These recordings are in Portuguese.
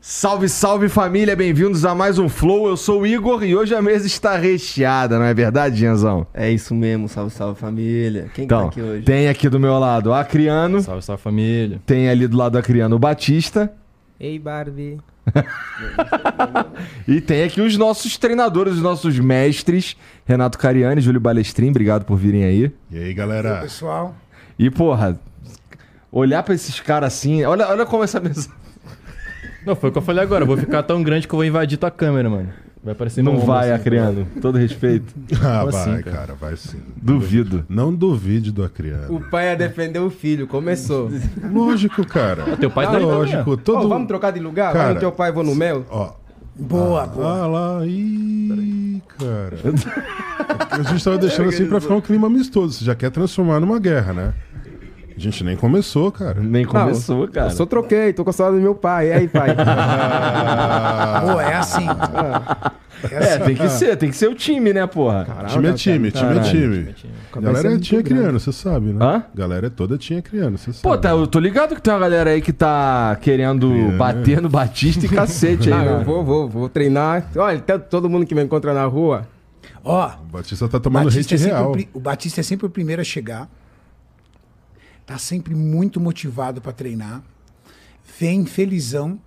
Salve, salve família, bem-vindos a mais um Flow. Eu sou o Igor e hoje a mesa está recheada, não é verdade, Gianzão? É isso mesmo, salve, salve família. Quem Então, tá aqui hoje? tem aqui do meu lado o Acriano, Salve, salve família. tem ali do lado do Acriano o Batista Ei, Barbie. e tem aqui os nossos treinadores, os nossos mestres, Renato Cariani, Júlio Balestrin, obrigado por virem aí. E aí, galera? Pessoal, E porra, olhar pra esses caras assim, olha, olha como essa mesa Não, foi o que eu falei agora. Eu vou ficar tão grande que eu vou invadir tua câmera, mano. Vai parecer não meu ombro, vai, assim. Acriano. Todo respeito, Ah, Como vai, assim, cara? cara? vai sim. duvido. Não duvide do Acriano. O pai a defender o filho, começou. Né? Lógico, cara. Teu pai tá É ali lógico, todo. Ó, vamos trocar de lugar? Cara, vai no teu pai, vou no meu? Ó, boa, boa. ah lá, ih, cara. A gente tava deixando assim pra ficar um clima amistoso. Você já quer transformar numa guerra, né? A gente nem começou, cara. Nem Não, começou, eu- cara. Eu só troquei, tô com a saudade do meu pai. E aí, pai? Boa, é assim. É É, assim. tem que ser, tem que ser o time, né, porra? Time é time, time é time. Galera é é tinha muito grande. criando, você sabe, né? Hã? Galera toda tinha criando, você sabe. Pô, tá, eu tô ligado que tem uma galera aí que tá querendo bater no Batista e cacete aí, Ah, eu né? vou, vou, vou treinar. Olha, até todo mundo que me encontra na rua. Ó, O Batista tá o tomando hit Batista, é sempre real. o, pri- o Batista é sempre o primeiro a chegar. Tá sempre muito motivado pra treinar. Vem felizão.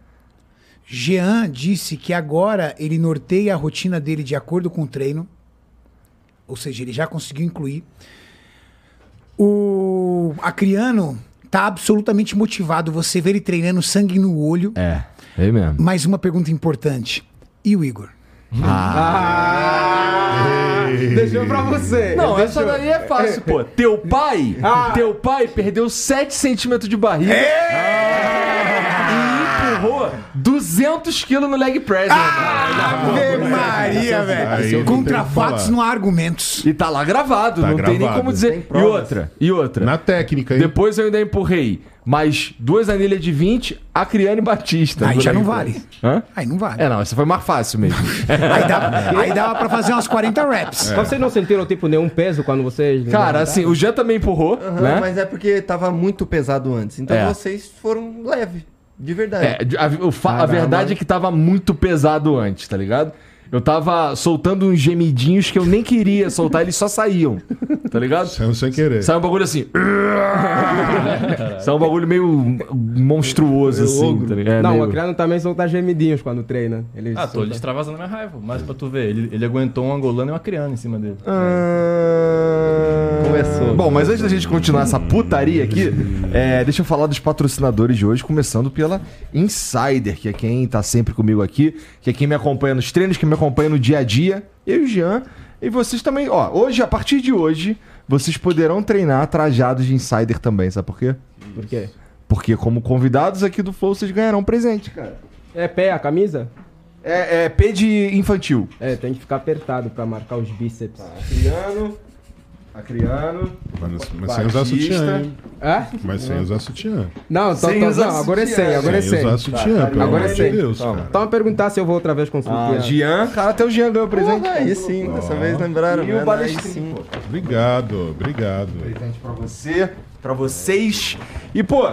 Jean disse que agora ele norteia a rotina dele de acordo com o treino. Ou seja, ele já conseguiu incluir. O Acriano tá absolutamente motivado. Você vê ele treinando sangue no olho. É, é mesmo. Mais uma pergunta importante. E o Igor? Deixou pra você. Não, Ele essa deixou. daí é fácil, pô. Teu pai, teu pai perdeu 7 centímetros de barriga e empurrou 200 quilos no leg press. né, cara? Ave Maria, Aí eu velho. não Contra tenho o que falar. fatos não há argumentos. E tá lá gravado, Tá não tem nem gravado. como dizer. E outra, e outra. Na técnica, hein? Depois eu ainda empurrei mais duas anilhas de 20, Acriane Batista. Aí do já leg não press. vale. Hã? Aí não vale. É, não, essa foi mais fácil mesmo. Aí dava, aí dava pra fazer umas 40 reps. Mas Vocês não sentiram, tipo, nenhum peso quando vocês... Cara, assim, o Jean também empurrou, Aham, né? Mas é porque tava muito pesado antes. Então É. vocês foram leve, de verdade. É, de- a, o fa- a Caramba. verdade é que tava muito pesado antes, tá ligado? Eu tava soltando uns gemidinhos que eu nem queria soltar, eles só saíam, tá ligado? Saiu sem querer. Sai um bagulho assim. Sai um bagulho meio monstruoso, assim, tá ligado? É, não, meio- o Acriano também solta gemidinhos quando treina. Ele Ah, tô solta- extravasando minha raiva. Mas pra tu ver, ele, ele aguentou um angolano e uma criança em cima dele. Ah. Começou. Bom, mas antes da gente continuar essa putaria aqui, é, deixa eu falar dos patrocinadores de hoje, começando pela Insider, que é quem tá sempre comigo aqui, que é quem me acompanha nos treinos, que me acompanha no dia a dia, eu e o Jean. E vocês também, ó, hoje, a partir de hoje, vocês poderão treinar trajados de Insider também, sabe por quê? Por quê? Porque como convidados aqui do Flow, vocês ganharão presente, cara. É pé a camisa? É, é P de infantil. É, tem que ficar apertado pra marcar os bíceps. Acriano, Acriano, Mas, mas sem usar Batista. sutiã, hein? Hã? Mas sem usar sutiã. É? Não, tô, Sem tô, usar não, agora é sutiã. sem, agora é Sem sem. usar Tá, sutiã, pelo Agora amor é de sem. Deus, Toma. cara. Então, perguntar se eu vou outra vez com Ah, sutiã. Jean, cara, até o Jean ganhou presente. Porra, aí sim, dessa vez lembraram. E mano, o aí Balestrinho, sim. né? pô. Obrigado, obrigado. é. Presente pra você, pra vocês. E, pô,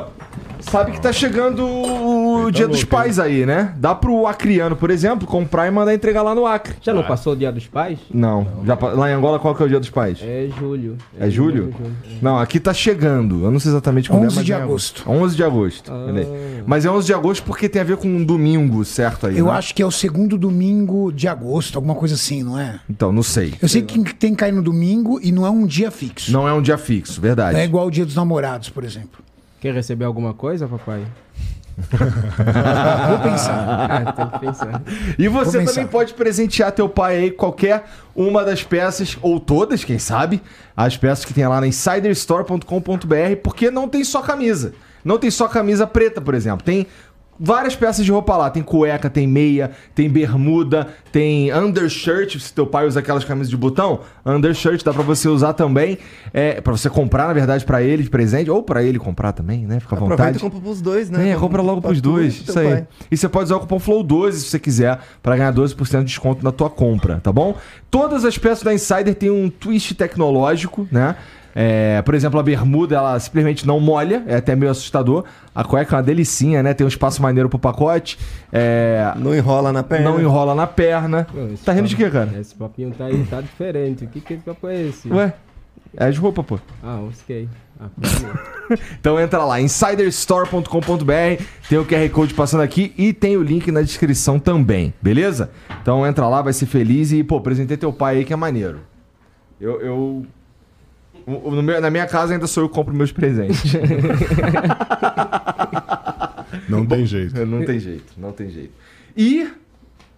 sabe que tá chegando o Ele tá Dia dos louco, Pais aí, né? Dá pro acriano, por exemplo, comprar e mandar entregar lá no Acre. Já não passou o dia dos pais? Não, já pa- lá em Angola qual que é o Dia dos Pais? É, É julho. julho? Não, aqui tá chegando. Eu não sei exatamente quando é, 11 mas de é em agosto. Ah. 11 de agosto. entendeu? Mas é 11 de agosto porque tem a ver com um domingo, certo aí, Eu né? acho que é o segundo domingo de agosto, alguma coisa assim, não é? Então, não sei. Eu sei que tem que cair no domingo e não é um dia fixo. Não é um dia fixo, verdade. Não é igual o dia dos namorados, por exemplo. Quer receber alguma coisa, papai? Vou pensar. Ah, tem que pensar. E você Vou pensar. também pode presentear teu pai aí com qualquer uma das peças, ou todas, quem sabe, as peças que tem lá na insiderstore.com.br, porque não tem só camisa. Não tem só camisa preta, por exemplo. Tem várias peças de roupa lá. Tem cueca, tem meia, tem bermuda, tem undershirt, se teu pai usa aquelas camisas de botão. Undershirt dá pra você usar também, é, para você comprar, na verdade, pra ele de presente, ou pra ele comprar também, né? Fica à Aproveita vontade. e compra pros dois, né? É, compra logo Pra pros tu e dois. teu Isso aí. pai. E você pode usar o cupom FLOW12 se você quiser, pra ganhar 12% de desconto na tua compra, tá bom? Todas as peças da Insider têm um twist tecnológico, né? É, por exemplo, a bermuda, ela simplesmente não molha, é até meio assustador. A cueca é uma delicinha, né? Tem um espaço maneiro pro pacote. É, Não enrola na perna. não enrola na perna. Tá rindo de quê, é cara? Esse papinho tá aí, tá diferente. O que que esse papo é esse? Ué, é de roupa, pô. Ah, ok. Ah, Então entra lá, insiderstore.com.br, tem o QR Code passando aqui e tem o link na descrição também, beleza? Então entra lá, vai ser feliz e, pô, apresentei teu pai aí que é maneiro. Eu. eu- o- o- no meu- na minha casa ainda sou eu que compro meus presentes. Não tem jeito. não tem jeito, não tem jeito. E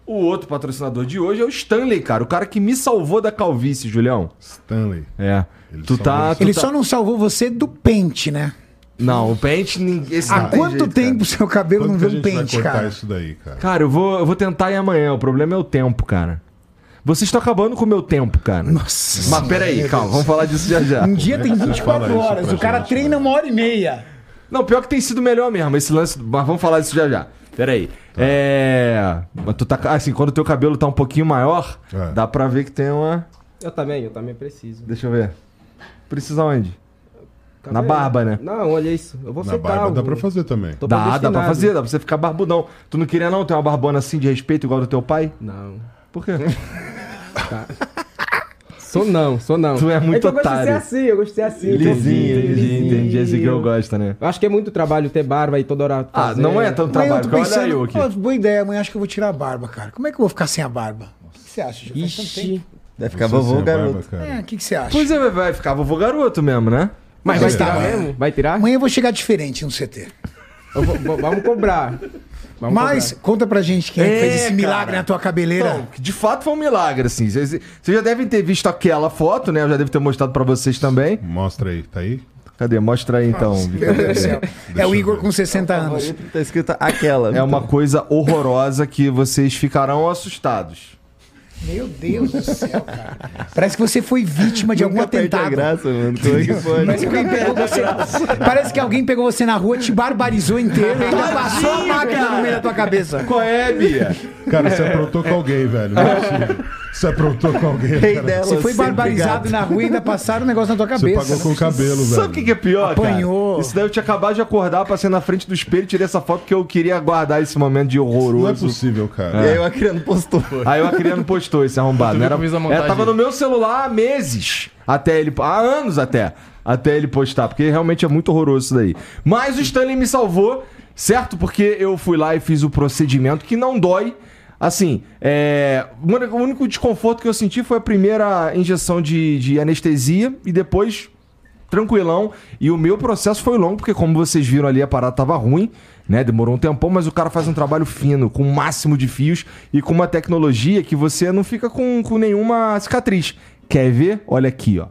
o outro patrocinador de hoje é o Stanley, cara, o cara que me salvou da calvície, Julião. Stanley. É. Ele tu tá. salvou- tu Ele tá- só não salvou você do pente, né? Não, o pente. ninguém- Esse Há não tem quanto jeito, cara. tempo seu cabelo Quando não que a vê um gente vai pente, cortar cara? isso daí, cara? Cara, eu vou, eu vou tentar ir amanhã. O problema é o tempo, cara. Vocês estão acabando com o meu tempo, cara. Nossa. Mas peraí, calma, vamos falar disso já já. Um dia tem Como é que você 24 fala isso horas, pra o cara gente, treina uma hora e meia. Não, pior que tem sido melhor mesmo esse lance, mas vamos falar disso já já. Peraí. É. mas tu tá. Assim, quando o teu cabelo tá um pouquinho maior, É. dá pra ver que tem uma. eu também, eu também preciso. Deixa eu ver. Precisa onde? Cabelo. barba, né? Não, olha isso. Eu vou tá Na secar barba dá o- pra fazer também. Tô Dá, dá pra predestinado. fazer, dá pra você ficar barbudão. Tu não queria não ter uma barbona assim de respeito igual a do teu pai? Não. Por quê? Sou não, sou não. Tu é muito É que eu gosto de ser otário. assim, eu gosto de ser assim. Lisinho, lisinho, entendi. Esse que que eu gosto, né? Acho que é muito trabalho ter barba e toda hora Ah, fazer. não é tão Tá Amanhã trabalho. então Olha aí, Yuki. pô, boa ideia, amanhã acho que eu vou tirar a barba, cara. Como é que eu vou ficar sem a barba? O que você acha, Ju? Faz tanto tempo. Ixi. Vai ficar Você sem vovô, a garoto. barba, cara. É, o que, que você acha? Pois é, vai- vai ficar vovô garoto mesmo, né? Mas vai Você tirar tá- mesmo? Vai tirar? Amanhã eu vou chegar diferente no CT. Eu vou- vou- vamos cobrar. Vamos Mas conta pra gente quem é que É, fez esse cara. milagre na tua cabeleira. Então, de fato foi um milagre, assim. Vocês vocês já devem ter visto aquela foto, né? Eu já devo ter mostrado pra vocês também. Mostra aí, tá aí? Cadê? Mostra aí então. Meu Deus do céu. É o eu Igor ver. com 60 anos. Favorito, Tá escrito aquela. É uma coisa horrorosa que vocês ficarão assustados. Meu Deus do céu, cara. Parece que você foi vítima de algum Nunca perde a atentado. graça, mano. Como é que pode? Parece que, alguém pegou você, parece que alguém pegou você na rua, te barbarizou inteiro e ainda passou a máquina no meio da tua cabeça. Qual é, Bia? Cara, você aprontou com alguém, velho. Não é possível. Você aprontou com alguém, Rei cara. dela, Você foi sempre barbarizado na rua e ainda passaram o negócio na tua Você cabeça. pagou com o cabelo, velho. Sabe o que, que é pior, Apanhou. cara? Isso daí eu tinha acabado de acordar, passei na frente do espelho, tirei essa foto que eu queria guardar esse momento de Não é horroroso. possível, E aí cara. o Acriano postou. Aí o Acreano não postou esse arrombado. Tu Não viu era... que eu fiz a é, montagem? tava no meu celular há meses. Até ele. Há anos até. Até ele postar. Porque realmente é muito horroroso isso daí. Mas o Stanley me salvou, certo? Porque eu fui lá e fiz o procedimento que não dói. Assim, é, o único- o único desconforto que eu senti foi a primeira injeção de, de anestesia e depois tranquilão. E o meu processo foi longo, porque como vocês viram ali, a parada tava ruim, né? Demorou um tempão, mas o cara faz um trabalho fino, com o máximo de fios e com uma tecnologia que você não fica com, com nenhuma cicatriz. Quer ver? Olha aqui, ó.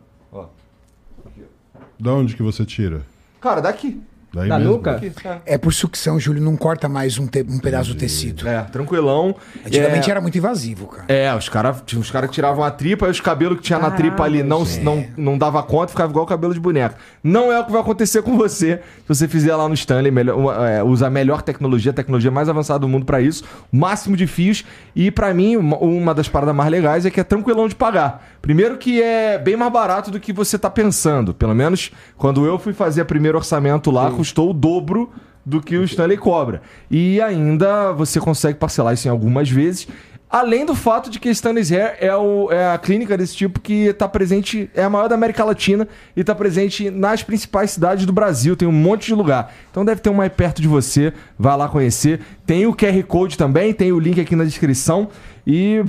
Da onde que você tira? Cara, daqui. Daí Da mesmo? nuca? É por sucção, Júlio, não corta mais um, te- um pedaço do tecido. É, tranquilão. Antigamente é... era muito invasivo, cara. É, os caras os cara que tiravam a tripa e os cabelos que tinha na tripa ali não, não, não dava conta, ficava igual o cabelo de boneca. Não é o que vai acontecer com você se você fizer lá no Stanley, melhor, uma- é, usar a melhor tecnologia, a tecnologia mais avançada do mundo pra isso, máximo de fios. E pra mim, uma, uma das paradas mais legais é que é tranquilão de pagar. Primeiro que é bem mais barato do que você tá pensando. Pelo menos quando eu fui fazer o primeiro orçamento lá, custou o dobro do que o Stanley cobra. E ainda você consegue parcelar isso em algumas vezes. Além do fato de que Stanley's Hair é, o- é a clínica desse tipo que está presente, é a maior da América Latina e está presente nas principais cidades do Brasil, tem um monte de lugar. Então deve ter uma aí perto de você, vai lá conhecer. Tem o QR Code também, tem o link aqui na descrição. E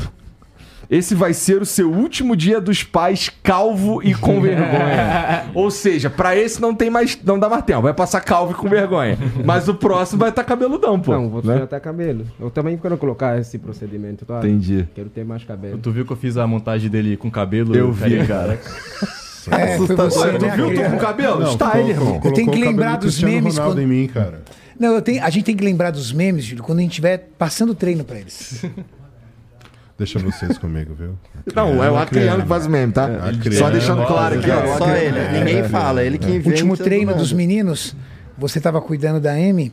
esse vai ser o seu último dia dos pais calvo e com vergonha. Ou seja, pra esse não tem mais, não dá mais tempo, vai passar calvo e com vergonha. Mas o próximo vai estar cabeludão, pô. Não, vou né? tirar até cabelo. Eu também quero colocar esse procedimento, tá? Entendi. Quero ter mais cabelo. Tu viu que eu fiz a montagem dele com cabelo? Eu vi, careca? cara. É, foi você, né? Viu? Tô com Adriano? cabelo? Não, Style, colocou- irmão. colocou Eu tenho que o cabelo lembrar do dos Cristiano memes Ronaldo quando- em mim, cara. Não, eu tenho, a gente tem que lembrar dos memes, Júlio, quando a gente estiver passando treino pra eles. Deixa vocês comigo, viu? Não, é o Acriano Acriano. que faz o meme, tá? Acriano. Só deixando claro aqui, ó. Não, só ele. É, Ninguém fala. Ele que inventa. Último treino do dos nada. meninos, você tava cuidando da M,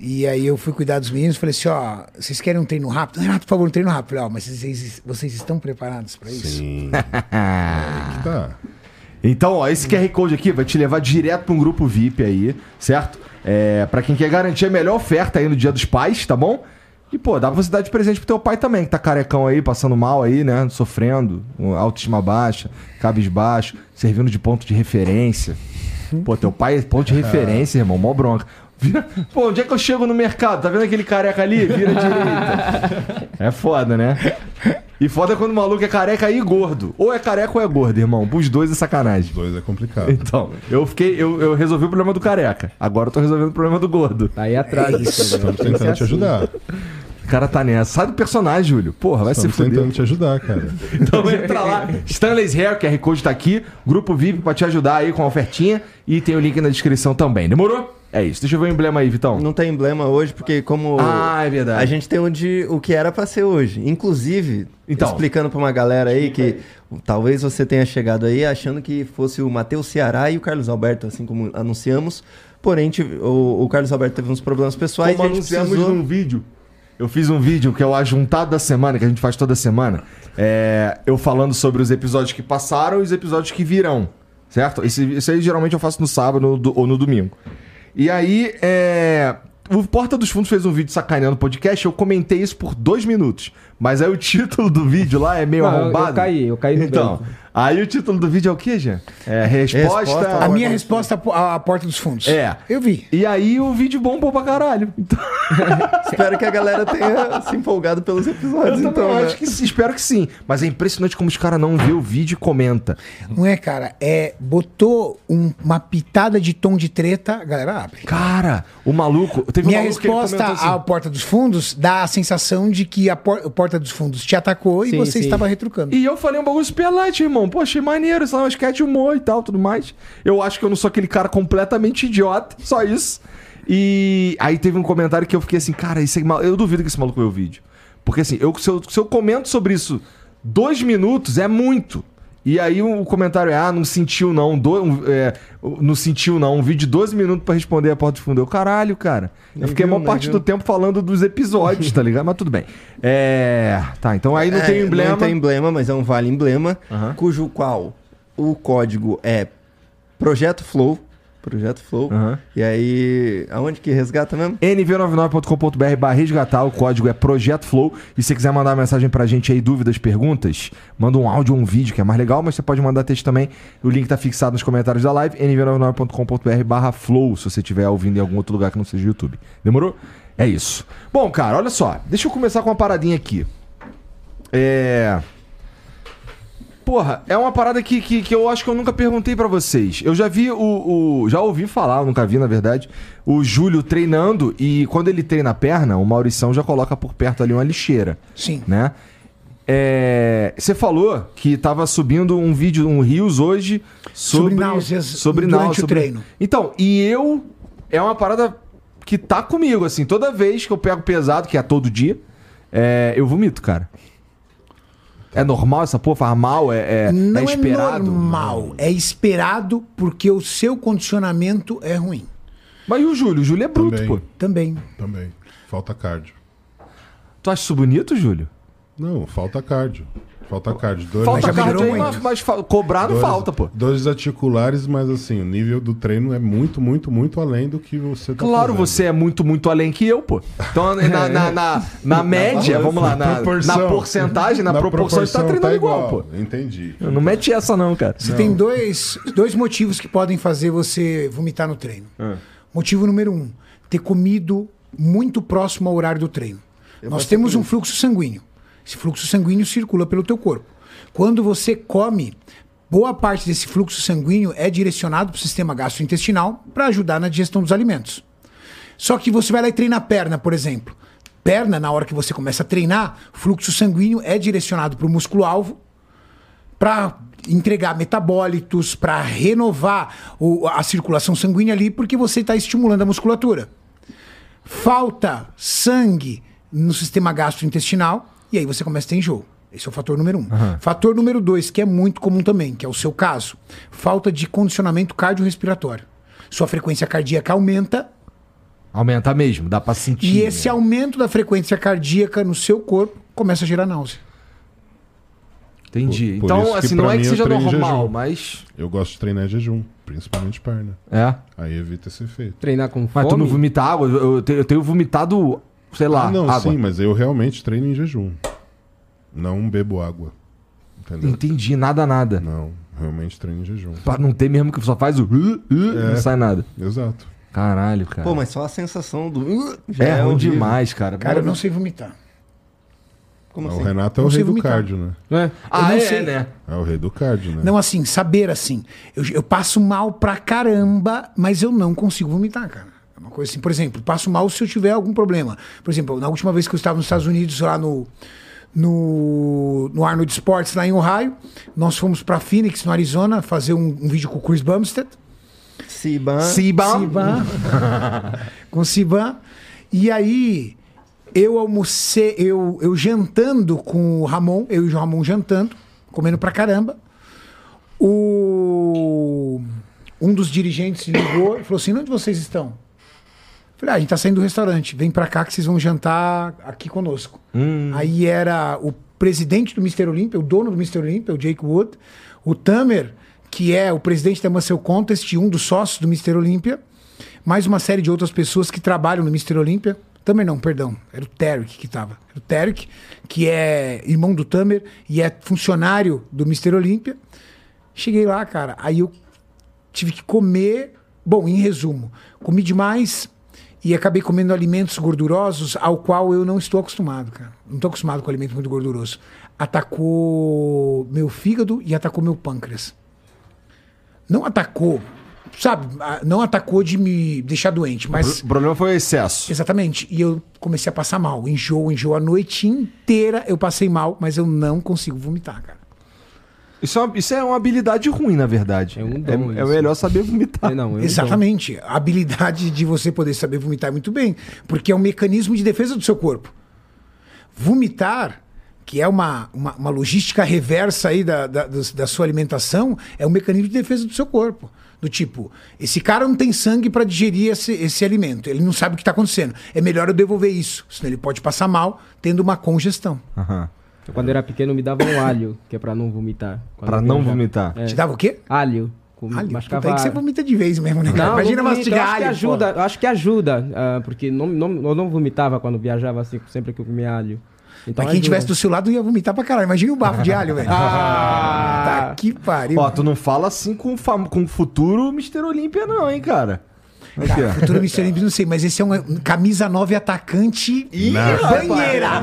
e aí eu fui cuidar dos meninos, falei assim, ó, vocês querem um treino rápido? Renato, por favor, um treino rápido. Falei, ó, mas vocês, vocês estão preparados pra isso? Sim. Aí É que tá. Então, ó, esse QR Code aqui vai te levar direto para um grupo VIP aí, certo? É, para quem quer garantir a melhor oferta aí no Dia dos Pais, tá bom? E, pô, dá pra você dar de presente pro teu pai também, que tá carecão aí, passando mal aí, né? Sofrendo, um, autoestima baixa, cabisbaixo, servindo de ponto de referência. Pô, teu pai é ponto de referência, irmão, mó bronca. Vira... Pô, onde é que eu chego no mercado? Tá vendo aquele careca ali? Vira direita. É foda, né? E foda é quando o maluco é careca e gordo. Ou é careca ou é gordo, irmão. Os dois é sacanagem. Os dois é complicado. Então, eu fiquei. Eu, eu resolvi o problema do careca. Agora eu tô resolvendo o problema do gordo. Tá aí atrás. disso, né? Estamos é tentando assim. te ajudar. O cara tá nessa. Sai do personagem, Júlio. Porra, vai Estamos se fuder. tentando te ajudar, cara. Então entra lá. Stanley's Hair, QR Code tá aqui. Grupo VIP pra te ajudar aí com a ofertinha. E tem o link na descrição também. Demorou? É isso. Deixa eu ver o emblema aí, Vitão. Não tem emblema hoje, porque como Ah, é verdade. a gente tem o, de, o que era pra ser hoje. Inclusive, Então. explicando pra uma galera aí que talvez você tenha chegado aí achando que fosse o Matheus Ceará e o Carlos Alberto, assim como anunciamos. Porém, tive- o, o Carlos Alberto teve uns problemas pessoais Como e a gente anunciamos precisou... num vídeo. Eu fiz um vídeo que é o ajuntado da semana, que a gente faz toda semana. É, eu falando sobre os episódios que passaram e os episódios que virão. Certo? Esse, isso aí geralmente eu faço no sábado no do- ou no domingo. E aí, é, o Porta dos Fundos fez um vídeo sacaneando o podcast. Eu comentei isso por dois minutos. Mas aí o título do vídeo lá é meio Não, eu- eu arrombado. caí, eu caí no Então, bait. aí o título do vídeo é o quê, Jean? É resposta. Resposta A minha resposta à à porta dos fundos. É. Eu vi. E aí o vídeo bombou pra caralho. Então, Espero que a galera tenha se empolgado pelos Eu episódios, também então, né? acho que sim, espero que sim. Mas é impressionante como os caras não vê o vídeo e comenta. Não é, cara? É, botou um- uma pitada de tom de treta, a galera abre. Cara, o maluco. Teve Minha um maluco que ele resposta comentou assim, à Porta dos Fundos dá a sensação de que a por- o Porta dos Fundos te atacou e Sim, você sim. estava retrucando. E eu falei um bagulho super light, irmão. Pô, achei maneiro, sei lá, um sketch humor e tal, tudo mais. Eu acho que eu não sou aquele cara completamente idiota, só isso. E aí teve um comentário que eu fiquei assim, cara, isso é mal... eu duvido que esse maluco vê o vídeo. Porque assim, eu, se, eu, se eu comento sobre isso dois minutos, é muito. E aí o comentário é, ah, não sentiu não, do, um- é, não sentiu não, um vídeo de 12 minutos pra responder a porta do fundo. Eu, caralho, cara. Eu fiquei a viu, maior nem parte viu. do tempo falando dos episódios, tá ligado? Mas tudo bem. É. Tá, então aí não É, tem emblema. Não tem emblema, mas é um vale emblema, cujo qual o código é Projeto Flow. Projeto Flow. Aham. E aí, aonde que resgata mesmo? nv99.com.br barra resgatar, o código é Projeto Flow. E se você quiser mandar uma mensagem pra gente aí, dúvidas, perguntas, manda um áudio ou um vídeo que é mais legal, mas você pode mandar texto também. O link tá fixado nos comentários da live, nv99.com.br barra flow, se você estiver ouvindo em algum outro lugar que não seja o YouTube. Demorou? É isso. Bom, cara, olha só. Deixa eu começar com uma paradinha aqui. É. Porra, é uma parada que, que, que eu acho que eu nunca perguntei pra vocês. Eu já vi o, o- Já ouvi falar, eu nunca vi, na verdade, o Júlio treinando e quando ele treina a perna, o Maurição já coloca por perto ali uma lixeira, Sim. né? É, Você falou que tava subindo um vídeo, um Rios hoje sobre. Sobre náuseas sobre durante náuseas, o treino. Então, e eu. É uma parada que tá comigo, assim. Toda vez que eu pego pesado, que é todo dia, é, eu vomito, cara. É normal essa porra? Faz mal? É, é, Não é é, esperado? normal, é esperado porque o seu condicionamento é ruim. Mas e o Júlio? O Júlio é bruto, Também. pô. Também. Também. Falta cardio. Tu acha isso bonito, Júlio? Não, falta cardio. Falta cardio. Dores, Falta já cardio melhorou aí, muito. mas, mas fa- cobrar não dores- falta, pô. Dores articulares, mas assim, o nível do treino é muito, muito, muito além do que você tá Claro, fazendo. você é muito, muito além que eu, pô. Então, na, na, na, na média, vamos é lá, na, na porcentagem, na, proporção, ele tá treinando igual, pô. Entendi. Não mete essa não, cara. Você tem dois, dois motivos que podem fazer você vomitar no treino. Motivo número um: ter comido muito próximo ao horário do treino. Nós temos um fluxo sanguíneo. Esse fluxo sanguíneo circula pelo teu corpo. Quando você come, boa parte desse fluxo sanguíneo é direcionado para o sistema gastrointestinal para ajudar na digestão dos alimentos. Só que você vai lá e treina a perna, por exemplo. Perna, na hora que você começa a treinar, fluxo sanguíneo é direcionado para o músculo-alvo, para entregar metabólitos, para renovar o- a circulação sanguínea ali, porque você está estimulando a musculatura. Falta sangue no sistema gastrointestinal e aí você começa a ter enjoo. Esse é o fator número um. Fator número dois, que é muito comum também, que é o seu caso: falta de condicionamento cardiorrespiratório. Sua frequência cardíaca aumenta Aumenta mesmo, dá pra sentir. né? e esse é um- aumento da frequência cardíaca no seu corpo começa a gerar náusea. Entendi. Por- por então, isso que assim, pra não é mim que eu seja treino em normal, jejum. mas. Eu gosto de treinar em jejum, principalmente perna. É. Aí evita esse efeito. Treinar com Mas fome. tu não vomita água? Eu, eu te- eu tenho vomitado, sei lá, Ah, não, água. sim, mas eu realmente treino em jejum. Não bebo água. Entendeu? Entendi, nada, nada. Não, realmente treino em jejum. Tá. Pra não ter mesmo que só faz o. uh, uh, É. Não sai nada. Exato. Caralho, cara. Pô, mas só a sensação do. uh, já é, ruim horrível. demais, cara. Cara, eu Pô, não sei vomitar. Como Ah, assim? O Renato é o Não sei rei do vomitar. cardio, né? né? Ah, não é, sei. né? É o rei do cardio, né? Não, assim, saber assim. Eu, eu passo mal pra caramba, mas eu não consigo vomitar, cara. É uma coisa assim, por exemplo, passo mal se eu tiver algum problema. Por exemplo, na última vez que eu estava nos Estados Unidos, lá no. No, no Arnold Sports, lá em Ohio, nós fomos pra Phoenix, no Arizona, fazer um, um vídeo com o Chris Bumstead. Siban. Siba. Siban. com Siban. E aí, eu almocei, eu, eu jantando com o Ramon, eu e o Ramon jantando, comendo pra caramba. O, um dos dirigentes ligou e falou assim: onde vocês estão? Eu Falei, ah, a gente tá saindo do restaurante, vem pra cá que vocês vão jantar aqui conosco. Aí era o presidente do Mr. Olympia, o dono do Mr. Olympia, o Jake Wood, o Tamer, que é o presidente da Muscle Contest, um dos sócios do Mr. Olympia, mais uma série de outras pessoas que trabalham no Mr. Olímpia. Tamer não, perdão. Era o Tarek que estava. Era o Tarek, que é irmão do Tamer e é funcionário do Mr. Olímpia. Cheguei lá, cara. Aí eu tive que comer. Bom, em resumo, comi demais e acabei comendo alimentos gordurosos ao qual eu não estou acostumado, cara. Não estou acostumado com alimento muito gorduroso. Atacou meu fígado e atacou meu pâncreas não atacou, sabe? Ah, Não atacou de me deixar doente, mas. O problema foi o excesso. Exatamente. E eu comecei a passar mal. Enjoo, enjoo. A noite inteira eu passei mal, mas eu não consigo vomitar, cara. Isso é, uma, isso é uma habilidade ruim, na verdade. É um dom, é, é isso. melhor saber vomitar. É, não, eu Ah, Exatamente. A habilidade de você poder saber vomitar é muito bem, porque é um mecanismo de defesa do seu corpo. Vomitar, que é uma, uma, uma logística reversa aí da, da, dos- da sua alimentação, é um mecanismo de defesa do seu corpo. Do tipo, esse cara não tem sangue para digerir esse, esse alimento, ele não sabe o que está acontecendo. É melhor eu devolver isso, senão ele pode passar mal tendo uma congestão. Aham. Então, Quando eu era pequeno, me davam alho, que é pra não vomitar. Quando Pra eu não viajava. vomitar. É. Te dava o quê? Alho. Com, Alho, mascava puta, aí que você alho. vomita de vez mesmo, né? cara? Não, Imagina vomito, eu mastigar acho que alho, pô. ajuda, eu acho que ajuda, ah, porque não, não, eu não vomitava quando viajava assim, sempre que eu comia alho. Então Mas quem ajuda. tivesse do seu lado ia vomitar pra caralho. Imagina o bafo de alho, velho. Tá que pariu. Ó, tu não fala assim com o fam- com o futuro Mr. Olímpia, não, hein, cara. Aqui, ó. Futuro Mr. Olímpio, não sei, mas esse é um camisa 9 atacante Ih, banheira.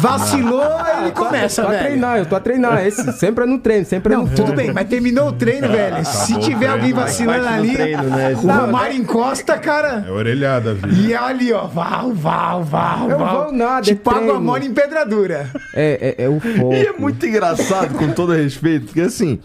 Vacilou, ele começa, Tô a velho. treinar, eu tô a treinar. Esse, sempre é no treino, sempre é Não, no tudo bem, mas terminou o treino, velho. Se Acabou o tiver treino, alguém faz vacilando parte do ali, treino, né? o Romário encosta, É cara. orelhada, viu? E é ali, ó, val, val, val, Eu val. vou nada, é tipo água treino. mole em pedradura. É, é, é o foco. E é muito engraçado, com todo respeito, porque assim,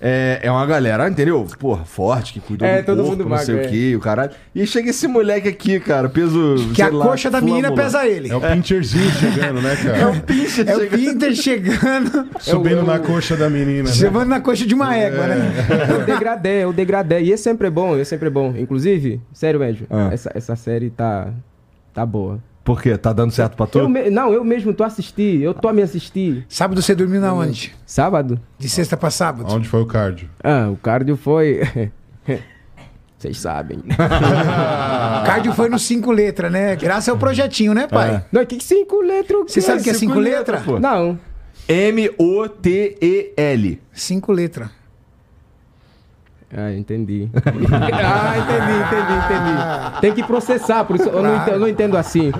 é, é uma galera, entendeu? Porra, forte, que cuida É, do todo corpo, mundo não magro, sei é. o que, o caralho. E chega esse moleque aqui, cara, peso, Que sei a lá, coxa da menina flâmula. pesa ele. É o pincherzinho chegando, né, cara? Pincha, É o é chega- Pinter chegando, Subindo eu- na coxa da menina. Né? levando na coxa de uma égua, né? É o degradé, é o degradé. E esse sempre é bom, esse sempre é bom. Inclusive, sério, Ed, Ah. essa, essa série tá, tá boa. Por quê? Tá dando certo pra tu? Eu me- não, eu mesmo tô a assistir, eu tô a me assistir. Sábado você dormiu na onde? Sábado? De sexta pra sábado? Onde foi o cardio? Ah, o cardio foi... Vocês sabem. O cardio foi no cinco letras, né? Graças ao projetinho, né, pai? Não, que cinco letras? Você sabe o que é cinco, letras? letras, pô. Não. M-O-T-E-L. Cinco letras. Ah, entendi. ah, entendi, entendi, entendi. Tem que processar, por isso eu, não entendo, eu não entendo assim.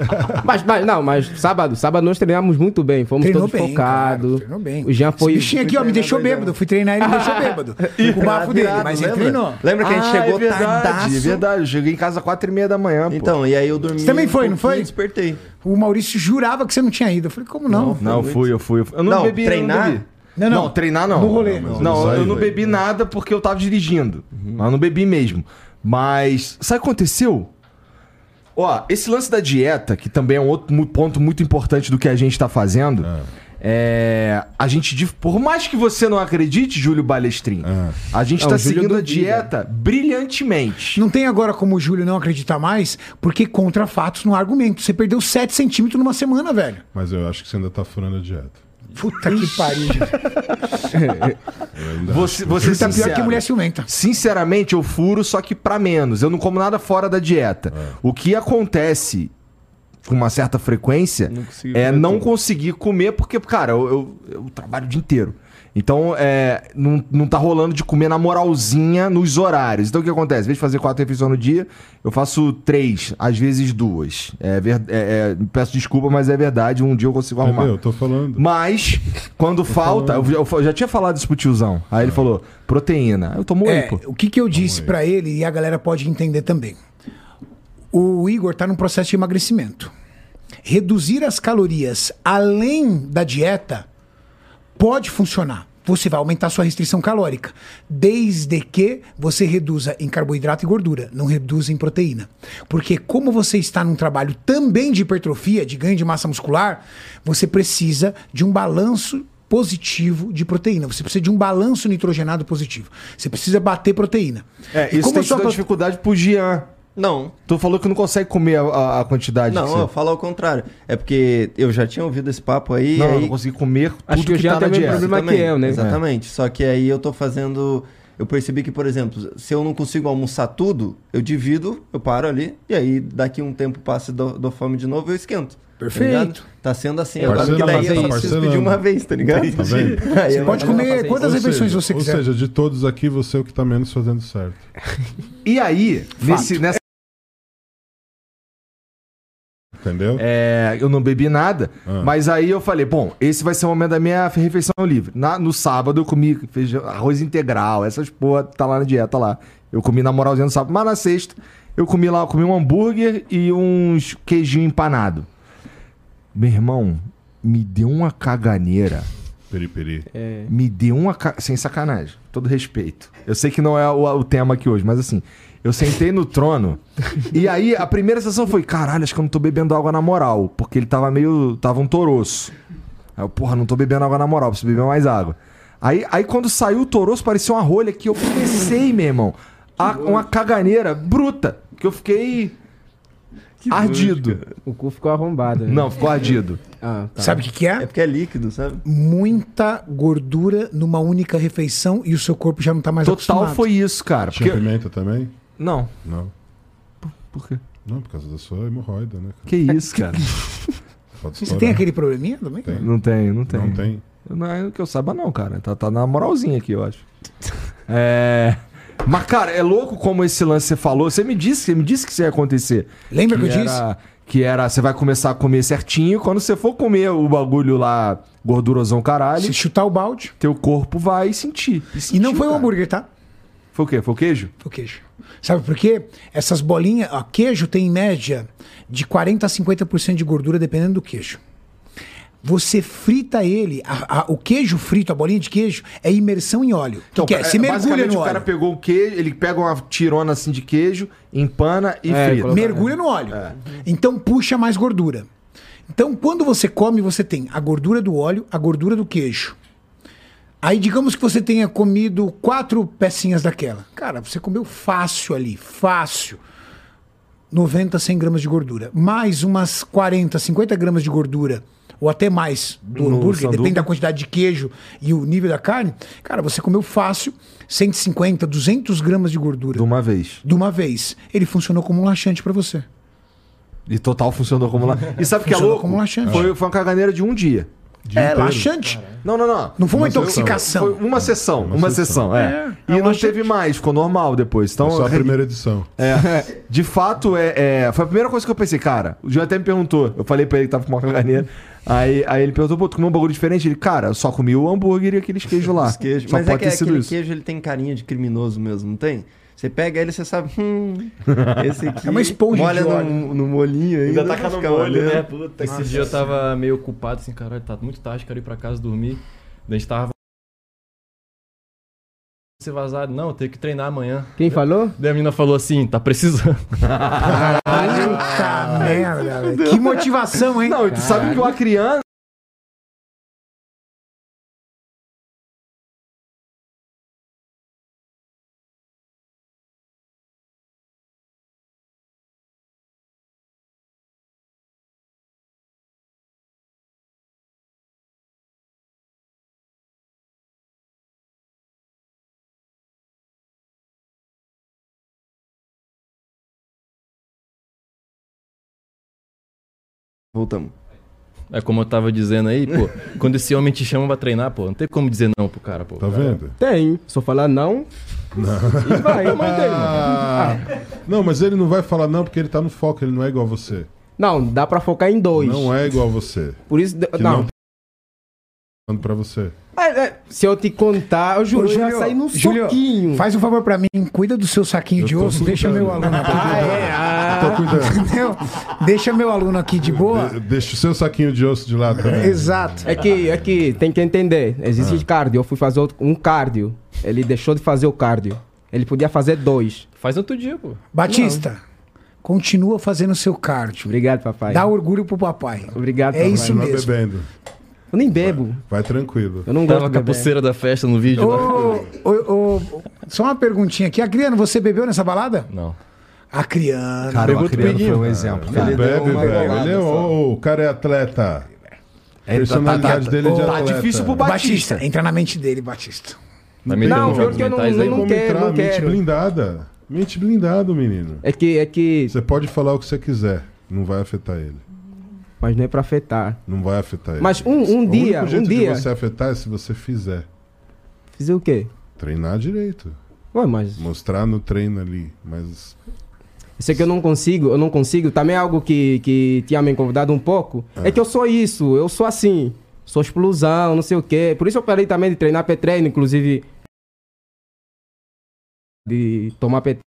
Mas, mas, não, mas sábado, sábado nós treinamos muito bem, fomos Treinou todos bem, focados. cara, treinou bem. O Jean foi. Esse bichinho aqui, ó, me deixou bêbado. Fui treinar ele me deixou bêbado. Com o bafo dele, mas ele lembra? treinou. Lembra que a gente Ah, chegou é verdade, tardaço? É verdade, eu cheguei em casa às quatro e meia da manhã, pô. Então, e aí eu dormi. um Você também foi, não foi? E despertei. O Maurício jurava que você não tinha ido. Eu falei, como não? Não, eu fui, eu fui, eu fui. Eu não, Não, bebi, treinar? Eu não, bebi. Não, não. treinar não. No rolê. Não, Não, mas não, ele eu não sai, bebi nada porque eu tava dirigindo. Mas não bebi mesmo. Mas, sabe o que aconteceu? Ó, esse lance da dieta, que também é um outro mu- ponto muito importante do que a gente tá fazendo, é. A gente, dif- por mais que você não acredite, Júlio Balestrin, Ah. a É, gente Não, tá o Júlio seguindo a duvida. dieta brilhantemente. Não tem agora como o Júlio não acreditar mais, porque contra fatos não há argumento. Você perdeu 7 centímetros numa semana, velho. Mas eu acho que você ainda tá furando a dieta. Puta que pariu. Você, você Tá pior sincero. que mulher ciumenta. Sinceramente, eu furo, só que pra menos. Eu não como nada fora da dieta. É. O que acontece com uma certa frequência consigo é comer não tudo. conseguir comer, porque, cara, eu, eu- eu trabalho o dia inteiro. Então, é, não, não tá rolando de comer na moralzinha nos horários. Então, o que acontece? Em vez de fazer quatro refeições no dia, eu faço três, às vezes duas. É, ver- é- é- peço desculpa, mas é verdade. Um dia eu consigo arrumar. Entendeu? Eu tô falando. Tá Mas, quando falta, eu, já- eu já tinha falado isso pro tiozão. Aí Ah. ele falou, proteína. Eu tomo É, whey, pô. o que, que eu disse pra ele e a galera pode entender também. O Igor tá num processo de emagrecimento. Reduzir as calorias além da dieta pode funcionar. Você vai aumentar sua restrição calórica, desde que você reduza em carboidrato e gordura, não reduza em proteína. Porque como você está num trabalho também de hipertrofia, de ganho de massa muscular, você precisa de um balanço positivo de proteína. Você precisa de um balanço nitrogenado positivo. Você precisa bater proteína. É, E isso tem sua sido pro- uma dificuldade pro Jean. Não, Tu falou que não consegue comer a, a- a quantidade que não, eu falo ao contrário. É porque eu já tinha ouvido esse papo aí. Não, eu aí... não consegui comer tudo Acho que que, o Jean tá tem na o mesmo dieta. problema. Também, que eu, né? É, Exatamente. Só que aí eu tô fazendo. Eu percebi que, por exemplo, se eu não consigo almoçar tudo, eu divido, eu paro ali, e aí daqui um tempo passa do, dou fome de novo, eu esquento. tá Perfeito. ligado? Tá sendo assim agora, Parcela, porque daí tá eu só preciso parcelando. pedir uma vez, tá ligado? Tá vendo? Aí Você eu- pode eu né? faço comer isso. quantas Ou refeições seja- você ou quiser. seja, de todos aqui, você é o que tá menos fazendo certo. E aí, nesse, nessa. Entendeu? é, eu não bebi nada, Ah. mas aí eu falei, bom, esse vai ser o momento da minha refeição livre. Na- no sábado eu comi feijão, arroz integral, essas porra, tá lá na dieta lá. Eu comi na moralzinha no sábado, mas na sexta eu comi lá, eu comi um hambúrguer e uns queijinho empanado. Meu irmão, me deu uma caganeira. Peri, peri. É. Me deu uma. Ca... Sem sacanagem, todo respeito. Eu sei que não é o, o tema aqui hoje, mas assim, eu sentei no trono. e aí a primeira sensação foi: caralho, acho que eu não tô bebendo água na moral. Porque ele tava meio. tava um toroço. Aí eu, porra, não tô bebendo água na moral, preciso beber mais água. Aí, aí quando saiu o toroço, parecia uma rolha que eu comecei, meu irmão. a- uma caganeira bruta. Que eu fiquei. ardido. O cu ficou arrombado. né? não, ficou ardido. Ah, tá. Sabe o que, que É porque é líquido, sabe? muita gordura numa única refeição e o seu corpo já não tá mais Total acostumado. foi isso, cara. Tinha Porque... pimenta também? Não. Não. Por quê? Não, por causa da sua hemorroida, né? cara? Que isso, cara? Pode Você estourar. tem aquele probleminha também? Tem. Não tenho, não tenho. Não tem. Não é que eu saiba, não, cara. Tá, tá na moralzinha aqui, eu acho. É. Mas, cara, é louco como esse lance que você falou. Você me disse, você me disse que isso ia acontecer. Lembra que, eu disse? era, que era, você vai começar a comer certinho. Quando você for comer o bagulho lá, gordurosão caralho, Se chutar o balde. teu corpo vai sentir. E sentiu, não foi o cara. hambúrguer, tá? um Foi o quê? Foi o queijo? Foi o queijo. Sabe por quê? Essas bolinhas, ó, queijo tem em média de 40 a 50% de gordura, dependendo do queijo. Você frita ele, a- a- o queijo frito, a bolinha de queijo, é imersão em óleo. O que, que é? Se mergulha Então, basicamente, no o cara óleo. pegou o queijo, ele pega uma tirona assim de queijo, empana e É, frita. coloca- Mergulha no óleo. Então puxa mais gordura. Então quando você come, você tem a gordura do óleo, a gordura do queijo. Aí digamos que você tenha comido quatro pecinhas daquela. Cara, você comeu fácil ali, fácil. 90, 100 gramas de gordura. Mais umas 40, 50 gramas de gordura, ou até mais, do No hambúrguer, sanduba. depende da quantidade de queijo e o nível da carne. Cara, você comeu fácil 150, 200 gramas de gordura De uma vez. de uma vez. Ele funcionou como um laxante pra você. E total funcionou como lá. E sabe o que é Funcionou louco? como laxante. Foi, foi uma caganeira de um dia. Dia é, inteiro. laxante? Não, não, não. Não foi uma Mas eu- Foi intoxicação. uma sessão, uma, sessão, é. É, E eu não achei teve mais, ficou normal depois. Então, É só a re- primeira edição. é, de fato, é, é, foi a primeira coisa que eu pensei, cara. O João até me perguntou. Eu falei pra ele que tava com uma caganeira. Aí, aí ele perguntou, pô, tu comeu um bagulho diferente? Ele, cara, eu só comi o hambúrguer e aqueles queijos lá. Os queijos. Só Mas pode é que ter sido aquele isso. queijo ele tem carinha de criminoso mesmo, não tem? Você pega ele, você sabe, hum, esse aqui. É uma esponja molha de óleo. no, no molinho aí. Ainda tá com no olho, né? Puta, Esse dia eu tava meio ocupado, assim, caralho, tá muito tarde, quero ir pra casa dormir. Daí A gente tava. Ser vazado, não, eu tenho que treinar amanhã. Quem falou? Daí a menina falou assim: tá precisando. Puta merda, velho. Que motivação, hein? Não, e tu sabe que o Acriano. Voltamos. É como eu tava dizendo aí, pô, quando esse homem te chama pra treinar, pô, não tem como dizer não pro cara, pô. Tá vendo? Tem. Só falar não. E vai, mãe dele, mano. Ah, não, mas ele não vai falar não porque ele tá no foco, ele não é igual a você. Não, dá pra focar em dois. Não é igual a você. Por isso. Que Não. não, tá falando pra você. É, é, se eu te contar, eu juro, eu já saí num soquinho. faz um favor pra mim, cuida do seu saquinho Eu de tô osso, deixa cuidando. meu aluno aqui. Ah, é. Tô Ah, cuidando. Entendeu? Deixa meu aluno aqui de boa. De- deixa o seu saquinho de osso de lado também. Exato. é que, é que tem que entender. Existe Ah. cardio. Eu fui fazer outro- um cardio. Ele deixou de fazer o cardio. Ele podia fazer dois. Faz outro dia, pô. Batista, continua fazendo seu cardio. Obrigado, papai. um Dá orgulho pro papai. Obrigado, É papai. isso Continua mesmo. bebendo. Eu nem bebo. Vai tranquilo. Eu não Tava gosto com de a beber. pulseira da festa no vídeo. né? Ô, ô, ô, só uma perguntinha aqui. Adriano, você bebeu nessa balada? Não. Tá Acriano. Cara, Pergunta o pro Acriano foi um Guinho. exemplo. Ele cara. bebe, uma velho. golada Ele é, só. ô, ô, o cara é atleta. A Ele tá- tá- personalidade tá- dele é de tá atleta. difícil pro Batista. Batista. entra na mente dele, Batista. Vai meter Não, uns pior jogos que eu não- mentais não Como quero, entrar? não mente quero. blindada. Mente blindado, menino. É que, é que. Você pode falar o que você quiser. Não vai afetar ele. Mas não é pra afetar. Não vai afetar ele. Mas um, um o dia, único jeito um de dia. você afetar é se você fizer. Fizer o quê? Treinar direito. Ué, mas. Mostrar no treino ali. Mas Isso é que eu não consigo, eu não consigo. Também é algo que, que tinha me incomodado um pouco. É. que eu sou isso, eu sou assim. Sou explosão, não sei o quê. Por isso eu parei também de treinar P-treino, inclusive. De tomar P-treino.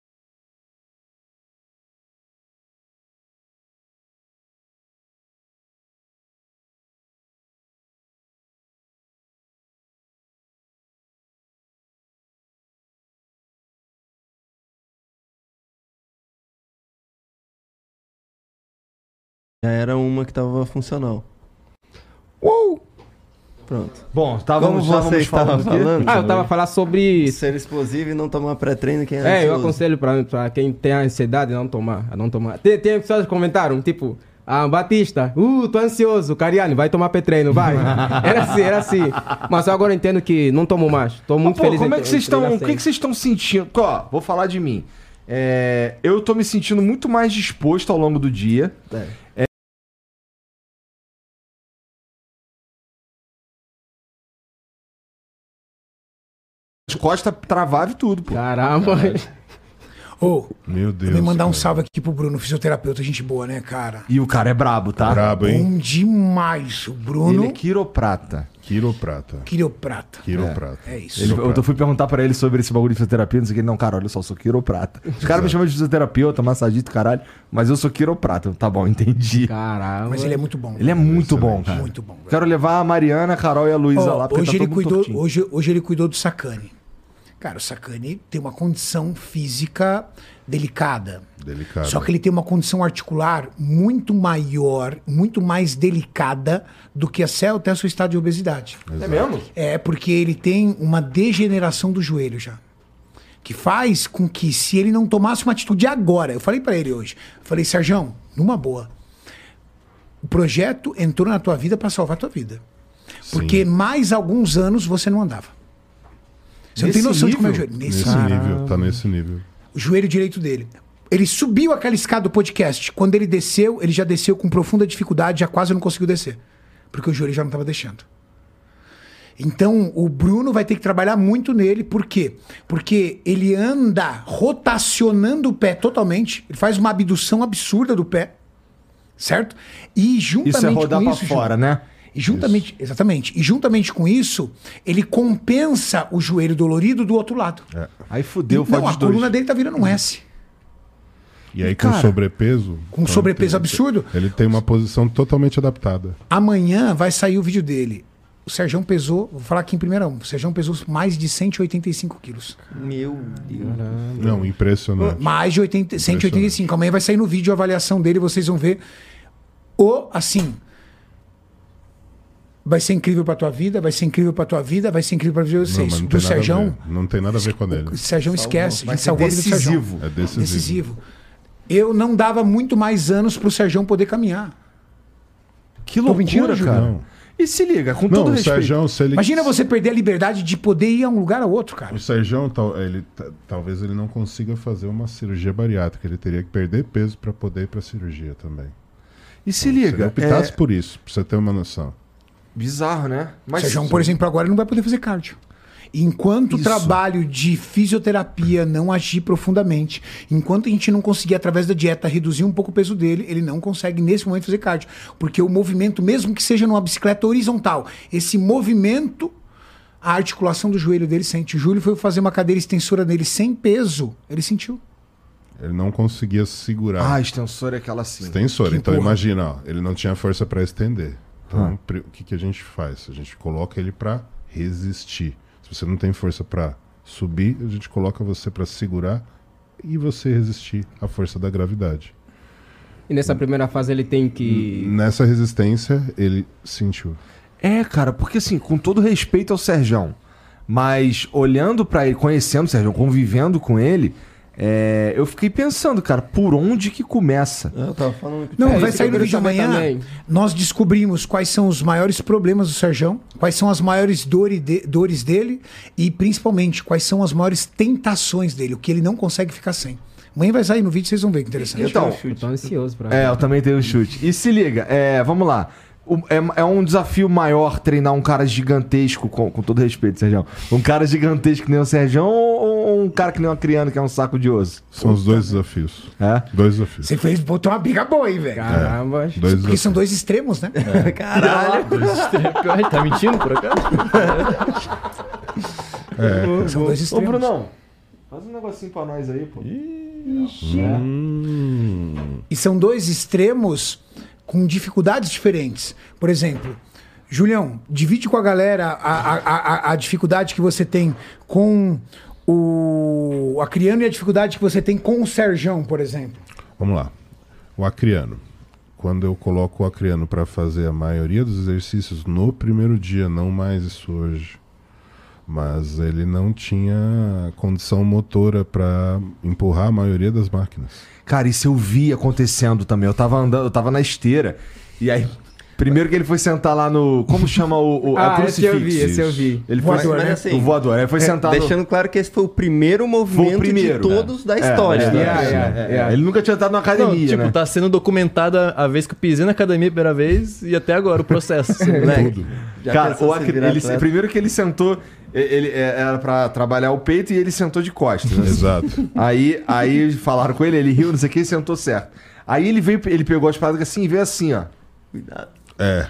Já era uma que tava é funcional. Uou! Pronto. Bom, Como Ah, estávamos você estávamos estava falando. aqui. falando? Ah, eu tava a falar sobre. isso. Ser explosivo e não tomar pré-treino quem é É, eu ansioso. aconselho pra, pra quem tem a ansiedade não tomar. a não tomar. Tem, tem pessoas que comentaram, tipo, ah, Batista, uh, tô ansioso, Cariani, vai tomar P-treino, vai. Era assim, era assim. Mas eu agora entendo que não tomo mais. Tô muito Pô, feliz como em é que ter- vocês em treinar estão. O que sem. que vocês estão sentindo? Ó, vou falar de mim. É, eu tô me sentindo muito mais disposto ao longo do dia. É. Costa travava e tudo, pô. Caramba. Ô, Meu Deus. também mandar um cara. salve aqui pro Bruno, fisioterapeuta, gente boa, né, cara? E o cara é brabo, tá? Brabo, hein? Bom demais o Bruno, Ele é quiroprata. Quiroprata. quiroprata. Quiroprata. É isso. Ele- eu fui perguntar pra ele sobre esse bagulho de fisioterapia, não sei o que. Não, cara, olha só, eu sou quiroprata. Os caras me chamam de fisioterapeuta, massagista, caralho, mas eu sou quiroprata. Eu, Tá bom, entendi. Caramba. Mas ele é muito bom. Ele é muito bom, cara. Muito bom, velho. Quero levar a Mariana, a Carol e a Luísa Ó, lá, porque hoje, tá ele todo mundo cuidou, curtindo. hoje, hoje ele cuidou do Sacani. Cara, o Sacani tem uma condição física delicada. Delicado. Só que ele tem uma condição articular muito maior, muito mais delicada do que a Cel até seu estado de obesidade. É mesmo? É porque ele tem uma degeneração do joelho já. Que faz com que, se ele não tomasse uma atitude agora, eu falei pra ele hoje, eu falei, Serjão, numa boa. O projeto entrou na tua vida pra salvar tua vida. Porque mais alguns anos você não andava. Você Nesse não tem noção de como é o nível? joelho. Nesse nível, tá nesse nível. O joelho direito dele. Ele subiu aquela escada do podcast. Quando ele desceu, ele já desceu com profunda dificuldade, já quase não conseguiu descer. Porque o joelho já não estava deixando. Então, o Bruno vai ter que trabalhar muito nele, por quê? Porque ele anda rotacionando o pé totalmente, ele faz uma abdução absurda do pé, certo? E juntamente Isso é rodar com pra isso, Ju- fora, né? e juntamente, exatamente. E juntamente com isso, ele compensa o joelho dolorido do outro lado. É. Aí fudeu, faz não, a os dois. coluna dele tá virando um S. E aí, com cara, sobrepeso. com um então, sobrepeso ele tem- absurdo. Ele tem uma posição totalmente adaptada. Amanhã vai sair o vídeo dele. O Serjão pesou, vou falar aqui em primeira mão, o Serjão pesou mais de 185 quilos. Meu Deus. Não, impressionante. Mais de 80, 185. Amanhã vai sair no vídeo a avaliação dele, vocês vão ver. O, assim, vai ser incrível pra tua vida, vai ser incrível pra tua vida, vai ser incrível pra vida de Não, vocês. mas não tem do nada a Serjão, ver. Não tem nada a ver com ele. o Serjão esquece, a Vai gente ser salvou a vida do Serjão. decisivo. É decisivo. Decisivo. Eu não dava muito mais anos pro Serjão poder caminhar. Que mentindo, loucura, Ju? cara. Não. E se liga, com Não, todo o respeito. Sérgio, é se ele. Imagina você perder a liberdade de poder ir a um lugar ao outro, cara. O Sérgio, tal- ele, ta- talvez ele não consiga fazer uma cirurgia bariátrica. Ele teria que perder peso pra poder ir pra cirurgia também. E se Se liga, não pitasse é por isso, pra você ter uma noção. bizarro, né? Mas Sejão, por exemplo, agora não vai poder fazer cardio. Enquanto o Isso. trabalho de fisioterapia não agir profundamente, enquanto a gente não conseguir, através da dieta, reduzir um pouco o peso dele, ele não consegue, nesse momento, fazer cardio. Porque o movimento, mesmo que seja numa bicicleta horizontal, esse movimento, a articulação do joelho dele sente. O Júlio foi fazer uma cadeira extensora nele sem peso, ele sentiu. Ele não conseguia segurar. Ah, extensor é aquela assim. Extensor. que Então empurra. imagina, ó, ele não tinha força para estender. Ah. Então pri- o que, que a gente faz? A gente coloca ele para resistir. Se você não tem força para subir, a gente coloca você para segurar e você resistir à força da gravidade. E nessa primeira fase ele tem que. Nessa resistência, ele sentiu. É, cara, porque assim, com todo respeito ao Serjão, mas olhando pra ele, conhecendo o Serjão, convivendo com ele, é, eu fiquei pensando, cara, por onde que começa? Eu tava falando que Não, É, vai isso sair que no eu vídeo quero saber amanhã. também. Nós descobrimos quais são os maiores problemas do Serjão, quais são as maiores dores, de- dores dele e, principalmente, quais são as maiores tentações dele, o que ele não consegue ficar sem. Amanhã vai sair no vídeo, vocês vão ver que interessante. Então, Eu tô ansioso pra. é, eu também tenho chute. E se liga, é, vamos lá. O- é, é um desafio maior treinar um cara gigantesco, com, com todo respeito, Serjão. Um cara gigantesco que nem o Serjão ou ou um cara que nem uma criança que é um saco de osso? São os dois desafios. É? Dois desafios. Você fez, botou uma briga boa aí, velho. Caramba. Dois Porque desafios. são dois extremos, né? Caralho! Pior, ele tá mentindo por acaso? É. São dois Ô, extremos. Brunão, faz um negocinho pra nós aí, pô. E são dois extremos com dificuldades diferentes. Por exemplo, Julião, divide com a galera a, a, a- a dificuldade que você tem com o Acriano e a dificuldade que você tem com o Serjão, por exemplo. Vamos lá. O acriano. Quando eu coloco o acriano para fazer a maioria dos exercícios no primeiro dia, não mais isso hoje. Mas ele não tinha condição motora para empurrar a maioria das máquinas. Cara, isso eu vi acontecendo também. Eu tava andando, eu tava na esteira. E aí, primeiro que ele foi sentar lá no. Como chama o. o é o Ah, esse eu vi, crucifixo. esse eu vi. Ele foi. Voador, né? O voador. Aí foi sentar no. Deixando claro que esse foi o primeiro movimento primeiro, de né? todos da É, história. é, né? Yeah, yeah, É, yeah. Ele nunca tinha entrado numa Não, academia, tipo, né? tá sendo documentada a vez que eu pisei na academia a primeira vez e até agora o processo. assim, né? é. Moleque, já Cara, pensou o se Acre- virar ele- atleta? primeiro que ele sentou, e- ele é, era pra trabalhar o peito e ele sentou de costas. né? Exato. aí, aí falaram com ele, ele riu, não sei o que, e sentou certo. Aí ele veio, ele pegou as paradas assim e veio assim, ó. Cuidado. É.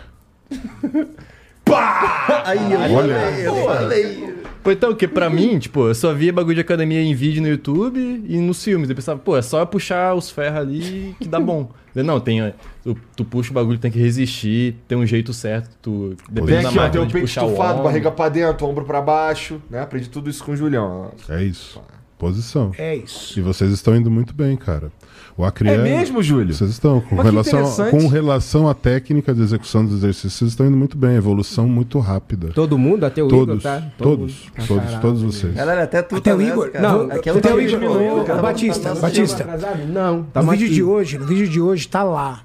Aí, eu Olha. falei, eu falei. Pô, então, que pra mim, tipo, eu só via bagulho de academia em vídeo no YouTube e nos filmes. Eu pensava, pô, é só eu puxar os ferros ali que dá bom. Eu, não, tem. é, Tu, tu puxa o bagulho, tem que resistir, tem um jeito certo. Tu, Tem Vem depende da aqui, ó, tem máquina o de peito puxar o estufado, ombro. barriga pra dentro, ombro pra baixo, né? Aprendi tudo isso com o Julião. É isso. Posição. É isso. E vocês estão indo muito bem, cara. O É acriano. mesmo, Júlio? Vocês estão com Mas que relação, interessante. com relação à técnica de execução dos exercícios, vocês estão indo muito bem, evolução muito rápida. Todo mundo, até o Igor, Todos, tá? Todo todos, mundo. Ah, todos, caralho. todos vocês. Galera, até tu Até o tá nessa, Igor? cara. Não, Aqui é até luta o de Igor. novo, Não, cara. Batista, Tá no Batista. cinema. Atrasado? Não, tá no vídeo de hoje, no vídeo de hoje tá lá.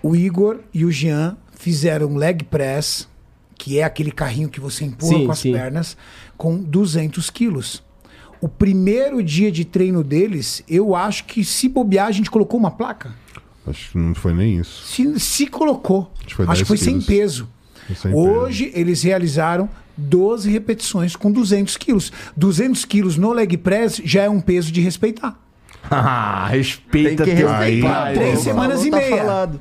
O Igor e o Jean fizeram um leg press, que é aquele carrinho que você empurra Sim, com as sim. pernas, com 200 quilos. O primeiro dia de treino deles, eu acho que se bobear, a gente colocou uma placa. Acho que não foi nem isso. Se, se colocou. Acho que foi Acho que 10 foi sem quilos. peso. Foi sem Hoje eles realizaram 12 repetições com 200 quilos. 200 quilos no leg press já é um peso de respeitar. Ah, Tem respeita que teu respeitar. pai. pô. Três semanas e Falou, tá meia. falado.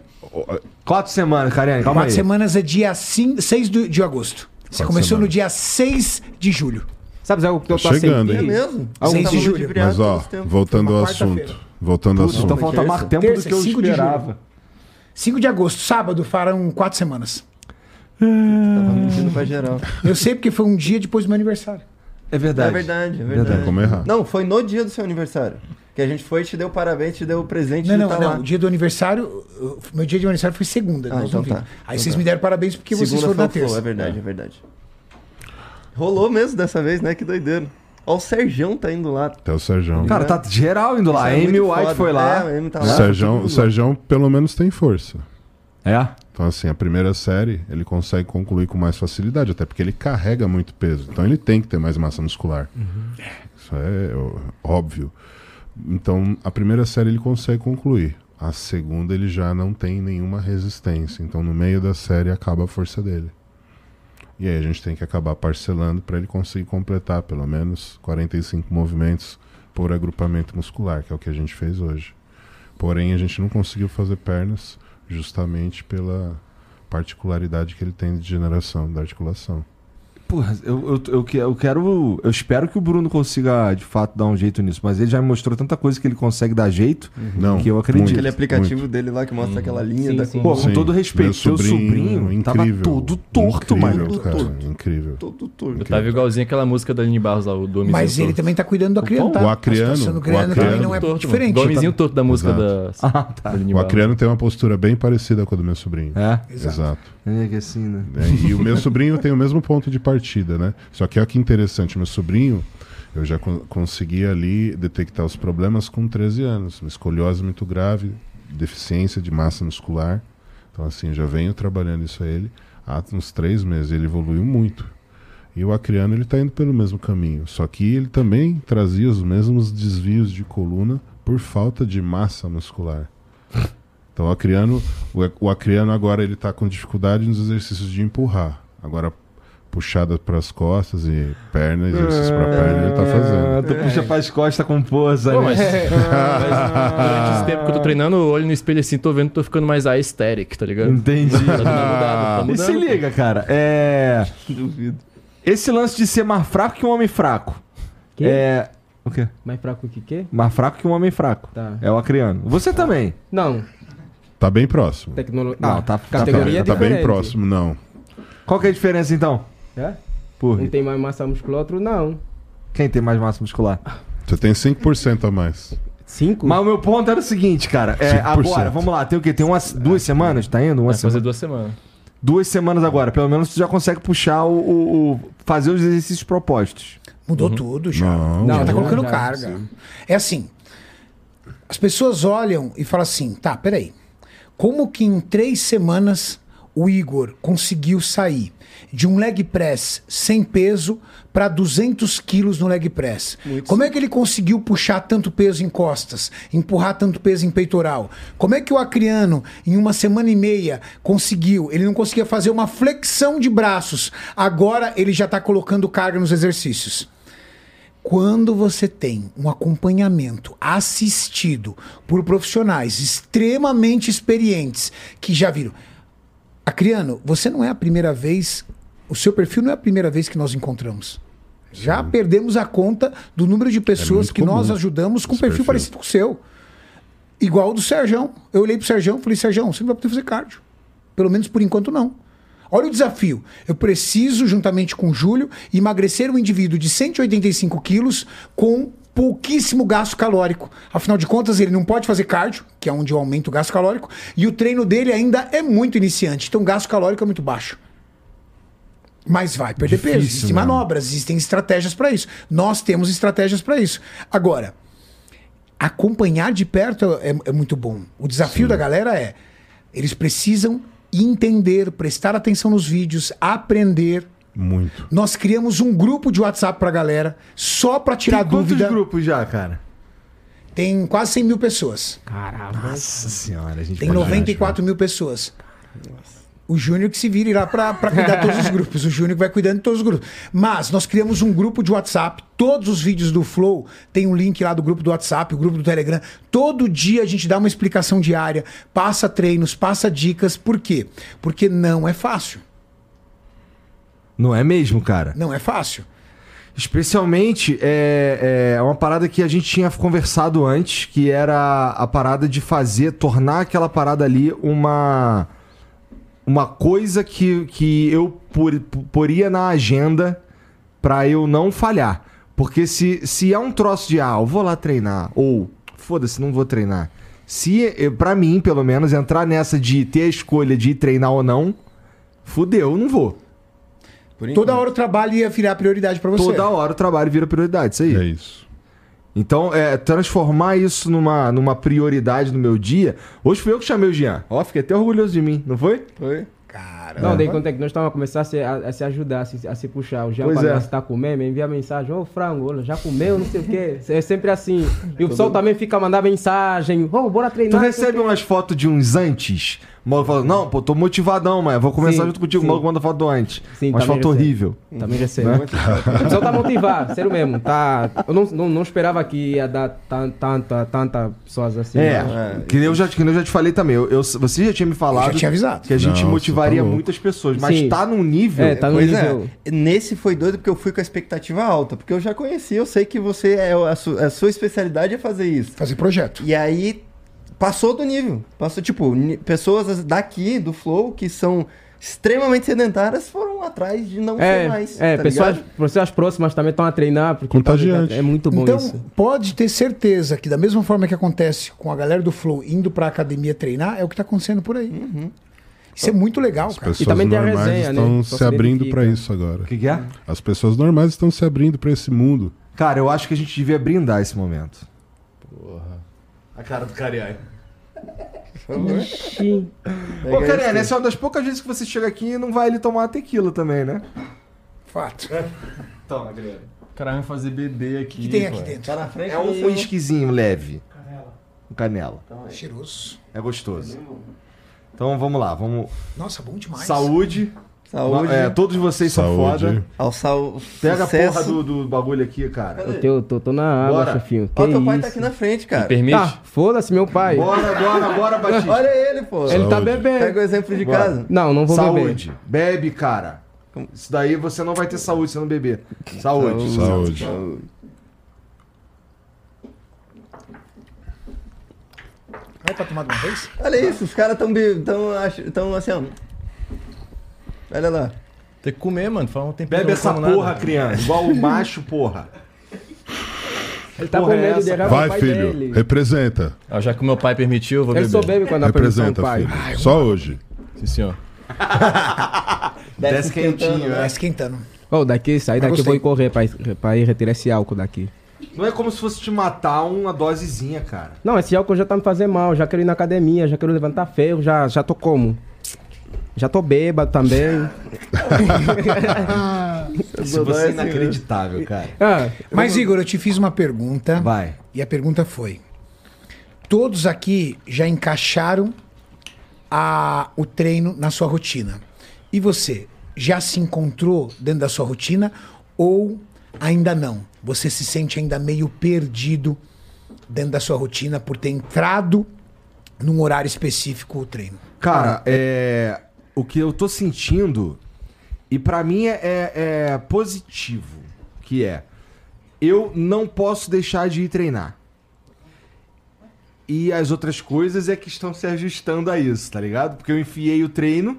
Quatro semanas, Karen, calma Quatro aí. semanas é dia 5, 6 do- de agosto. Você Quatro começou no semanas. dia 6 de julho. Sabe algo que eu tô Chegando, É hein? mesmo? Seis de Tá falando julho. feriado Mas ó, todo esse um tempo. voltando ao Uma quarta-feira. assunto. Voltando ao Putz, então assunto. falta mais tempo Terça, do que eu cinco de esperava. 5 de agosto, sábado, farão quatro semanas. Tava mentindo pra geral. Eu sei porque foi um dia depois do meu aniversário. É verdade. É verdade, é Tem verdade. como errar. Não, foi no dia do seu aniversário. Que a gente foi, te deu parabéns, te deu o presente Não, de não, tá não. lá. O dia do aniversário, o- meu dia de aniversário foi segunda. Ah, nós então não vimos. tá. Aí Então vocês tá. me deram parabéns porque vocês foi foram na o Flow, terça. É verdade, é verdade. É. Rolou mesmo dessa vez, né? Que doideira. Ó, o Serjão tá indo lá. Até o Serjão. Cara, tá geral indo lá. A Isso é Amy muito White foda. foi lá. É, a Amy tá O lá. Serjão, o Serjão pelo menos tem força. É? Então, assim, a primeira série ele consegue concluir com mais facilidade, até porque ele carrega muito peso. Então, ele tem que ter mais massa muscular. é Isso é ó, óbvio. Então, a primeira série ele consegue concluir. A segunda ele já não tem nenhuma resistência. Então no meio da série acaba a força dele. E aí a gente tem que acabar parcelando para ele conseguir completar pelo menos 45 movimentos por agrupamento muscular, que é o que a gente fez hoje. Porém, a gente não conseguiu fazer pernas justamente pela particularidade que ele tem de degeneração da articulação. Porra, eu, eu, eu, que- eu quero. Eu espero que o Bruno consiga, de fato, dar um jeito nisso. Mas ele já me mostrou tanta coisa que ele consegue dar jeito Não, Uhum. que eu acredito. muito. Aquele aplicativo dele lá que mostra aquela linha Sim, da sim. Pô, com Sim, todo respeito, meu seu sobrinho, tava todo torto, incrível, mano. Cara, Todo torto. Incrível. todo torto. Tá Eu tava igualzinho aquela música da Aline Barros lá, o do Mas ele também tá cuidando do Acriano, tá? o Acriano, A situação do o Acriano também Acriano não é um torto, diferente. Mano. Domizinho torto da música da, Ah, da Aline O Barros. Acriano tem uma postura bem parecida com a do meu sobrinho. É. Exato. É que assim, né? né? E o meu sobrinho tem o mesmo ponto de partida, né? Só que olha que interessante, meu sobrinho, eu já con consegui ali detectar os problemas com 13 anos, uma escoliose muito grave, deficiência de massa muscular. Então assim, já venho trabalhando isso a ele há uns três meses, ele evoluiu muito. E o Acriano ele está indo pelo mesmo caminho, só que ele também trazia os mesmos desvios de coluna por falta de massa muscular. Então o acriano, o, o acriano agora ele está com dificuldade nos exercícios de empurrar. Agora puxada para as costas e perna, exercício para perna ele está fazendo. É, Tu puxa pras costas com pose, Pô, né? mas, mas durante esse tempo que eu tô treinando, eu olho no espelho assim, tô vendo que tô ficando mais aesthetic, tá ligado? Entendi. Tá dando uma mudada, tá Uhum. Ah. E se mudando, pô. liga, cara. É. Duvido. Esse lance de ser mais fraco que um homem fraco. Que? É. O quê? Mais fraco que quê? Mais fraco que um homem fraco. Tá. É o acriano. Você também. Não, Tá bem próximo. tecnologia. Não, tá- tá- Tá, categoria tá bem É diferente. próximo, não. Qual que é a diferença então? É? Porra. Um tem mais massa muscular, outro não. Quem tem mais massa muscular? Você tem 5% a mais. Cinco? Mas o meu ponto era o seguinte, cara. É, 5%. agora, vamos lá. Tem o quê? Tem umas duas semanas? Tá indo? Vai Uma fazer semana. duas semanas. Duas semanas agora. Pelo menos tu já consegue puxar o. o- o- fazer os exercícios propostos. Mudou tudo já. Não, já não, tá colocando já, carga. É assim. As pessoas olham e falam assim: tá, peraí. Como que em três semanas o Igor conseguiu sair de um leg press sem peso para 200 quilos no leg press? Como é que ele conseguiu puxar tanto peso em costas, empurrar tanto peso em peitoral? Como é que o Acriano, em uma semana e meia, conseguiu? Ele não conseguia fazer uma flexão de braços. Agora ele já está colocando carga nos exercícios. Quando você tem um acompanhamento assistido por profissionais extremamente experientes que já viram. Acriano, você não é a primeira vez, o seu perfil não é a primeira vez que nós encontramos. Já perdemos a conta do número de pessoas É muito que nós comum ajudamos com esse perfil, perfil. parecido com o seu. Igual o do Serjão. Eu olhei pro Serjão e falei, Serjão, você não vai poder fazer cardio. Pelo menos por enquanto não. Olha o desafio. Eu preciso, juntamente com o Júlio, emagrecer um indivíduo de 185 quilos com pouquíssimo gasto calórico. Afinal de contas, ele não pode fazer cardio, que é onde eu aumento o gasto calórico, e o treino dele ainda é muito iniciante. Então, o gasto calórico é muito baixo. Mas vai perder peso. Difícil, Existem né? manobras, existem estratégias para isso. Nós temos estratégias para isso. Agora, acompanhar de perto é, é muito bom. O desafio da galera é: eles precisam entender, prestar atenção nos vídeos, aprender. muito. Nós criamos um grupo de WhatsApp pra galera, só pra tirar tem dúvida. quantos grupos já, cara? Tem quase 100 mil pessoas. Caramba. Nossa senhora, a gente Tem pode- 94 mil pessoas. O Júnior que se vira irá pra pra cuidar de todos os grupos. O Júnior que vai cuidando de todos os grupos. Mas nós criamos um grupo de WhatsApp. Todos os vídeos do Flow tem um link lá do grupo do WhatsApp, o grupo do Telegram. Todo dia a gente dá uma explicação diária, passa treinos, passa dicas. Por quê? Porque não é fácil. Não é mesmo, cara? Não é fácil. Especialmente é, é uma parada que a gente tinha conversado antes, que era a parada de fazer, tornar aquela parada ali uma uma coisa que, que eu por- poria na agenda pra eu não falhar. Porque se, se é um troço de, ah, eu vou lá treinar, ou foda-se, não vou treinar. Se, eh, pra mim, pelo menos, entrar nessa de ter a escolha de ir treinar ou não, fudeu, eu não vou. Por Toda enquanto. hora o trabalho ia virar prioridade pra você. Toda hora o trabalho vira prioridade, isso aí. É isso. Então, é, transformar isso numa, numa prioridade no meu dia. Hoje fui eu que chamei o Jean. Ó, fiquei até orgulhoso de mim, não foi? Foi? Cara. Não, daí quando é que nós estamos a começar a se, a, a se ajudar, a se, a se puxar. O Jean Pois Palhaço é. está com meme, envia mensagem, ô frango, olha, já comeu, não sei o quê. É sempre assim. E o pessoal também fica a mandar mensagem, ô, bora Tu treinar. não sei o recebe umas fotos de uns antes. O maluco fala, não, pô, tô motivadão, mas vou começar Sim, junto contigo. sim. O maluco manda foto do antes. Sim, Umas também fotos recebo. horrível. Também recebe. O pessoal tá motivado, sério mesmo. Tá, eu não, não, não esperava que ia dar tan- tanta, tanta pessoas assim. É, não. é, que, nem eu já, que nem eu já te falei também. Eu, eu- você já tinha me falado Eu já tinha avisado. que a gente Não, motivaria você tá louco. muitas pessoas, mas Sim. tá num nível. É, tá no Pois nível. é, nesse foi doido porque eu fui com a expectativa alta, porque eu já conheci, eu sei que você é a, su- a sua especialidade é fazer isso. Fazer projeto. E aí passou do nível, passou tipo ni- pessoas daqui do Flow que são extremamente sedentárias foram atrás de não É, ser mais. é tá pessoas, ligado? pessoas próximas também estão a treinar. Porque Contagiante. tá- é muito bom Então, isso. pode ter certeza que da mesma forma que acontece com a galera do Flow indo pra academia treinar, é o que tá acontecendo por aí. Uhum. Isso é muito legal, cara. Pessoas também tem a normais resenha, né? então. estão Só se se abrindo identifica. pra isso agora. O que, que é? As pessoas normais estão se abrindo pra esse mundo. Cara, eu acho que a gente devia brindar esse momento. A cara do Cariai. Ô, Karen, essa é uma das poucas vezes que você chega aqui e não vai ele tomar tequila também, né? Fato. É. Toma, Karen. Caralho, vai fazer bebê aqui. O que tem aqui dentro? na frente. É um whiskyzinho leve. Um Canela. Canela. Cheiroso. É gostoso. Então vamos lá, vamos. Nossa, bom demais. Saúde. Saúde. É, todos vocês Saúde. são foda. Ao sal... Pega sucesso. a porra do, do bagulho aqui, cara. Eu tô, tô, tô na água, Bora. chefinho. Que Ó, teu pai isso? tá aqui na frente, cara. Permite? Tá, foda-se, meu pai. Bora, bora, bora, Batista. Olha ele, pô. Ele tá Saúde. bebendo. Pega o exemplo de Bora. casa. Não, não vou beber. Saúde. Bebe, cara. Isso daí você não vai ter saúde se não beber. Saúde. Saúde. Vai pra tomar de uma vez? Olha isso, os caras tão, be- tão, ach- tão assim, ó. Olha lá. Tem que comer, mano. Fala um tempo Bebe essa porra, né? criança. Igual o macho, porra. Ele tá Porra, com é medo de essa? errar o Vai, pai filho. dele. Representa. já que o meu pai permitiu, eu vou Ele beber. só bebe quando a permissão do Representa, pai. filho. Só hoje. Sim, senhor. Desce quentinho, né? Tá é. esquentando. Ô, daqui, sair daqui, eu vou gostei. ir correr pra, pra ir retirar esse álcool daqui. Não é como se fosse te matar uma dosezinha, cara. Não, esse álcool já tá me fazendo mal. Já quero ir na academia, já quero levantar ferro, já, já tô como? Já tô bêbado também. Isso você é inacreditável, cara. Ah, Mas, Igor, eu te fiz uma pergunta. Vai. E a pergunta foi: todos aqui já encaixaram a- o treino na sua rotina. E você já se encontrou dentro da sua rotina ou ainda não? Você se sente ainda meio perdido dentro da sua rotina por ter entrado num horário específico o treino? Cara, é... o que eu tô sentindo, e pra mim é, é- é positivo, que é, eu não posso deixar de ir treinar. E as outras coisas é que estão se ajustando a isso, tá ligado? Porque eu enfiei o treino,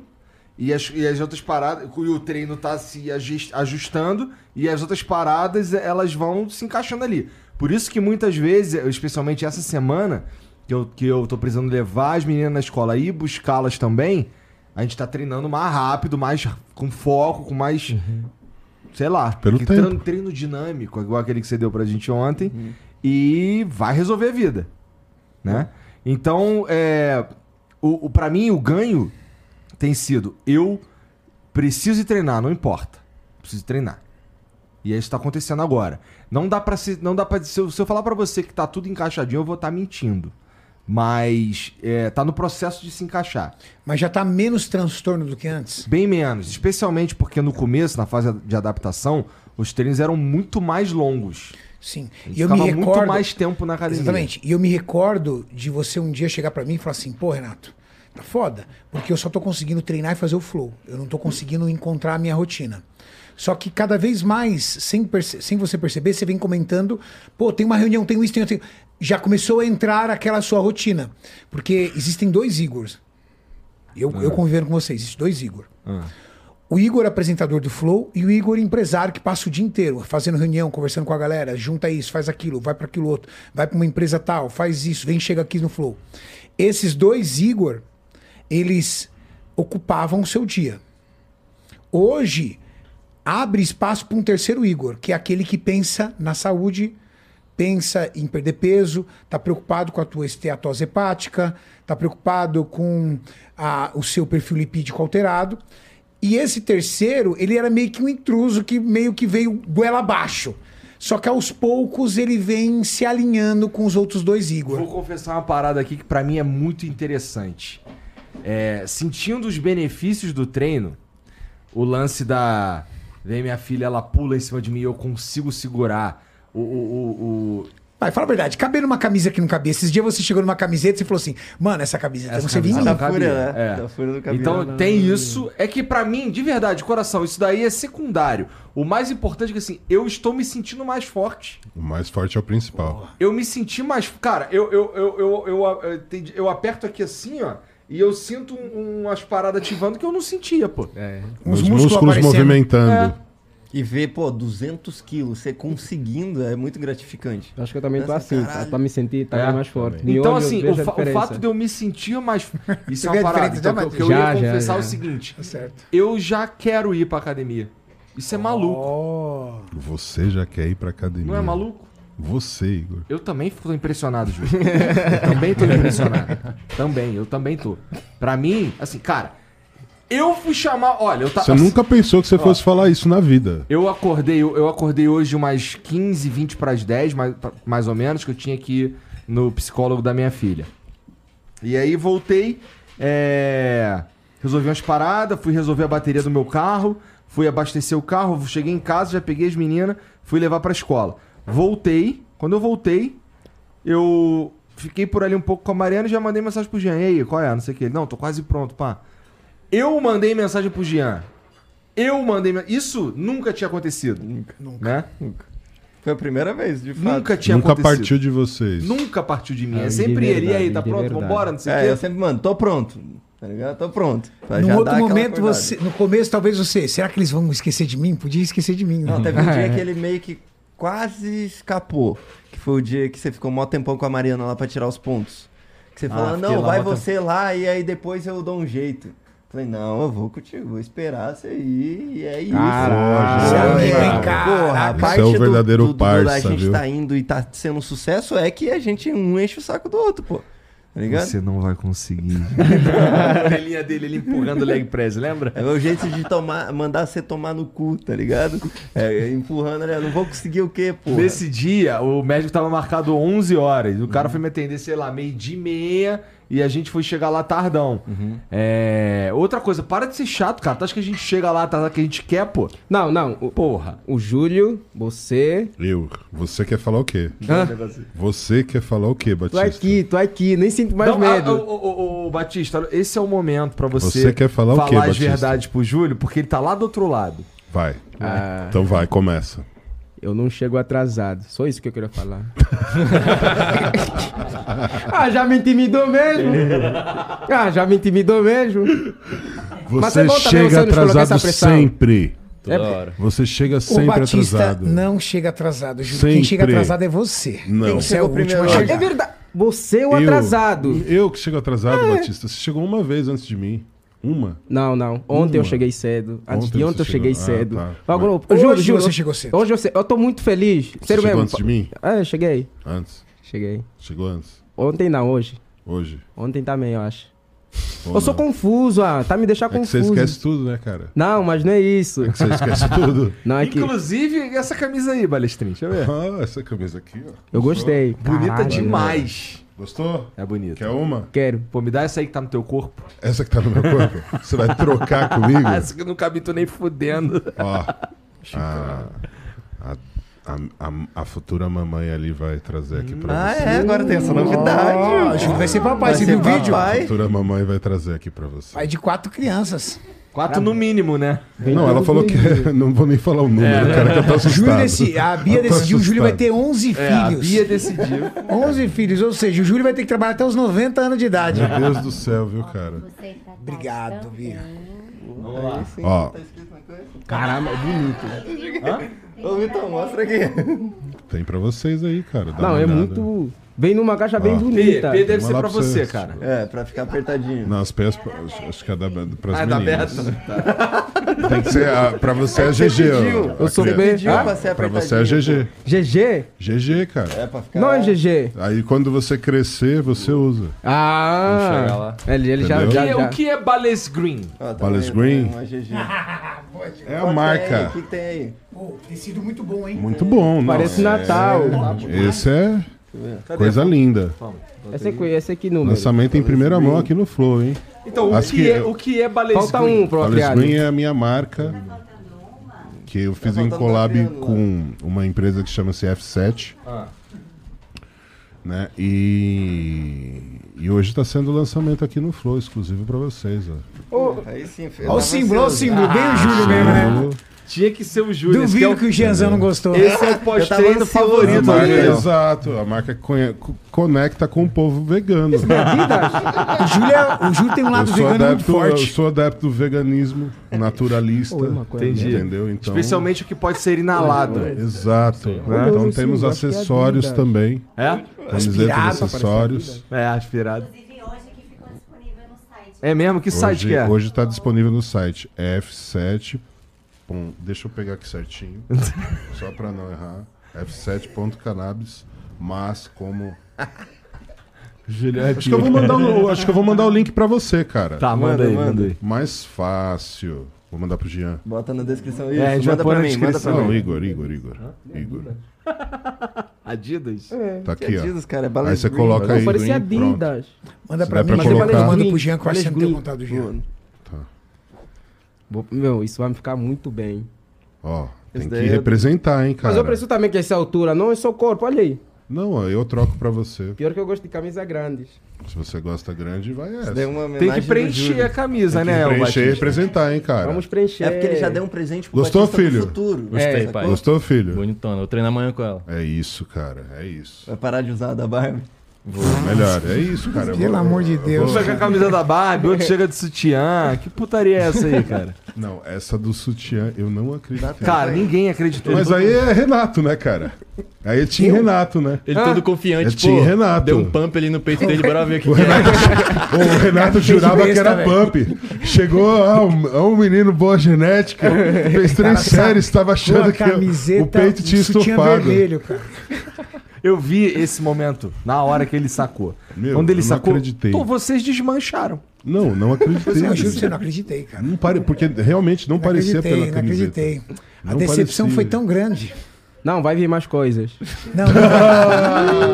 e as, e as outras paradas, e o treino tá se ajus- ajustando, e as outras paradas, eh, elas vão se encaixando ali. Por isso que muitas vezes, eh, especialmente essa semana, que eu, que eu tô precisando levar as meninas na escola e buscá-las também, a gente tá treinando mais rápido, mais com foco, com mais. Sei lá. Uhum. Pelo que tempo. Uhum. treino, treino dinâmico, igual aquele que você deu pra gente ontem. E vai resolver a vida. Né? Então, é, o, o, pra mim, o ganho tem sido eu preciso ir treinar, não importa. Preciso treinar. E é isso que tá acontecendo agora. Não dá pra se, não dá para se, eu- se eu falar pra você que tá tudo encaixadinho, eu vou estar mentindo. Mas é, tá no processo de se encaixar. Mas já tá menos transtorno do que antes? Bem menos, especialmente porque no começo, na fase de adaptação, os treinos eram muito mais longos. Sim. E E eu me ficava recordo. muito mais tempo na academia. Exatamente. E eu me recordo de você um dia chegar pra mim e falar assim: pô, Renato, tá foda, porque eu só tô conseguindo treinar e fazer o flow. Eu não tô conseguindo encontrar a minha rotina. Só que cada vez mais, sem, perce- sem você perceber, você vem comentando: pô, tem uma reunião, tem isso, tem aquilo. Já começou a entrar aquela sua rotina. Porque existem dois Igors. Eu, Ah. eu convivendo com vocês, existem dois Igor. O Igor apresentador do Flow e o Igor empresário que passa o dia inteiro fazendo reunião, conversando com a galera, junta isso, faz aquilo, vai para aquilo outro, vai para uma empresa tal, faz isso, vem chega aqui no Flow. Esses dois Igor, eles ocupavam o seu dia. Hoje abre espaço para um terceiro Igor, que é aquele que pensa na saúde pensa em perder peso, está preocupado com a tua esteatose hepática, está preocupado com a- o seu perfil lipídico alterado. E esse terceiro, ele era meio que um intruso que meio que veio goela abaixo. Só que aos poucos ele vem se alinhando com os outros dois Igor. Vou confessar uma parada aqui que pra mim é muito interessante. É, sentindo os benefícios do treino, o lance da. Vem minha filha, ela pula em cima de mim e eu consigo segurar. O. o, o, o... Vai, fala a verdade. Caber numa camisa que não cabia. Esses dias você chegou numa camiseta e falou assim: Mano, essa camiseta essa não serve em camisa mim. não Da fúria, cabia. né? Da fúria do cabelo. Então tem isso. É que pra mim, de verdade, de coração, isso daí é secundário. O mais importante é que assim, eu estou me sentindo mais forte. O mais forte é o principal. Eu me senti mais. Cara, eu, eu, eu, eu, eu, eu, entendi- eu aperto aqui assim, ó. E eu sinto um- umas paradas ativando que eu não sentia, pô. Os Uns músculos, movimentando. E ver, pô, 200 quilos, você conseguindo, é muito gratificante. Acho que eu também tô Nossa, assim, tá? caralho. pra me sentir também É. mais forte. Me Então, olho, assim, vejo o, a fa- o diferença. fato de eu me sentir mais. Isso é vê uma a parada. diferença, Então, né, que eu- que eu Matheus? ia Já, já, confessar já. o seguinte: Tá certo. eu já quero ir pra academia. Isso é maluco. Oh. Você já quer ir pra academia. Não é maluco? Você, Igor. Eu também tô impressionado, Júlio. Eu também tô impressionado. Também, eu também tô. Pra mim, assim, cara, eu fui chamar. Olha, eu tava. Você nunca pensou que você fosse falar isso na vida. Eu acordei, eu, eu acordei hoje umas 15, 20 para as 10, mais, pra- mais ou menos, que eu tinha que ir no psicólogo da minha filha. E aí voltei, é, resolvi umas paradas, fui resolver a bateria do meu carro, fui abastecer o carro, cheguei em casa, já peguei as meninas, fui levar pra escola. Voltei, quando eu voltei, eu fiquei por ali um pouco com a Mariana e já mandei mensagem pro Jean. E aí, qual é? Não sei o que. Não, tô quase pronto, pá. Eu mandei mensagem pro Jean. Eu mandei. men- Isso nunca tinha acontecido. Nunca. Né? Foi a primeira vez, de fato. Nunca tinha Nunca acontecido. partiu de vocês. Nunca partiu de mim. Ah, é de sempre ele. E aí, verdade, tá de pronto? verdade. Vambora, não sei o É, quê. eu sempre, mano, tô pronto, tá ligado? Tô pronto. Pra já Num outro dar aquela momento, acordada. você, no começo, talvez você. Será que eles vão esquecer de mim? Podia esquecer de mim. né? Não, teve um dia que ele meio que quase escapou. Que foi o dia que você ficou mó tempão com a Mariana lá pra tirar os pontos. Que você falou, fiquei não, lá vai mó tempo." você lá e aí depois eu dou um jeito. Falei, não, eu vou contigo, vou esperar você ir e é isso. é Caralho. Seu amigo, hein, Porra, caraca. a Esse parte é o verdadeiro do, do, do, da parça, gente viu? tá indo e tá sendo um sucesso é que a gente um enche o saco do outro, pô. Tá ligado? Você não vai conseguir. a orelhinha dele, ele empurrando o leg press, lembra? É o jeito de tomar, mandar você tomar no cu, tá ligado? É, empurrando, né? Não vou conseguir o quê, pô? Nesse dia, o médico tava marcado 11 horas. O cara foi me atender, sei lá, meio de meia. E a gente foi chegar lá tardão. É, Outra coisa, para de ser chato, cara. Tu acha que a gente chega lá tardão que a gente quer, pô? Não, não. O, Porra. o Júlio, você. Eu. Você quer falar o quê? Hã? Você quer falar o quê, Tô Batista? é aqui, tô aqui, nem sinto mais Não, medo. ah, ô, ô, ô, ô, Batista, esse é o momento pra você, Você quer falar o quê, as Batista? verdades pro Júlio, porque ele tá lá do outro lado. Vai. Então vai, começa. Eu não chego atrasado. Só isso que eu queria falar. ah, já me intimidou mesmo? Ah, já me intimidou mesmo? Mas Você é bom também você chega nos colocar essa atrasado pressão. sempre. Toda É- hora. Você chega O sempre Batista atrasado. não chega atrasado, Júlio. Quem Sempre. chega atrasado é você. Não. Você é o Chegou último a primeiro. chegar. É verdade. Você é o Eu- atrasado. É. Eu que chego atrasado, Batista. Você chegou uma vez antes de mim. Uma. Não, não. Ontem eu Uma. cheguei cedo. Antes Hum. Ontem de ontem você eu cheguei chegou. Ah, cedo. tá. Agora, Mas- eu juro, Hoje juro, você eu- chegou cedo. Hoje eu, se- eu tô muito feliz. Sério chegou mesmo. antes de mim? É, cheguei. Antes. Cheguei. Chegou antes. Ontem não, hoje. Hoje. Ontem também, eu acho. Ou eu sou não? confuso, ah. Tá me deixando É que você confuso. esquece tudo, né, cara? Não, mas não é isso. Você esquece tudo. Não, é que Inclusive, essa camisa aí, Balestrin, deixa eu ver. Ah, essa camisa aqui, ó. eu gostei. Bonita Caralho. demais. Gostou? É bonita. Quer uma? Quero. Pô, me dá essa aí que tá no teu corpo. Essa que tá no meu corpo? Você vai trocar comigo? Ah, essa que eu não cabe, tô nem fudendo. Ó. A, a, a, a- a futura mamãe ali vai trazer aqui pra Ah, você. é, agora tem essa Ah, novidade. é Júlio vai ser papai. Vai Você ser viu o vídeo? A papai. futura mamãe vai trazer aqui pra você. Pai de quatro crianças. Quatro no mínimo, né? Não, ela falou que. não vou nem falar o É, número, cara, que eu tô Júlio Tá assustado. deci- a Bia Eu tô decidiu, o Júlio vai assustado. ter 11 É, a filhos. Bia decidiu. 11 filhos, ou seja, o Júlio vai ter que trabalhar até os 90 anos de idade. Meu Deus do céu, viu, cara? Você tá Obrigado, Bia. Ó, Caramba, é bonito. Ô, Vitor, mostra aqui. tem pra vocês aí, cara. dá Não, uma é olhada. muito. Vem numa caixa bem Ó. P, bonita. P deve Vamos ser lá pra pra você. você, cara. É, pra ficar apertadinho. Não, as peças. pra- Acho que é da, pras Ah, da né? meninas. Beto. Tá. Tem que ser a- pra você é Você GG. pediu. ó, a Eu sou criança. bem- Pediu Ah? pra ser Pra apertadinho. você é GG. GG? GG, cara. É pra ficar... Não é GG. Aí quando você crescer, você usa. Vamos chegar Ah, lá. ele, ele já, Entendeu? já, Que já. O que é Bales Green? Ó, tá Palace vendo? Green. É uma GG. É a Ó, tem aí, marca. O que que tem aí? Pô, tecido muito bom, hein? Muito bom, não. Parece Natal. Esse é coisa linda. Esse aqui, esse aqui número. É. Lançamento em primeira mão aqui no Flow, hein? Então, o Acho que, que- é, o que é Bales Falta Green? um pro Alice Acriano. Green é a minha marca que eu fiz em faltando collab papel lá. com uma empresa que chama-se F7. Ah. Né? E... e hoje está sendo o lançamento aqui no Flow, exclusivo para vocês. Ó. Aí sim, filho. Olha o Tá símbolo, olha o ansioso. símbolo. Bem o Júlio mesmo, né? Flow, Tinha que ser o Júlio. Esse, que é Duvido o, que o Gianzão não gostou. esse é o ansioso. pós-treino a favorito do marca- Júlio. exato, a marca que conhe- co- conecta com o povo vegano. O Júlio, é- o Júlio tem é um Eu lado sou, vegano muito adepto, eu forte. sou adepto do veganismo naturalista. Entendi. Entendeu? Então, Especialmente o que pode ser inalado. Exato. Então temos é acessórios também. É? Camisetas, acessórios. É, aspirado. Inclusive, hoje que ficou disponível no site. É mesmo? Que site que Hoje, é? hoje tá disponível no site f7. pom- Deixa eu pegar aqui certinho. só pra não errar. f7.cannabis, mas como. Acho que, eu vou mandar o, acho que eu vou mandar o link pra você, cara. Tá, Manda, manda, aí, manda. manda aí. Mais fácil. Vou mandar pro Jean. Bota na descrição isso. É, a gente vai manda pôr pra na mim, manda pra Não, mim. Igor, Igor, Igor. Igor. Adidas? Tá aqui, ó. Jesus, cara, é Aí Balace você Green. coloca aí. Parecia green, pronto. Adidas. Manda Se pra der pra mim, mas eu colocar- mando pro Jean, que eu Olha acho que você não tem Green. vontade do Jean. Vou- Meu, isso vai me ficar muito bem. Ó, tem Esse que daí é- representar, hein, cara. Mas eu preciso também que essa altura, não é só corpo, olha aí. Não, ó, eu troco pra você. Pior que eu gosto de camisas grandes. Se você gosta grande, vai essa. Deu uma Tem que homenagem do preencher Júlio. é. a camisa, né, o Preencher e Batista? representar, hein, cara. Vamos preencher. É porque ele já deu um presente pro Gostou, Batista do filho? futuro. Gostei, É, pai. Gostou, filho? Bonitona. Eu treino amanhã com ela. É isso, cara. É isso. Vai parar de usar a da Barbie. Melhor. É isso, cara. Eu Pelo vou- amor de eu vou- Deus. Chega com a camisa da Barbie, outro chega de sutiã. Que putaria é essa aí, cara? Não, essa do sutiã, eu não acredito. Cara, ninguém acreditou. Mas aí é Renato, né, cara? Aí é Tim Renato, né? Ele todo confiante, É pô. Tim Renato. Deu um pump ali no peito dele, bora ver o que, que é. O Renato jurava que era né, velho. pump. Chegou a um, a um menino boa genética, fez três séries, estava achando Pô, que o peito tinha um sutiã estufado. vermelho, cara. Eu vi esse momento na hora que ele sacou. Meu, Quando ele eu não sacou, acreditei. pô, vocês desmancharam. Não, não acreditei. Eu juro que você não acreditei, cara. Não pare, porque realmente não Não parecia acreditei, pela não camiseta. acreditei. A Não decepção parecia. foi tão grande. Não, vai vir mais coisas. Não, não.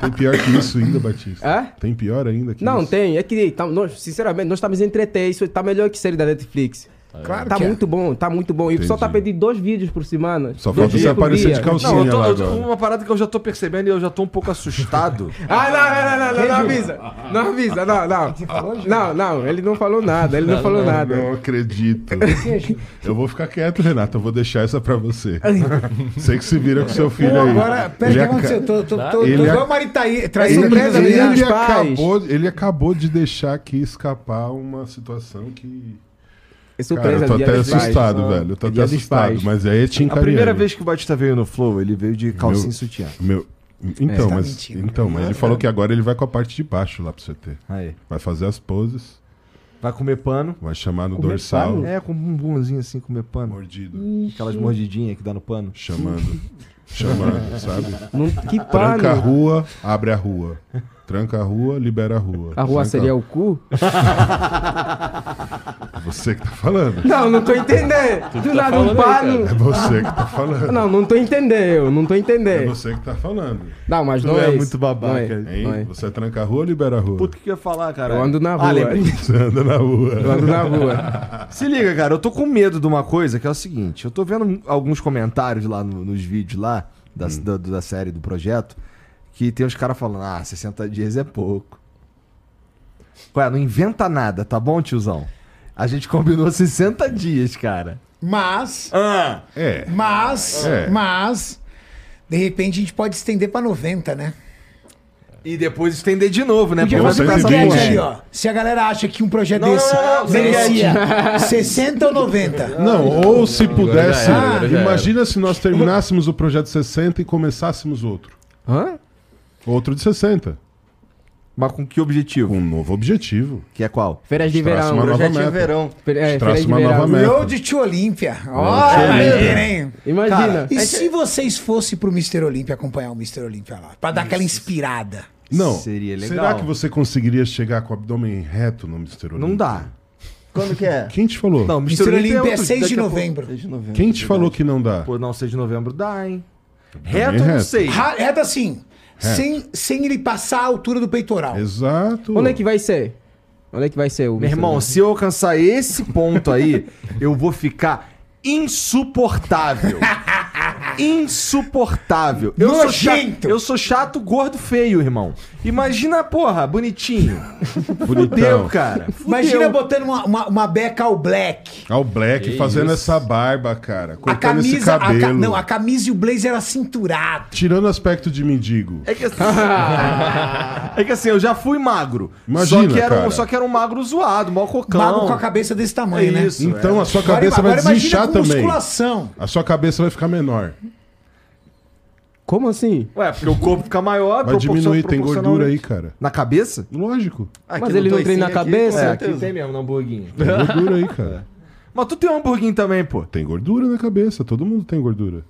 Tem pior que isso ainda, Batista. Hã? Tem pior ainda que Não, isso. tem. É que, tam- nós, sinceramente, nós estamos entreter. Isso tá melhor que série da Netflix. Claro Tá que é. muito bom, tá muito bom. E o pessoal tá Entendi. pedindo dois vídeos por semana. Só falta Dois você vídeos por aparecer dia. de calcinha Não, eu tô- lá eu tô- agora. uma parada que eu já tô percebendo e eu já tô um pouco assustado. Ah, não, não, não, não, não, não avisa. Não avisa, não, não. Não, não, ele não falou nada, ele não falou nada. Não acredito. Eu vou ficar quieto, Renato. Eu vou deixar essa pra você. Sei que se vira com seu filho Pô, aí. agora, pera, o Ele que aca- aconteceu? Tô, tô, tô, tô Ele igual ac- o Maritaí, Ele, é traz surpresa ele ali, ali. né? pais. acabou, ele acabou de deixar aqui escapar uma situação que. É Cara, eu tô dia até dos pais. assustado, velho. Eu tô É até dia dos assustado. pais. Mas aí é te A primeira vez que o Batista veio no Flow, ele veio de calcinha Meu- e sutiã. Meu. Então, tá mas, mentindo. então, mas ele falou que agora ele vai com a parte de baixo lá pro CT. Aí. Vai fazer as poses, Vai comer pano. vai chamar no dorsal. É, com um bumbumzinho assim, comer pano. Mordido. Aquelas mordidinhas que dá no pano. Chamando. chamando, sabe? Não- que Tranca a pano. rua, abre a rua. Tranca a rua, libera a rua. A rua Tranca- seria o cu? Você que tá falando. Não, não tô entendendo. tá Do nada um pano. É você que tá falando. Não, não tô entendendo, não tô É entendendo. você que tá falando. Não, mas Tu não é é isso. muito babaca. Não é, Hein? não é. Você tranca a rua ou libera a rua? Puto, o que eu ia falar, cara? Eu ando na Ah, rua. lembrei. Você anda na Eu rua. ando na rua. Se liga, cara, eu tô com medo de uma coisa que é o seguinte: eu tô vendo alguns comentários lá no- nos vídeos lá da, da, da série do projeto que tem os caras falando: ah, 60 dias é pouco. Ué, não inventa nada, tá bom, tiozão? A gente combinou 60 dias, cara. Mas, É. mas, É. mas, de repente a gente pode estender pra 90, né? E depois estender de novo, né? Podia Pô, fazer vai uma ficar essa 120. enquete porra. ali, ó. Se a galera acha que um projeto Não, desse não, não, não, merecia 60 ou 90? Não, ou se pudesse. já era, agora já era. imagina se nós terminássemos o projeto 60 e começássemos outro. Hã? Outro de 60. Mas com que objetivo? Com um novo objetivo. Que é qual? Feiras de Traça uma verão. nova Projeto de meta. verão. Fe- é, traça feiras de uma nova verão. meta. Road to Olímpia. Olha, hein? Imagina. E se vocês fossem pro Mr. Olímpia acompanhar o Mr. Olímpia lá? Pra dar aquela inspirada. Não. Seria legal. Será que você conseguiria chegar com o abdômen reto no Mr. Olympia? Não dá. Quando que é? Quem te falou? Não, Mr. Olímpia é outro- 6 daqui de a pouco- novembro. 6 de novembro. Quem te falou que não dá? Pô, não, 6 de novembro dá, hein? Reto, eu não reto. sei. Ra- Reta assim. É. Sem, sem ele passar a altura do peitoral. Exato. Onde é que vai ser? Onde é que vai ser o Meu irmão, se eu alcançar esse ponto aí, eu vou ficar insuportável. Insuportável. Eu sou, Nojento. chato, eu sou chato, gordo, feio, irmão. Imagina, porra, bonitinho. Fudeu, Bonitão. cara. Fudeu. Imagina botando uma, uma, uma beca ao black. Ao Black Que fazendo isso. essa barba, cara. A Cortando esse camisa. a ca- cabelo. não, a camisa e o blazer era cinturado. Tirando o aspecto de mendigo. É que, assim, é que assim, eu já fui magro. Imagina, só, que era um, cara. só que era um magro zoado, mó cocão. Mago com a cabeça um. desse É tamanho, né? isso. então é. a sua Agora- cabeça agora vai imagina desinchar com também. musculação. A sua cabeça vai ficar menor. Como assim? Ué, porque o corpo fica maior, Vai proporcion- diminuir, tem proporcional- gordura aí, cara. Na cabeça? Lógico. Aqui Mas no ele não dois treina sim, a cabeça? com É, certeza. mesmo, na hamburguinho. Tem gordura aí, cara. Mas tu tem um hamburguinho também, pô. Tem gordura na cabeça, todo mundo tem gordura.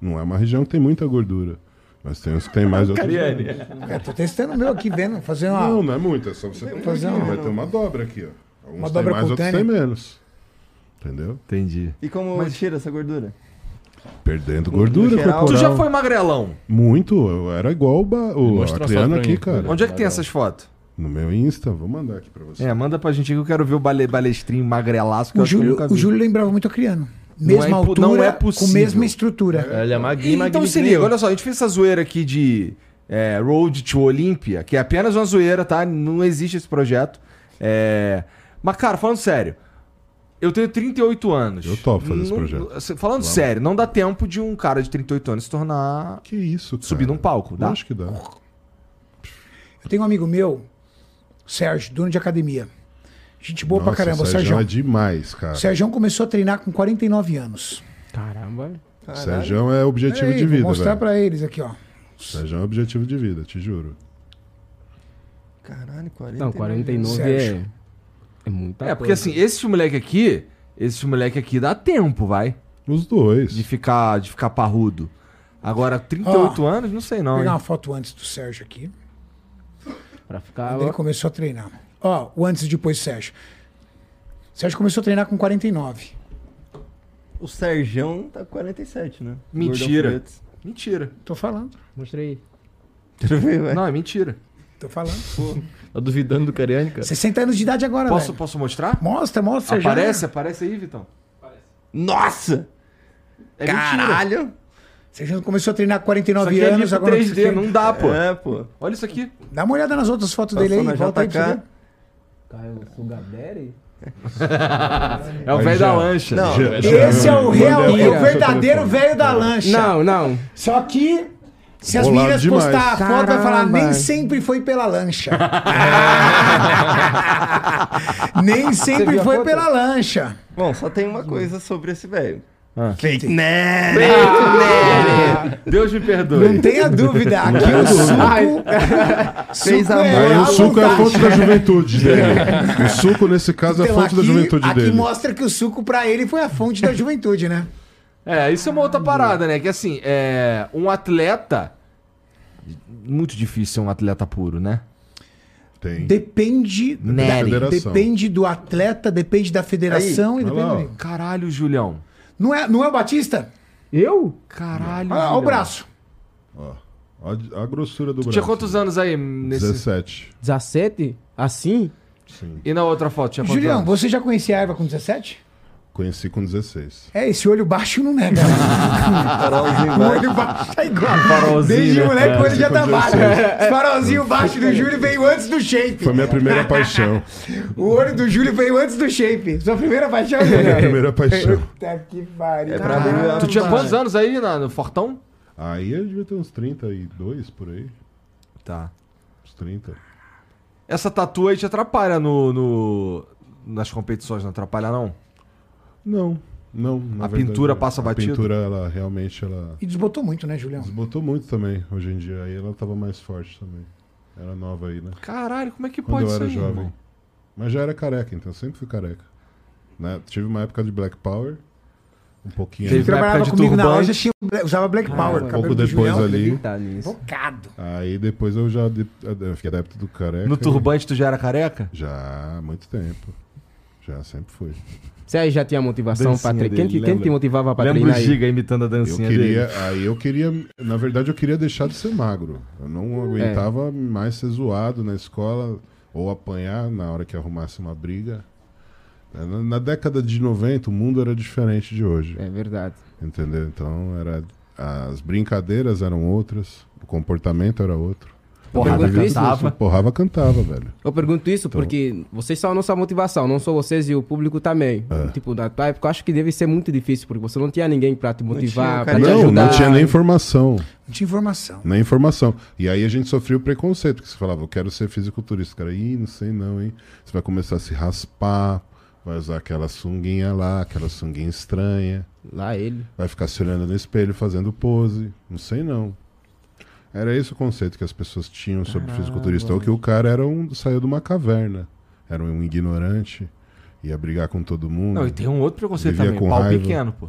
Não é uma região que tem muita gordura. Mas tem uns que tem mais outros. Cariane. É, tô testando o meu aqui, vendo, fazendo uma. Não, não é muito, é só você ter Ah. fazer aqui, uma- Vai ter uma dobra aqui, ó. Alguns Uma tem dobra mais, outros cutânea. tem menos. Entendeu? Entendi. E como tira essa gordura? Perdendo gordura No geral- corporal. Tu já foi magrelão? Muito, eu era igual o, ba... o Mostra uma Acriano foto pra aqui, mim. cara. Onde é que tem essas fotos? No meu Insta, vou mandar aqui pra você. É, manda pra gente que eu quero ver o bale balestrinho magrelaço que eu O acho que eu Júlio, nunca o vi. Júlio lembrava muito a criano. Não Mesma é po- altura, não é com possível. mesma estrutura. Ele é magrinho, magrinho. Então se que nem liga, eu. olha só, a gente fez essa zoeira aqui de é, Road to Olympia, que é apenas uma zoeira, tá? Não existe esse projeto. É... Mas, cara, falando sério, eu tenho 38 anos. Eu topo fazer esse Não- assim, projeto. Falando sério, não dá tempo de um cara de 38 anos se tornar. Que isso, cara. Subir num palco, dá? Acho que dá. Eu tenho um amigo meu, Sérgio, dono de academia. Gente boa pra Nossa, caramba, o Sérgio. Sérgio. é demais, cara. O Sérgio começou a treinar com 49 anos. Caramba. Sérgio é objetivo Peraí, de vida, vou mostrar velho. pra eles aqui, ó. Sérgio é objetivo de vida, te juro. Caralho, 49. Não, 49 Sérgio. é... É muita É, porque assim, esses moleque aqui, esses moleque aqui dá tempo, vai. Os dois. De ficar, de ficar parrudo. Agora, 38 Ó, anos, não sei não. Vou pegar hein? uma foto antes do Sérgio aqui. Pra ficar... Quando ele começou a treinar. Ó, o antes e depois do Sérgio. O Sérgio começou a treinar com 49. O Serjão tá com 47, né? Mentira. Gordão Freitas. Mentira. Tô falando, Mostrei. Quero ver, ué. Não, é mentira. tô falando. Tá duvidando do Cariani, cara? 60 anos de idade agora, Posso, velho. posso mostrar? Mostra, mostra, Sérgio. Aparece, aparece aí, Vitão. Nossa! É mentira. Caralho! Sérgio começou a treinar com Isso 49 aqui é anos, livro agora... 3D, não dá, pô. É, pô. Olha isso aqui. Dá uma olhada nas outras fotos dele Passou aí, na volta aí pra você ver. JK. Caio Sugaberry? É o Aí velho já. da lancha. Não, Já- Esse é o real, Mandei o pra você verdadeiro telefone. velho da lancha. Não, não. Só que se as Bolado meninas demais. postar a foto, vai falar, Caramba. nem sempre foi pela lancha. nem sempre viu a foi foto? pela lancha. Bom, só tem uma coisa sobre esse velho. É. Deus me perdoe. Não tenha dúvida, aqui o suco, Fez amor. Aí à o suco é a vontade. fonte da juventude dele. O suco, nesse caso, é a Então, fonte da aqui- juventude aqui dele. mostra que o suco pra ele foi a fonte da juventude, né? É, isso é uma outra parada, né? Que assim, é um atleta. Muito difícil ser um atleta puro, né? Tem. Depende, Né? da Nery. federação. depende do atleta, depende da federação e olha lá, depende. ó. Caralho, Julião. Não é, não é o Batista? Eu? Caralho. Olha lá, Julião. o braço. Ó, ó a grossura do Tu braço. tinha quantos anos aí nesse. 17. 17? Assim? E na outra foto tinha quantos Julião, anos? você já conhecia a erva com 17? Conheci com 16. É, esse olho baixo não nega. né? o né? olho baixo tá igual. Farolzinho, Desde né? moleque, o olho já com tá baixo. 16. Esse farolzinho baixo do Júlio veio antes do shape. Foi minha primeira paixão. O olho do Júlio veio antes do shape. Sua primeira paixão, Minha Júlio? primeira paixão. Puta que pariu. É pra né? mim, Tu tinha quantos anos aí na- no Fortão? Aí eu devia ter uns 32 por aí. Tá. Uns 30. Essa tatu aí te atrapalha no, no- nas competições, não atrapalha não? Não, não. na A pintura passa a batido? pintura, ela realmente ela E desbotou muito, né, Julião? desbotou muito também hoje em dia. Aí ela tava mais forte também. Era nova aí, né? Caralho, como é que Quando pode eu isso era aí, jovem. irmão? Mas já era careca, então eu sempre fui careca. Né? Tive uma época de Black Power, um pouquinho Teve ali, Ele época trabalhava de comigo na turbante. loja, tinha, usava Black Power. um pouco cabelo do depois Julião, ali. Tá nisso. Focado. Aí depois eu já de- eu fiquei adepto do careca. No turbante tu já era careca? Já há muito tempo. Já sempre fui. Você aí já tinha motivação Dancinha pra treinar. Quem, dele, te- quem lembra? te motivava pra Lembro o treinar? aí? Giga imitando a Assim, Eu é dancinha queria, dele. aí eu queria, na verdade eu queria deixar de ser magro. Eu não É. aguentava mais ser zoado na escola ou apanhar na hora que arrumasse uma briga. É, Na, na década de 90 o mundo era diferente de hoje, É verdade. entendeu? Então era as brincadeiras eram outras, o comportamento era outro. Porrada Pergunta isso, cantava. Porrava cantava, velho. Eu pergunto isso porque vocês são a nossa motivação, não só vocês e o público também. É. Tipo, na tua época, eu acho que deve ser muito difícil, porque você não tinha ninguém pra te motivar, tinha, pra cara. te Não, ajudar. não tinha nem informação. Não tinha informação. Na informação. E aí a gente sofria o preconceito, que você falava, eu quero ser fisiculturista. Cara, ih, não sei não, hein? Você vai começar a se raspar, vai usar aquela sunguinha lá, aquela sunguinha estranha, Lá ele. vai ficar se olhando no espelho fazendo pose. Não sei não. Era esse o conceito que as pessoas tinham sobre fisiculturista. Ou que o cara era um. saiu de uma caverna. Era um ignorante, ia brigar com todo mundo. Não, e tem um outro preconceito Vivia também, com pau raiva. pequeno, pô.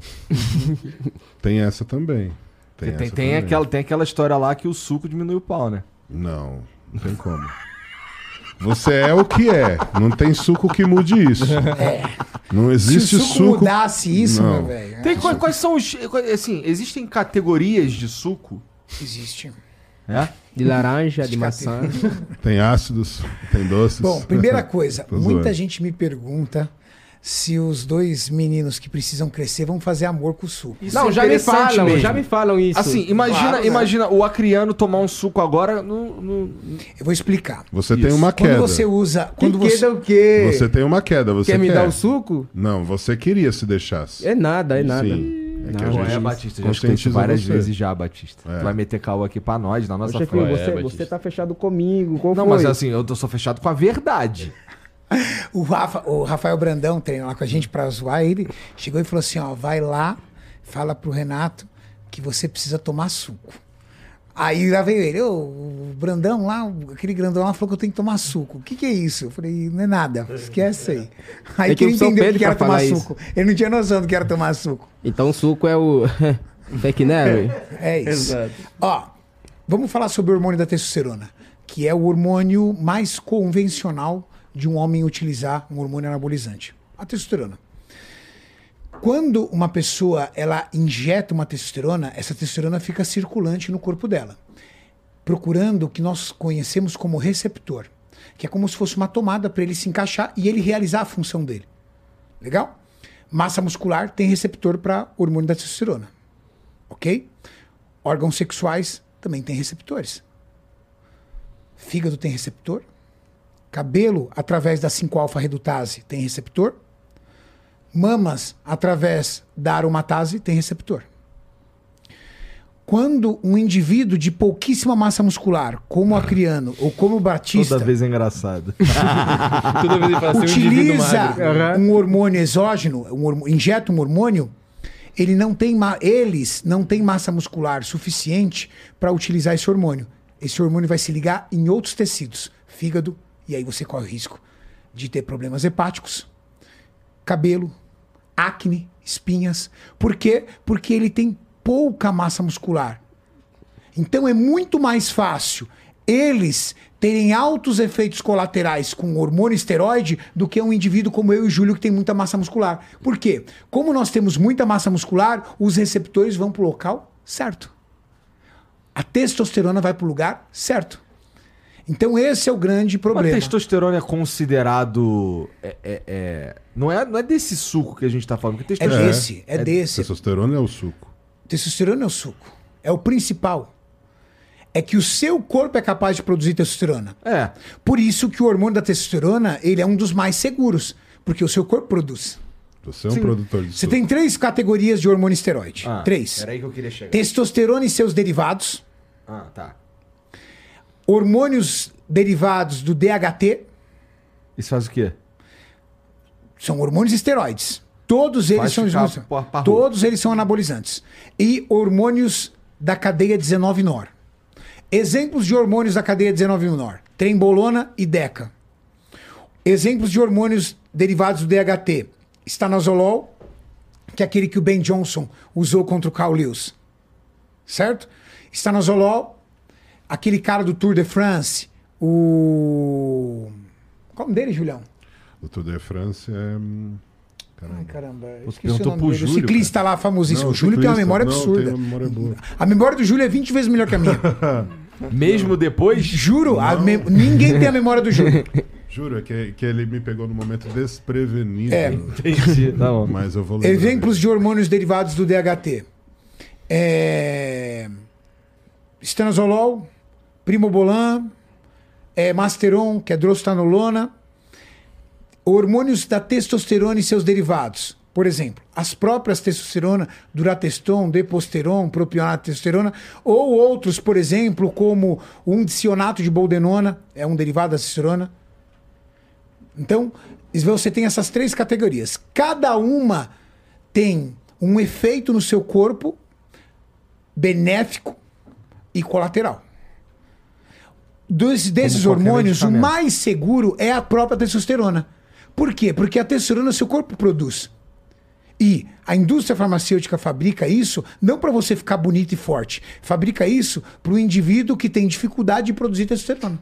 Tem essa também. Tem, Tem, tem, essa também. aquela, tem aquela história lá que o suco diminui o pau, né? Não, não tem como. Você é o que é. Não tem suco que mude isso. Não existe É. Se o suco. suco, mudasse isso, Não. meu velho. Tem, é, quais, quais são os. quais- Assim, existem categorias de suco, Existe. né? De laranja, de maçã. Tem ácidos, tem doces. Bom, primeira coisa, Tô muita zoando. gente me pergunta se os dois meninos que precisam crescer vão fazer amor com o suco. Isso não, é já me interessante falam, mesmo. já me falam isso. Assim, imagina, Claro, né? imagina o acriano tomar um suco agora no. no- Eu vou explicar. Você tem uma Quando queda. Você... você usa. Quando que você... queda o quê? tem uma queda. Você quer, me quer. dar o suco? Não, você queria se deixasse. É nada, é nada. Sim. É que Não, a é, gente... Batista, já conscientiza escutei isso várias você. vezes já, Batista. Tu vai meter cal aqui pra nós, na nossa Poxa, filho, frente. é, você, Batista. você tá fechado comigo. Qual Não, foi? mas assim, eu tô só fechado com a verdade. O, Rafa, o Rafael Brandão treina lá com a gente pra zoar ele. Chegou e falou assim: ó, vai lá, fala pro Renato que você precisa tomar suco. Aí lá veio ele, "Ô, o Brandão lá, o- aquele grandão lá falou que eu tenho que tomar suco. O que, que é isso? Eu falei, não é nada, esquece aí. Aí É que que ele o São entendeu o Pedro que era pra tomar falar isso. suco. Ele não tinha noção do que era tomar suco. Então o suco é o. Fake né, Nary. É isso. Ó, vamos falar sobre o hormônio da testosterona, que é o hormônio mais convencional de um homem utilizar um hormônio anabolizante. A testosterona. Quando uma pessoa ela injeta uma testosterona, essa testosterona fica circulante no corpo dela, procurando o que nós conhecemos como receptor, que é como se fosse uma tomada para ele se encaixar e ele realizar a função dele. Legal? Massa muscular tem receptor para hormônio da testosterona ok? Órgãos sexuais também têm receptores. Fígado tem receptor. Cabelo, através da 5-alfa-redutase, tem receptor. Mamas, através da aromatase, tem receptor. Quando um indivíduo de pouquíssima massa muscular, como o acriano ou como o batista, é engraçado. Toda vez ele fala assim, um indivíduo utiliza magro. um hormônio exógeno, um hormo- injeta um hormônio, ele não tem ma- eles não têm massa muscular suficiente para utilizar esse hormônio. Esse hormônio vai se ligar em outros tecidos, fígado, e aí você corre o risco de ter problemas hepáticos, cabelo, acne, espinhas. Por quê? Porque ele tem pouca massa muscular. Então é muito mais fácil eles terem altos efeitos colaterais com hormônio esteroide do que um indivíduo como eu e o Júlio que tem muita massa muscular. Por quê? Como nós temos muita massa muscular, os receptores vão para o local certo. A testosterona vai para o lugar certo. Então esse é o grande Mas problema. testosterona é considerado. é- é- é- Não, é, não é desse suco que a gente tá falando. Porque É testosterona. desse, é, desse. Testosterona é o suco. Testosterona é o suco. É o principal. É que o seu corpo é capaz de produzir testosterona. É. Por isso que o hormônio da testosterona, ele é um dos mais seguros, porque o seu corpo produz. Você é um produtor de Você suco. tem três categorias de hormônio esteroide. Ah, três. Era aí que eu queria chegar. Testosterona e seus derivados, Ah, tá. hormônios derivados do DHT, Isso faz o quê? são hormônios esteroides. Todos eles Faz são ficar hormônios- pa- parrudo. todos eles são anabolizantes e hormônios da cadeia 19 nor. Exemplos de hormônios da cadeia 19 menor: trembolona e deca. Exemplos de hormônios derivados do DHT: estanozolol, que é aquele que o Ben Johnson usou contra o Carl Lewis. Certo? Estanozolol, aquele cara do Tour de France, o. Qual o nome dele, Julião? O Tour de France é. hum, Caramba. Ai, caramba. eu esqueci perguntou pro dele. Júlio, o ciclista lá famosíssimo. Não, o Júlio tem uma ciclista, memória não, absurda. tem uma memória boa. A memória do Júlio é 20 vezes melhor que a minha. Mesmo depois. Juro, a mem- ninguém tem a memória do Júlio. Juro, é que, que ele me pegou no momento desprevenido. É. Entendi. Tá bom. Mas eu vou lembrar. Exemplos de hormônios derivados do DHT. É... Estanozolol, primobolan, é, masteron, que é drostanolona. Hormônios da testosterona e seus derivados. Por exemplo, as próprias testosterona, durateston, deposteron, propionato de testosterona, ou outros, por exemplo, como um dicionato de boldenona, é um derivado da testosterona. Então, você tem essas três categorias. Cada uma tem um efeito no seu corpo benéfico e colateral. Dos- desses qualquer hormônios, o medicamento. mais seguro é a própria testosterona. Por quê? Porque a testosterona seu corpo produz. E a indústria farmacêutica fabrica isso não para você ficar bonito e forte. Fabrica isso para o indivíduo que tem dificuldade de produzir testosterona.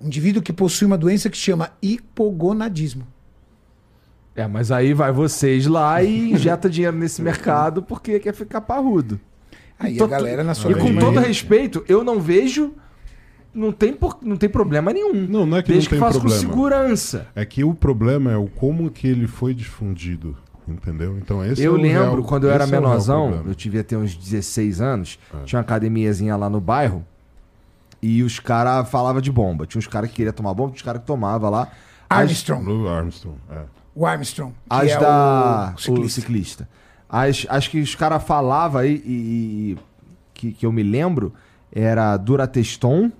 Um indivíduo que possui uma doença que se chama hipogonadismo. É, mas aí vai vocês lá e injeta dinheiro nesse mercado porque quer ficar parrudo. Aí Tô- a galera na sua Então E Aí- com todo respeito, eu não vejo. Não tem, por- não tem problema nenhum. Não, não é que Desde não que tem faça problema. com segurança. É que o problema é o como que ele foi difundido, entendeu? Então esse eu é o lembro, real- quando eu esse era é o É. real menorzão, problema. eu tive até uns 16 anos, tinha uma academiazinha lá no bairro, e os caras falavam de bomba. Tinha uns caras que queriam tomar bomba, tinha uns caras que tomavam lá. Ah, As- Armstrong. Lou Armstrong, é. O Armstrong. que As é da. o O ciclista. ciclista. As, as que os caras falavam aí, e, e- que, que eu me lembro, era Durateston.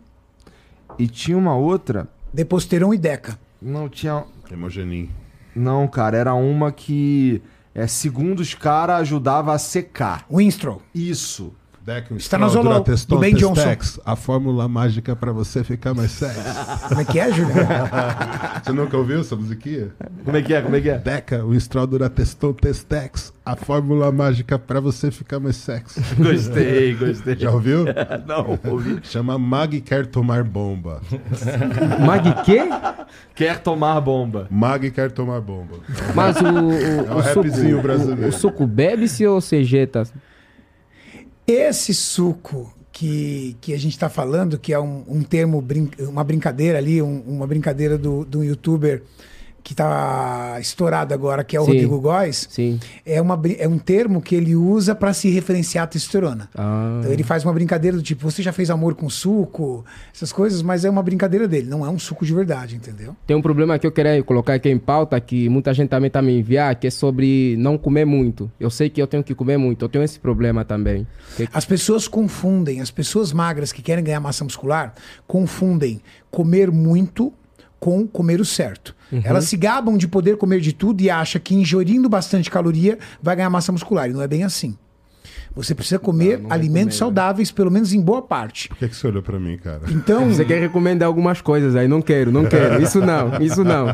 E tinha uma outra. Deposteron e Deca. Não tinha. Hemogenin. Não, cara, era uma que. É, segundo os caras, ajudava a secar. Winstrow. Isso. Declan, Estanozolol, Durateston, do Ben Johnson. Testex, A fórmula mágica pra você ficar mais sexy. Como é que é, Julião? você nunca ouviu essa musiquinha? Como é que é? Como é que é? Deca, o Estral Durateston Testex. A fórmula mágica pra você ficar mais sexy. Gostei, gostei. Já ouviu? Não, ouvi. Chama Mag Quer Tomar Bomba. Mag quê? Quer tomar bomba. Mag Quer Tomar Bomba. Mas o, o, um o rapzinho suco, brasileiro. o, o suco bebe-se ou se jeta? Esse suco que, que a gente está falando, que é um, um termo, brin- uma brincadeira ali, um- uma brincadeira do, do youtuber que está estourado agora, que é o Sim. Rodrigo Góes, Sim. é, uma, brin- é um termo que ele usa para se referenciar à testosterona. Ah, Então ele faz uma brincadeira do tipo, você já fez amor com suco, essas coisas, mas é uma brincadeira dele, não é um suco de verdade, entendeu? tem um problema que eu queria colocar aqui em pauta, que muita gente também está me enviar, que é sobre não comer muito. Eu sei que eu tenho que comer muito, eu tenho esse problema também. Que- As pessoas confundem, as pessoas magras que querem ganhar massa muscular, confundem comer muito com comer o certo. Elas se gabam de poder comer de tudo e acham que ingerindo bastante caloria vai ganhar massa muscular, e não é bem assim. Você precisa comer alimentos saudáveis, pelo menos em boa parte. Por que, que você olhou pra mim, cara? Então, Você quer recomendar algumas coisas aí, não quero, não quero. Isso não, isso não.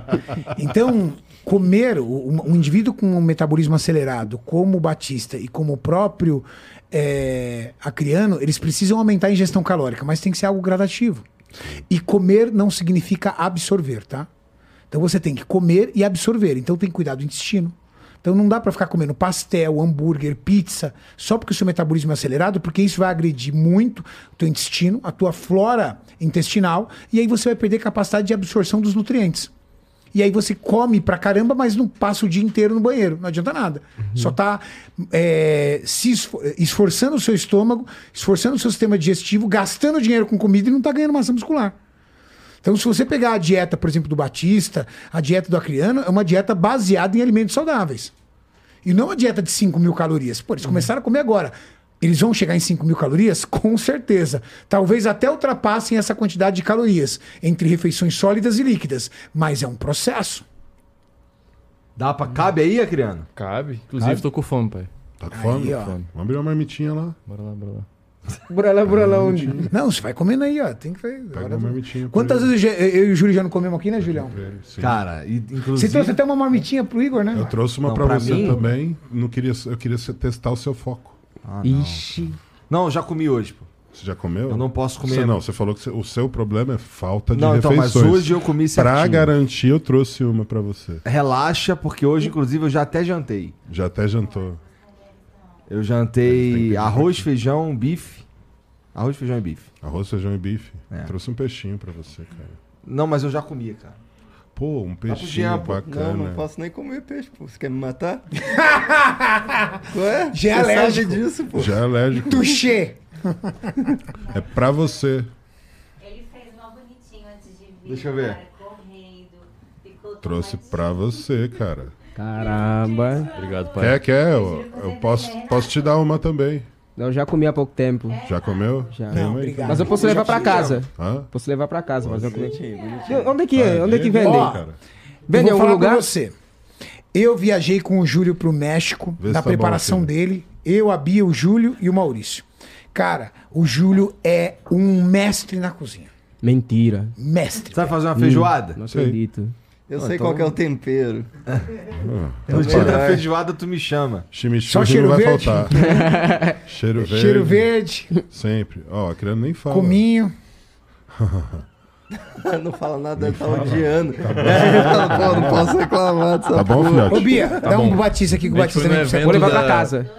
Então, comer, o- um, um indivíduo com um metabolismo acelerado, como o Batista e como o próprio é, Acriano, eles precisam aumentar a ingestão calórica, mas tem que ser algo gradativo. E comer não significa absorver, tá? Então você tem que comer e absorver. Então tem que cuidar do intestino. Então não dá pra ficar comendo pastel, hambúrguer, pizza, só porque o seu metabolismo é acelerado, porque isso vai agredir muito o teu intestino, a tua flora intestinal, e aí você vai perder capacidade de absorção dos nutrientes. E aí você come pra caramba, mas não passa o dia inteiro no banheiro. Não adianta nada. Só tá é, se esfor- esforçando o seu estômago, esforçando o seu sistema digestivo, gastando dinheiro com comida e não tá ganhando massa muscular. Então, se você pegar a dieta, por exemplo, do Batista, a dieta do Acriano, é uma dieta baseada em alimentos saudáveis. E não uma dieta de 5 mil calorias. Pô, eles Uhum. começaram a comer agora. Eles vão chegar em 5 mil calorias? Com certeza. Talvez até ultrapassem essa quantidade de calorias entre refeições sólidas e líquidas. Mas é um processo. Dá pra. Cabe aí, Acriano? Cabe. Inclusive, tô com fome, pai. Tá com fome? Aí, ó. Vamos abrir uma marmitinha lá. Bora lá, bora lá. Burala, burala onde? Não, você vai comendo aí, ó. Tem que fazer. Uhum. Pega Agora- uma marmitinha pra Quantas ele. É, vezes eu, eu e o Júlio já não comemos aqui, né, Julião? Sim. Cara, e, inclusive. Você trouxe até uma marmitinha pro Igor, né? Eu trouxe uma Não, pra, pra você mim- também. Não queria, eu queria se- testar o seu foco. Ixi. Não, eu já comi hoje, pô. Você já comeu? Eu não posso comer. Você não, você falou que você- o seu problema é falta de Não, então, refeições. mas hoje eu comi certinho. Pra garantir, eu trouxe uma pra você. Relaxa, porque hoje, inclusive, eu já até jantei. Já até jantou. Eu Eles têm que jantei ter arroz, feijão, bife. Arroz, feijão e bife. Arroz, feijão e bife. É. Trouxe um peixinho pra você, cara. Não, mas eu já comia, cara. Pô, Tá um peixinho Jean, pô. bacana. Não, não posso nem comer peixe, pô. Você quer me matar? Ué? Já você é sabe alérgico. disso, pô. Já é alérgico. Tuxê! É pra você. Ele fez uma bonitinho antes de vir. Deixa eu ver. cara, correndo, picou Trouxe tomatinho. pra você, cara. Caramba. Obrigado, pai. Quer, quer? Eu, eu posso, posso te dar uma também. Eu já comi há pouco tempo. Já comeu? Já. Tem Não, uma aí? obrigado. Mas eu posso levar pra casa. Hã? Posso levar pra casa, mas eu comi. Bonitinho, bonitinho. Onde é que é? Onde é que Ó, vende? cara. Vende em eu vou algum falar lugar? com você. Eu viajei com o Júlio pro México, Vê se na tá bom, preparação filho. dele. Eu, a Bia, o Júlio e o Maurício. Cara, o Júlio é um mestre na cozinha. Mentira. Mestre. Hum, Sabe fazer uma feijoada? Não Sei. acredito. Eu sei qual que é o tempero. tá No dia da É. melhor. feijoada, tu me chama. Chimichurri Só cheiro não vai verde? faltar. cheiro verde. Cheiro verde, Tá Sempre. Ó, a criança nem fala. cominho. não fala nada, tá odiando. É, não, pô, não posso reclamar dessa Tá bom, porra. filhote? Ô, Bia, dá um pro Batista aqui, que o A gente Batista foi no também precisa. Vou levar da- pra casa.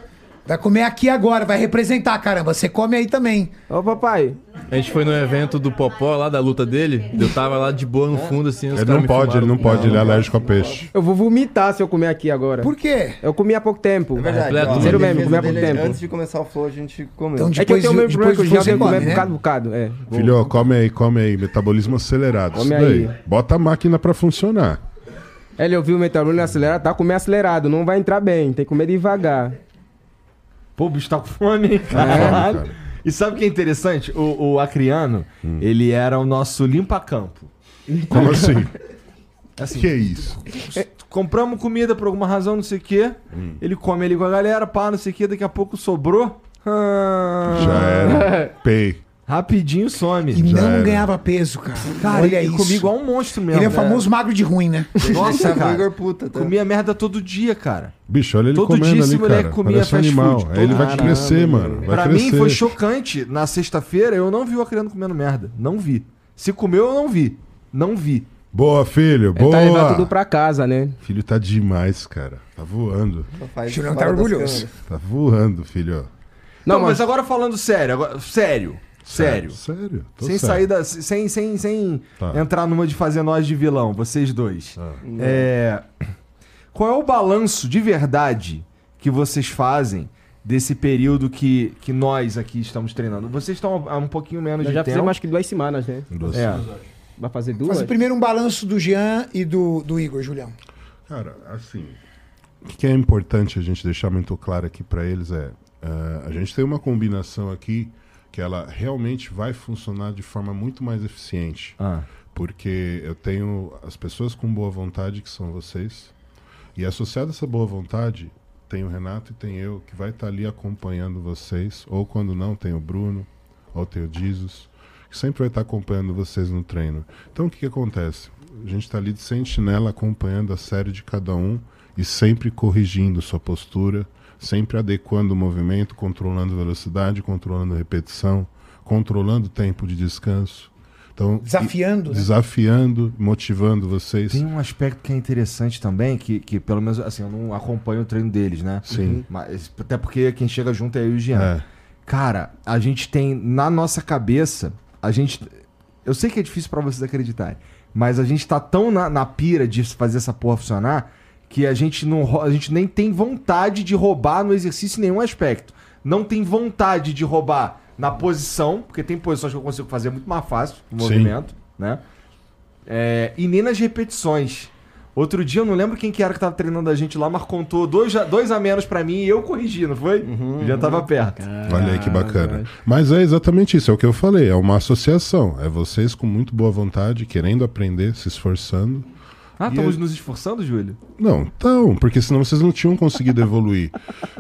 Vai comer aqui agora, vai representar, caramba. Você come aí também. Ô, papai. A gente foi no evento do Popó lá, da luta dele. Eu tava lá de boa no fundo, assim. os Ele caras não me pode, ele filmaram. não pode, ele é alérgico a peixe. Eu vou vomitar se eu comer aqui agora. Por quê? Eu comi há pouco tempo. É verdade. Completo, ó, sério a mesmo, defesa comer há pouco dele é- tempo. Antes de começar o flow, a gente comeu. Então, É que eu depois, tenho o mesmo problema depois que eu do já você tenho que come, comer né? bocado bocado. É. Vou- Filho, ó, come aí, come aí. Metabolismo acelerado. Come Isso daí. aí. Bota a máquina pra funcionar. Ele ouviu o metabolismo acelerado, tá comer acelerado, não vai entrar bem, tem que comer devagar. Pô, o bicho tá com fome, hein, Tá cara. bom, cara. Hum. E sabe o que é interessante? O, o Acriano, ele era o nosso limpa-campo. Como assim? Assim, Que é isso? compramos comida por alguma razão, não sei o quê. Hum. Ele come ali com a galera, pá, não sei o quê. Daqui a pouco sobrou. Ah, Já é. era. Pei. Rapidinho some. E Já não era. ganhava peso, cara. Cara, Olha ele isso. comia igual um monstro mesmo. Ele é o famoso magro de ruim, né? Nossa, Tá, o cara. Igor puta, tá? Comia merda todo dia, cara. Bicho, olha ele Todo comendo dia esse ali, moleque cara. comia Parece um fast animal. food. Aí ele vai Caramba, crescer, mano. Vai pra crescer. mim foi chocante. Na sexta-feira eu não vi o Acriano comendo merda. Não vi. Se comeu, eu não vi. Não vi. Boa, filho. Ele Boa. tá levando tudo pra casa, né? Filho tá demais, cara. Tá voando. Só faz Julião fora tá das orgulhoso. câmeras. Tá voando, filho. Não, Não, Então, mas... mas- agora falando sério, agora- sério, sério. Sério. Tô Sem sério. sair da, sem sem, sem Tá. entrar numa de fazer nós de vilão, vocês dois. É, qual é o balanço de verdade que vocês fazem desse período que, que nós aqui estamos treinando? Vocês estão há um pouquinho menos Nós de então? já tempo. fizemos acho que duas semanas, né? Doce. É. Vai fazer duas? Faça primeiro um balanço do Jean e do, do Igor, Julião. Cara, assim. O que que é importante a gente deixar muito claro aqui pra eles é. ah, a gente tem uma combinação aqui que ela realmente vai funcionar de forma muito mais eficiente. Ah. Porque eu tenho as pessoas com boa vontade, que são vocês, e associado a essa boa vontade, tem o Renato e tem eu, que vai estar ali acompanhando vocês, ou quando não, tem o Bruno, ou tem o Jesus, que sempre vai estar acompanhando vocês no treino. Então, o que, que acontece? A gente está ali de sentinela acompanhando a série de cada um e sempre corrigindo sua postura, sempre adequando o movimento, controlando velocidade, controlando repetição, controlando o tempo de descanso. Então, Desafiando, né? desafiando, motivando vocês. Tem um aspecto que é interessante também, que, que pelo menos, assim, eu não acompanho o treino deles, né? Sim. Mas, até porque quem chega junto é eu e o Jean. É. Cara, a gente tem na nossa cabeça, a gente. Eu sei que é difícil pra vocês acreditarem, mas a gente tá tão na, na pira de fazer essa porra funcionar que a gente, não, rou- a gente nem tem vontade de roubar no exercício em nenhum aspecto. Não tem vontade de roubar na posição, porque tem posições que eu consigo fazer muito mais fácil o Sim. movimento, né? É, e nem nas repetições. Outro dia, eu não lembro quem que era que tava treinando a gente lá, mas contou dois, a- dois a menos pra mim e eu corrigi, não foi? Já tava perto. Olha aí Ah, que bacana. Mas é exatamente isso, é o que eu falei, é uma associação. É vocês com muito boa vontade, querendo aprender, se esforçando, Ah, estamos nos esforçando, Júlio? Não, então, porque senão vocês não tinham conseguido evoluir.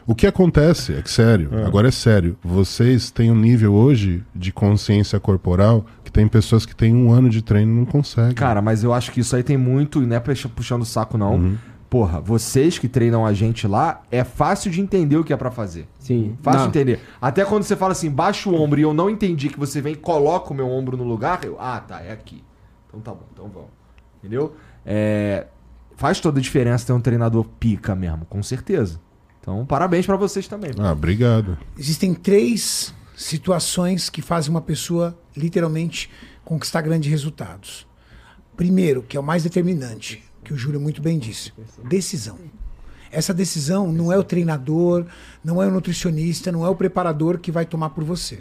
O que acontece é que, sério, Ah. agora é sério, vocês têm um nível hoje de consciência corporal que tem pessoas que têm um ano de treino e não conseguem. Cara, mas eu acho que isso aí tem muito, e não é puxa- puxando o saco, não. Porra, vocês que treinam a gente lá, é fácil de entender o que é pra fazer. Sim. Fácil Não. entender. Até quando você fala assim, baixa o ombro e eu não entendi que você vem e coloca o meu ombro no lugar, eu, ah, tá, é aqui. Então tá bom, então vamos. Entendeu? É, faz toda a diferença ter um treinador pica mesmo, com certeza. Então, parabéns pra vocês também. Ah, obrigado. Existem três situações que fazem uma pessoa literalmente conquistar grandes resultados. Primeiro, que é o mais determinante, que o Júlio muito bem disse, decisão. Essa decisão não é o treinador, não é o nutricionista, não é o preparador que vai tomar por você.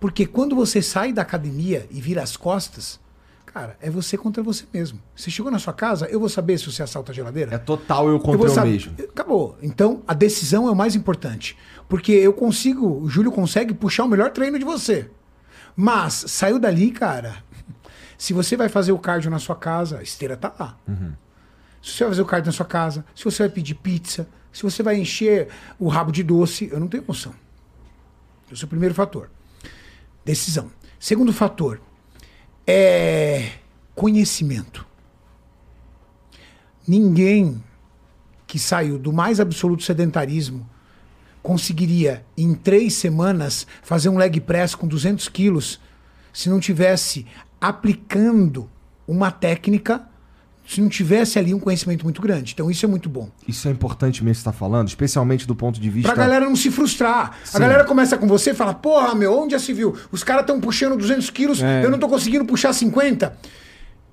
Porque quando você sai da academia e vira as costas, cara, é você contra você mesmo. Você chegou na sua casa, eu vou saber se você assalta a geladeira? É total eu Eu contra vou eu, saber. mesmo. Acabou. Então, a decisão é o mais importante. Porque eu consigo, o Júlio consegue puxar o melhor treino de você. Mas, saiu dali, cara. Se você vai fazer o cardio na sua casa, a esteira tá lá. Uhum. Se você vai fazer o cardio na sua casa, se você vai pedir pizza, se você vai encher o rabo de doce, eu não tenho noção. Esse é o primeiro fator. Decisão. Segundo fator é conhecimento. Ninguém que saiu do mais absoluto sedentarismo conseguiria, em três semanas, fazer um leg press com 200 quilos se não tivesse aplicando uma técnica, se não tivesse ali um conhecimento muito grande. Então, isso é muito bom. Isso é importante mesmo que você tá falando, especialmente do ponto de vista. Pra galera não se frustrar. A galera começa com você e fala: Porra, meu, onde já se viu? Os caras estão puxando 200 quilos, eu não tô conseguindo puxar 50.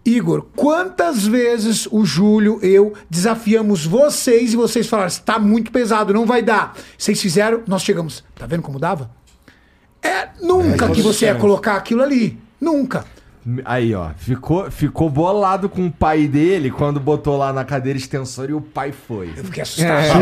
Igor, quantas vezes o Júlio, eu desafiamos vocês e vocês falaram: Tá muito pesado, não vai dar. Vocês fizeram, nós chegamos. Tá vendo como dava? É nunca que você ia colocar aquilo ali. Nunca. Aí, ó, ficou, ficou bolado com o pai dele quando botou lá na cadeira extensora e o pai foi. Eu fiquei assustado.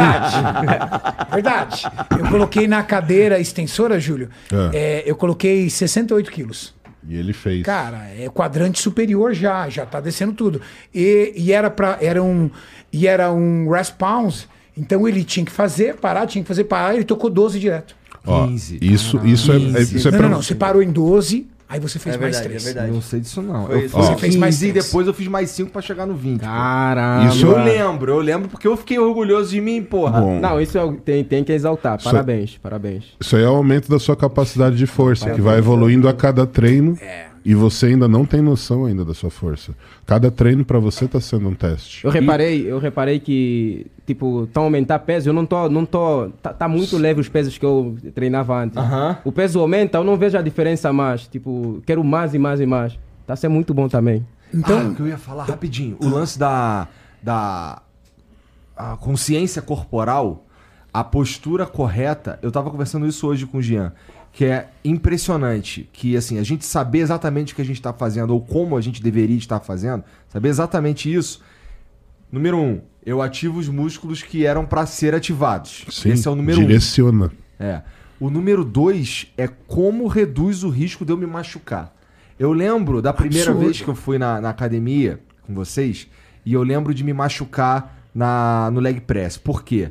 Verdade. Verdade. Eu coloquei na cadeira extensora, Júlio, É. é, eu coloquei 68 quilos. E ele fez. Cara, é quadrante superior já, já tá descendo tudo. E, e era para era um e era um rest pounds, então ele tinha que fazer, parar, tinha que fazer, parar, ele tocou 12 direto. Ó, 15, isso, isso é, é- isso é não, pra... não, não, você parou em 12, aí você fez É mais verdade, é 3. verdade. Não sei disso não. Foi eu isso. fiz Você fez mais 15 e três. depois eu fiz mais 5 pra chegar no 20. pô. Caramba. Isso eu lembro, eu lembro porque eu fiquei orgulhoso de mim, tá- porra. Bom, Não, isso é- tem, tem que exaltar. Parabéns, parabéns. Isso aí é o aumento da sua capacidade de força, que vai evoluindo a cada treino. E você ainda não tem noção ainda da sua força. Cada treino pra você tá sendo um teste. Eu reparei, eu reparei que, tipo, tão aumentar peso, eu não tô, não tô, tá, tá muito leve os pesos que eu treinava antes. Aham. O peso aumenta, eu não vejo a diferença mais, tipo, quero mais e mais e mais. Tá sendo muito bom também. Então, o que eu ia falar rapidinho, o lance da da a consciência corporal, a postura correta. Eu tava conversando isso hoje com o Jean, que é impressionante, que assim, a gente saber exatamente o que a gente tá fazendo ou como a gente deveria estar fazendo, saber exatamente isso. Número um, eu ativo os músculos que eram pra ser ativados. Sim, Esse é o número um. direciona. É. O número dois é como reduz o risco de eu me machucar. Eu lembro da primeira Absurdo. vez que eu fui na, na academia com vocês e eu lembro de me machucar na, no leg press. Por quê?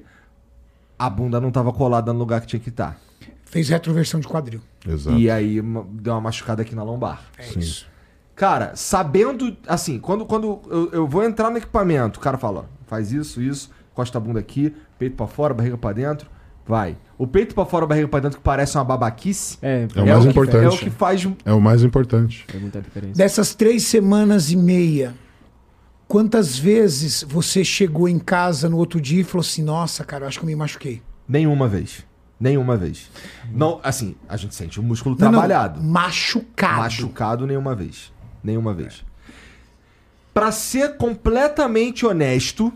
A bunda não tava colada no lugar que tinha que tá. estar. Fez retroversão de quadril. Exato. E é. aí ma- deu uma machucada aqui na lombar. É isso. Cara, sabendo, assim, quando, quando eu, eu vou entrar no equipamento, o cara fala, ó, faz isso, isso, costa a bunda aqui, peito pra fora, barriga pra dentro, vai. O peito pra fora, barriga pra dentro, que parece uma babaquice, É, É o mais o que- importante. é o que faz. um- É o mais importante. é muita diferença. Dessas três semanas e meia, quantas vezes você chegou em casa no outro dia e falou assim: Nossa, cara, eu acho que eu me machuquei? Nenhuma vez. Nenhuma vez. Não, assim, a gente sente o músculo Não, não, trabalhado. machucado. Machucado nenhuma vez. Nenhuma vez. Pra ser completamente honesto,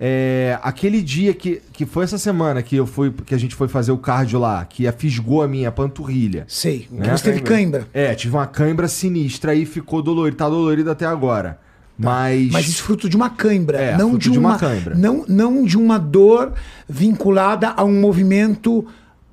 é, aquele dia que, que foi essa semana que eu fui que a gente foi fazer o cardio lá, que afisgou a minha panturrilha. Sei. Né? Você teve cãibra. É, tive uma cãibra sinistra e ficou dolorido, tá dolorido até agora. Mas Mas isso é fruto de uma cãibra, É, não fruto de de uma uma, cãibra. não não de uma dor vinculada a um movimento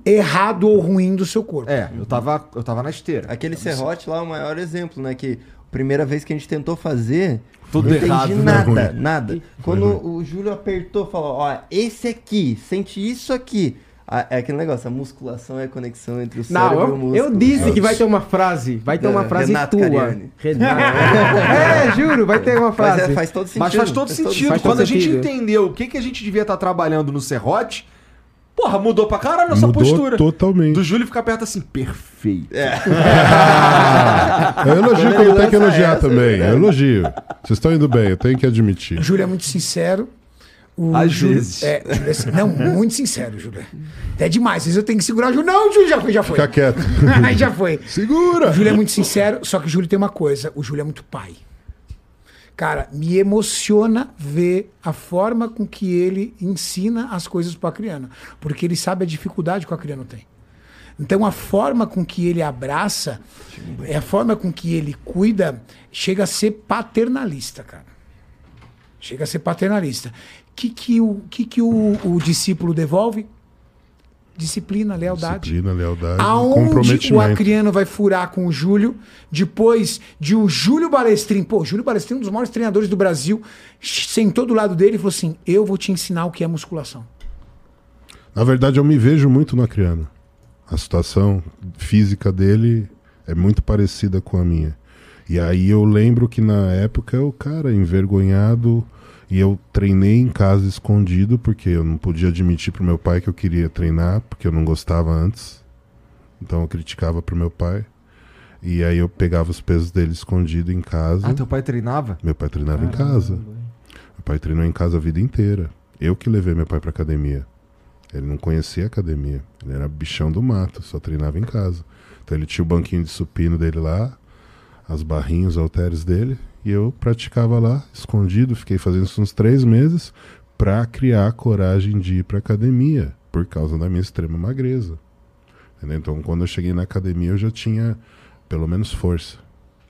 errado ou ruim do seu corpo. é, eu tava eu tava na esteira. Aquele serrote lá é o maior exemplo, né? Que o Primeira vez que a gente tentou fazer, Tudo não entendi errado, né? nada, Ruim. nada. Quando o Júlio apertou, falou, ó, esse aqui, sente isso aqui. Ah, É aquele negócio, a musculação é a conexão entre o Não, cérebro e o eu, músculo. eu disse que vai ter uma frase. Vai ter uma É, frase Renato tua. Cariani. Renato. é, juro, vai ter uma Mas é- frase. faz todo sentido. Mas faz todo sentido. faz todo Quando a gente sentido. entendeu o que, que a gente devia estar trabalhando no serrote, porra, mudou pra caralho a nossa Mudou postura. totalmente. Do Júlio ficar perto assim, perfeito. Eu elogio Quando que eu ele tenho que lança elogiar essa, também. Eu elogio. Vocês estão indo bem, eu tenho que admitir. O Júlio é muito sincero. O Às Júlio- vezes. É, o Júlio é sin- não, muito sincero, Júlio. Até demais. Às vezes eu tenho que segurar o Júlio. Não, Júlio, já foi, já foi. Fica quieto. Aí já foi. Segura! O Júlio é muito sincero, só que o Júlio tem uma coisa: o Júlio é muito pai. Cara, me emociona ver a forma com que ele ensina as coisas para a criança, porque ele sabe a dificuldade que a criança tem. Então a forma com que ele abraça, é a forma com que ele cuida, chega a ser paternalista, cara. Chega a ser paternalista. Que que o que que o, o discípulo devolve? Disciplina, lealdade. Disciplina, lealdade, Aonde o comprometimento. Acriano vai furar com o Júlio, depois de o Júlio Balestrin, pô, o Júlio Balestrin, é um dos maiores treinadores do Brasil, sentou do lado dele e falou assim: Eu vou te ensinar o que é musculação. Na verdade, eu me vejo muito no Acriano. A situação física dele é muito parecida com a minha. E aí eu lembro que na época eu, cara, envergonhado, e eu treinei em casa escondido, porque eu não podia admitir pro meu pai que eu queria treinar, porque eu não gostava antes. Então eu criticava pro meu pai. E aí eu pegava os pesos dele escondido em casa. Ah, teu pai treinava? Meu pai treinava em casa. Meu pai treinou em casa a vida inteira. Eu que levei meu pai pra academia. Ele não conhecia a academia. Ele era bichão do mato, só treinava em casa. Então ele tinha o banquinho de supino dele lá, as barrinhas, os halteres dele, e eu praticava lá, escondido. Fiquei fazendo isso uns três meses pra criar a coragem de ir pra academia, por causa da minha extrema magreza. Entendeu? Então quando eu cheguei na academia, eu já tinha pelo menos força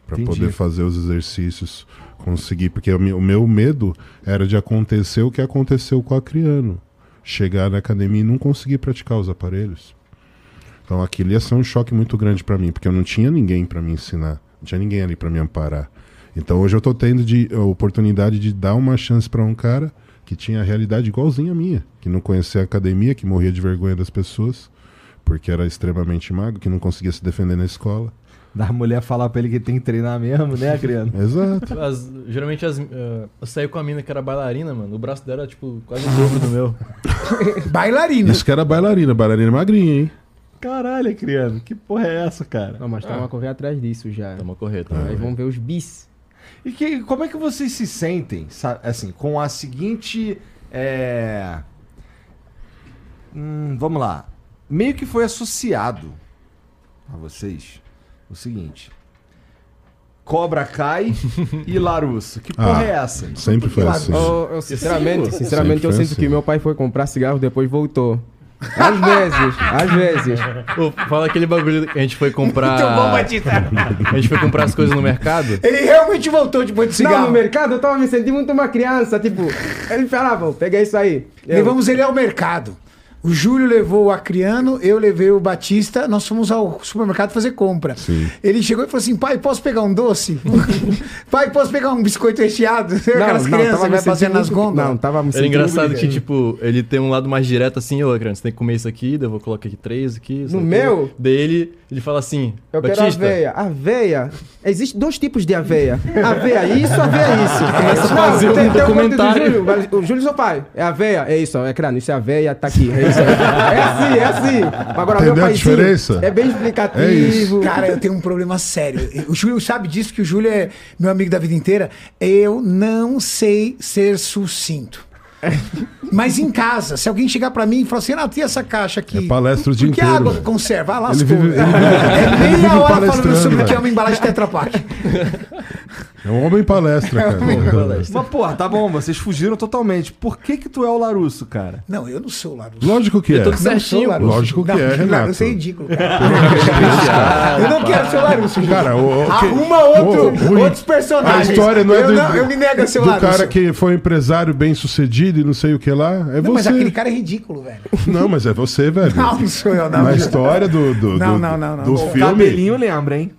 para Entendi. poder fazer os exercícios, conseguir, porque o me- o meu medo era de acontecer o que aconteceu com a Criano, chegar na academia e não conseguir praticar os aparelhos. Então aquilo ia ser um choque muito grande para mim, porque eu não tinha ninguém para me ensinar, não tinha ninguém ali para me amparar. Então hoje eu tô tendo de, a oportunidade de dar uma chance para um cara que tinha a realidade igualzinha à minha, que não conhecia a academia, que morria de vergonha das pessoas, porque era extremamente magro, que não conseguia se defender na escola. Da mulher falar pra ele que tem que treinar mesmo, né, Adriano? Exato. As- geralmente as, eh, eu saí com a mina que era bailarina, mano. O braço dela era tipo quase o dobro do meu. Bailarina. Isso que era bailarina, bailarina magrinha, hein? Caralho, Adriano, que porra é essa, cara? Não, mas tá uma correr atrás disso já. Tamo correto. Então, Aí vamos ver os bis. E que- como é que vocês se sentem, sa- assim, com a seguinte. é, hum, vamos lá. Meio que foi associado a vocês o seguinte: Cobra Kai e Larusso. Que porra Ah, é essa? Sempre foi assim. Eu, eu, sinceramente, sinceramente eu Sempre foi sinto que assim. meu pai foi comprar cigarro depois voltou. Às vezes, às vezes. Ô, fala aquele bagulho que a gente foi comprar. Então, Ah. a gente foi comprar as coisas no mercado. Ele realmente voltou depois do Não, cigarro. no mercado eu tava me sentindo muito uma criança, tipo, ele falava, pega isso aí. Eu- Levamos ele ao mercado. O Júlio levou o Acriano, eu levei o Batista, nós fomos ao supermercado fazer compra. Ele chegou e falou assim: pai, posso pegar um doce? pai, posso pegar um biscoito recheado? Aquelas crianças que me vai sentindo fazendo nas muito- gôndolas. Não, tava me Era sentindo engraçado muito- que, tipo, ele tem um lado mais direto assim, ô, Grande, você tem que comer isso aqui, daí eu vou colocar aqui três aqui. isso No aqui. meu? Daí ele, ele fala assim, Eu quero Batista, aveia. Aveia. Existem dois tipos de aveia. Aveia isso, aveia isso. Começa a fazer um documentário. Júlio, o Júlio seu pai. É aveia, é isso, é crânio, isso é aveia, tá aqui. É isso. É assim, é assim. Agora, Entendeu a paizinho diferença? É É bem isso. explicativo. Cara, eu tenho um problema sério. O Júlio sabe disso, que o Júlio é meu amigo da vida inteira. Eu não sei ser sucinto. Mas em casa, se alguém chegar pra mim e falar assim, Renato, e essa caixa aqui? É palestra o dia que inteiro, água que velho. conserva? Ah, lascou. Ele vive- ele vive- é ele vive meia hora falando palestrando, sobre o que é velho. uma embalagem Tetra Pak. É um homem palestra, cara. Mas, porra, tá bom, vocês fugiram totalmente. Por que que tu é o Larusso, cara? Não, eu não sou o Larusso. Lógico que é. tô certinho. Lógico que é, Renato. Larusso é ridículo, cara. eu não quero ser o Larusso, Júlio. Cara, o, o que- Arruma o- outro, o- outros personagens. A história não é eu do, Não, eu me nego a ser o do Larusso. cara que foi empresário bem sucedido e não sei o que lá. É Não, mas você. aquele cara é ridículo, velho. Não, mas é você, velho. Não, não sou eu, não. Na história do, do, Não, do, não, não, não. do O filme. Cabelinho lembra, hein?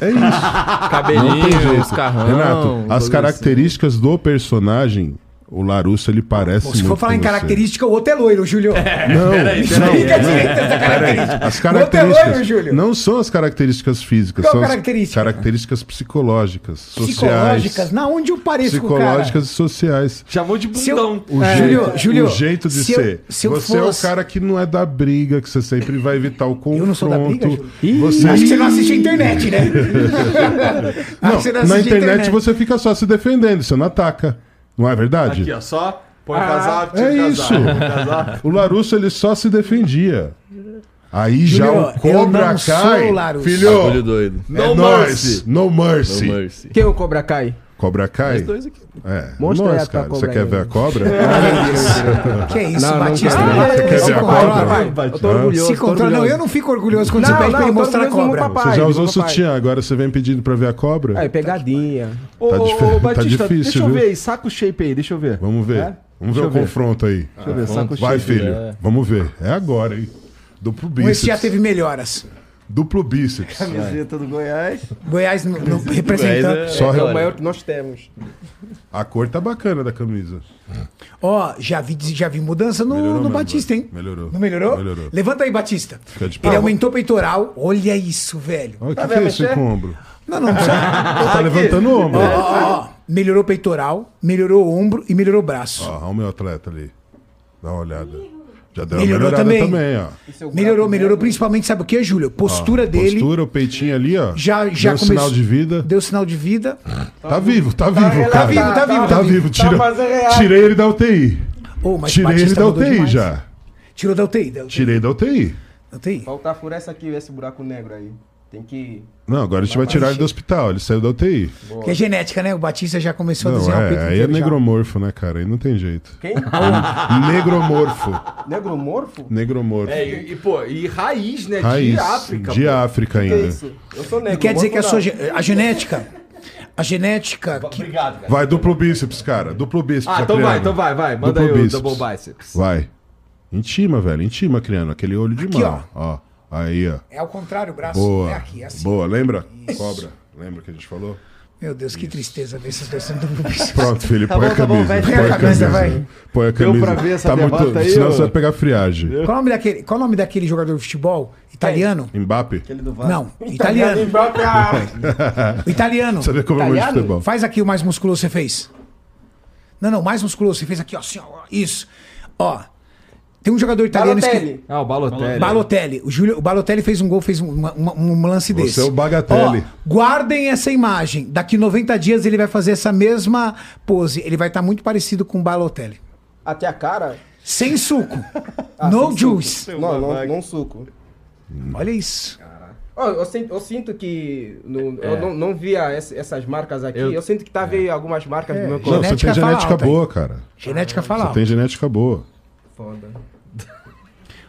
É isso. Não tem Cabelinho, jeito. os carrão. Renato, as bagulho características do personagem, o Larusso, ele parece. Pô, se for muito falar com em você. característica, o outro é loiro, Júlio. Não, não, Explica não. direito essa característica. As Não tem olho, características Júlio. não são as características físicas, Qual são as característica? características psicológicas, sociais. Psicológicas. Na onde eu pareço com o cara? psicológicas e sociais. Chamou de Se eu- bundão. O, É. jeito, Júlio, Júlio, o jeito de se eu- ser. se eu você fosse- é o cara que não é da briga, que você sempre vai evitar o confronto. Eu não sou da briga, Júlio? Você... Acho que você não assiste a internet, né? Acho que Não, você na assiste a internet, você fica só se defendendo, você não ataca. Não é verdade? Aqui, ó, só põe o casaco, tira é o isso. casaco, põe o casaco. O Larusso, ele só se defendia. Aí já Júlio, o eu Cobra não sou cai. o Larusso. Filho, Bagulho doido. é No nós. mercy. No mercy. No Mercy. Quem é o Cobra Kai? Cobra cai? Os dois aqui. É. Mostra aí nós, a tua cara. Você cobra quer aí. ver a cobra? Que é isso, Não, não Batista? quero. Ah, Quer se ver a controla, cobra? né? vai. vai. Eu tô orgulhoso. Se tô controla. Não, orgulhoso. eu não fico orgulhoso quando você Não, pede não, eu pra ele tô mostrar a orgulhoso no cobra. papai. Você já Ai, usou papai. sutiã, agora você vem pedindo pra ver a cobra? É, pegadinha. Ô, Tá ô, dif- ô, tá Batista, difícil, deixa eu viu? ver aí, saca o shape aí, deixa eu ver. Vamos ver. É? Vamos Deixa ver eu o ver. confronto aí. Deixa eu ver, saca o Vai, shape. filho. é. Vamos ver. É agora, hein? Duplo Com esse já bíceps. teve melhoras. Duplo bíceps. Camiseta do Goiás. Goiás no, no- então, representando. Só É re- o maior que nós temos. A cor tá bacana da camisa. Ó, já vi, já vi mudança no, Melhorou no mesmo, Batista, hein? velho. Melhorou. Não melhorou? Melhorou. Levanta aí, Batista. Fica de pé. Ele aumentou o peitoral. Olha isso, velho. Olha o que, que é isso com o ombro. Não, não, precisa. Tá levantando o ombro. Ó, ó, ó. melhorou o peitoral, melhorou o ombro e melhorou o braço. Ó, olha o meu atleta ali. Dá uma olhada. Já deu uma Melhorou melhorada também. também, ó. melhorou, melhorou principalmente, sabe o que, Júlio? Postura dele. Postura, o peitinho ali, ó. Já, já deu um começou- sinal de vida. Deu sinal de vida. Tá, vivo, tá vivo, Tá cara. vivo, tá vivo, tá vivo. Tira- tirei ele da UTI. Ô, mas tirei ele Batista da mudou UTI demais. já. Tirou da UTI, da UTI. Tirei da UTI. Da UTI. Faltar furar essa aqui, esse buraco negro aí. Tem que. Não, agora a gente vai tirar ele do hospital. Ele saiu da UTI. Que é genética, né? O Batista já começou a Não, desenhar o peito é, aí é inteiro já. negromorfo, né, cara? Aí não tem jeito. Quem? Negromorfo. Negromorfo? Negromorfo. É, e, e, pô, e raiz, é né? Raiz. de África. De pô. África Que ainda. É isso? Eu sou negro. E Quer dizer que a sua ge- a genética. A genética. Que, Obrigado, cara. Vai, duplo bíceps, cara. Duplo bíceps. Ah, então vai, Acriano. então vai, vai. Manda Duplo aí bíceps. o double biceps. Vai. Intima, velho. Intima, criando. Aquele olho de Aqui, mar. Ó. Aí, ó. é ao contrário o braço. Boa. É aqui, é assim. Boa. Lembra? Cobra. Lembra que a gente falou? Meu Deus, que tristeza ver esses dois sendo duplos. Pronto, filho. Tá põe bom, a tá bom, camisa. vai. põe Põe a a camisa. camisa, Põe a Deu camisa. Tá pra ver essa derrota aí, Senão ô? você vai pegar friagem. Qual o nome daquele, qual o nome daquele jogador de futebol? Italiano? Mbappe. Aquele do Vasco. Não, italiano. O italiano. Você vê como eu gosto de futebol. Faz aqui o mais musculoso que você fez. Não, não, mais musculoso você fez aqui, ó, assim, ó, isso. Ó. Tem um jogador italiano esque- Ah, o tá Balotelli. Balotelli. O, Júlio, o Balotelli fez um gol, fez um, uma- uma- um lance desse. é o Bagatelli. Ó, guardem essa imagem. Daqui 90 dias ele vai fazer essa mesma pose. Ele vai estar muito parecido com o Balotelli. Até a cara? Sem suco. no juice. Não, não, não suco. Olha isso. Ó, eu, sinto, eu sinto que. no- eu não, não via ess- essas marcas aqui. Eu, sinto que tá vendo algumas marcas do meu Não, corpo. você Genética tem fala genética alta, boa, cara. Genética fala. Você ó. tem genética boa. Foda.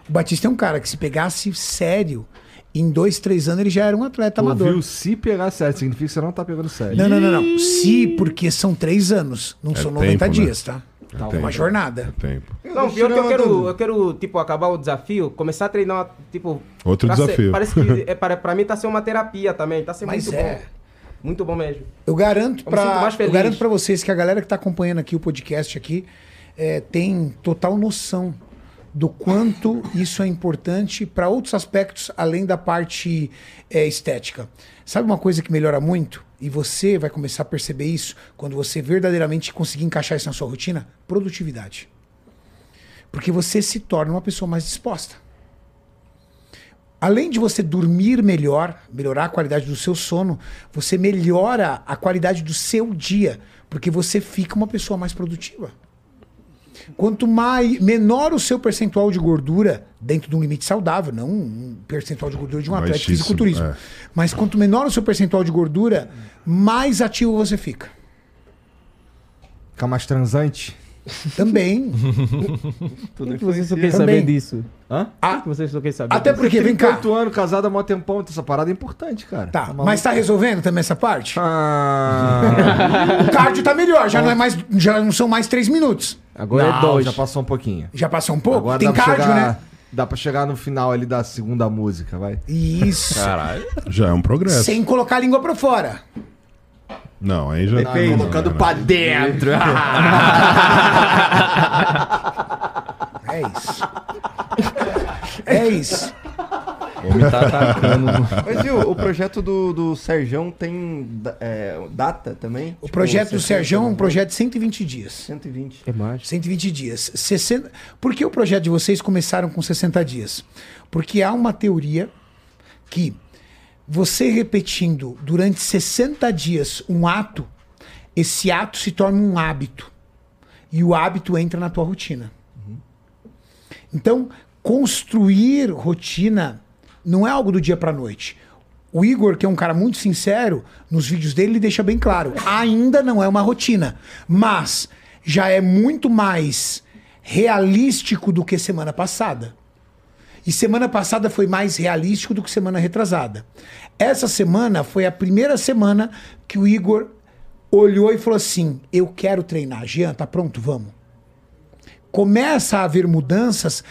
O Batista é um cara que se pegasse sério, em dois, três anos ele já era um atleta Pô, amador. viu? Se pegar sério, significa que você não tá pegando sério. Não, não, não, não. Se, porque são três anos, não são 90 tempo, né? dias, tá? É tempo. uma jornada. Tempo. Não, pior que eu quero, eu quero, tipo, acabar o desafio, começar a treinar, tipo. Outro pra ser- desafio. parece que é, para, pra mim tá sendo uma terapia também. Tá sendo Mas muito é. bom. Muito bom mesmo. Eu garanto Eu me sinto pra mais eu feliz. garanto para vocês que a galera que tá acompanhando aqui o podcast aqui é, tem total noção do quanto isso é importante para outros aspectos além da parte é, estética. Sabe uma coisa que melhora muito e você vai começar a perceber isso quando você verdadeiramente conseguir encaixar isso na sua rotina? Produtividade. Porque você se torna uma pessoa mais disposta. Além de você dormir melhor, melhorar a qualidade do seu sono, você melhora a qualidade do seu dia, porque você fica uma pessoa mais produtiva. Quanto mais menor o seu percentual de gordura dentro de um limite saudável, não um percentual de gordura de um atleta de Baixíssimo, fisiculturismo, é. mas quanto menor o seu percentual de gordura, mais ativo você fica. Ficar mais transante. Também. Tudo que vocês só querem Também. saber disso? Hã? Ah. O que vocês só querem saber Até disso? porque, vem cá. 38 anos, casado há mó tempão, essa parada é importante, cara. Tá, mas tá resolvendo também essa parte? Ah, O cardio tá melhor, já não é mais, já não são mais três minutos. Agora é não, dois. já passou um pouquinho. Já passou um pouco? Agora Tem dá pra cardio, chegar- né? Dá pra chegar no final ali da segunda música, vai. Isso. Caralho. Já é um progresso. Sem colocar a língua pra fora. Não, aí já Depende. não, não, Colocando não. pra dentro. É isso. É isso. O homem tá atacando. Mas viu, o projeto do, do Serjão tem da- é, data também? Tipo, O projeto do Serjão é um projeto de 120 dias. 120. É mais. 120 dias. 60... Por que o projeto de vocês começaram com 60 dias? Porque há uma teoria que você repetindo durante 60 dias um ato, esse ato se torna um hábito. E o hábito entra na tua rotina. Então, construir rotina não é algo do dia pra noite. O Igor, que é um cara muito sincero, nos vídeos dele ele deixa bem claro, ainda não é uma rotina, mas já é muito mais realístico do que semana passada. E semana passada foi mais realístico do que semana retrasada. Essa semana foi a primeira semana que o Igor olhou e falou assim: "Eu quero treinar, Jean, tá pronto, vamos" começa a haver mudanças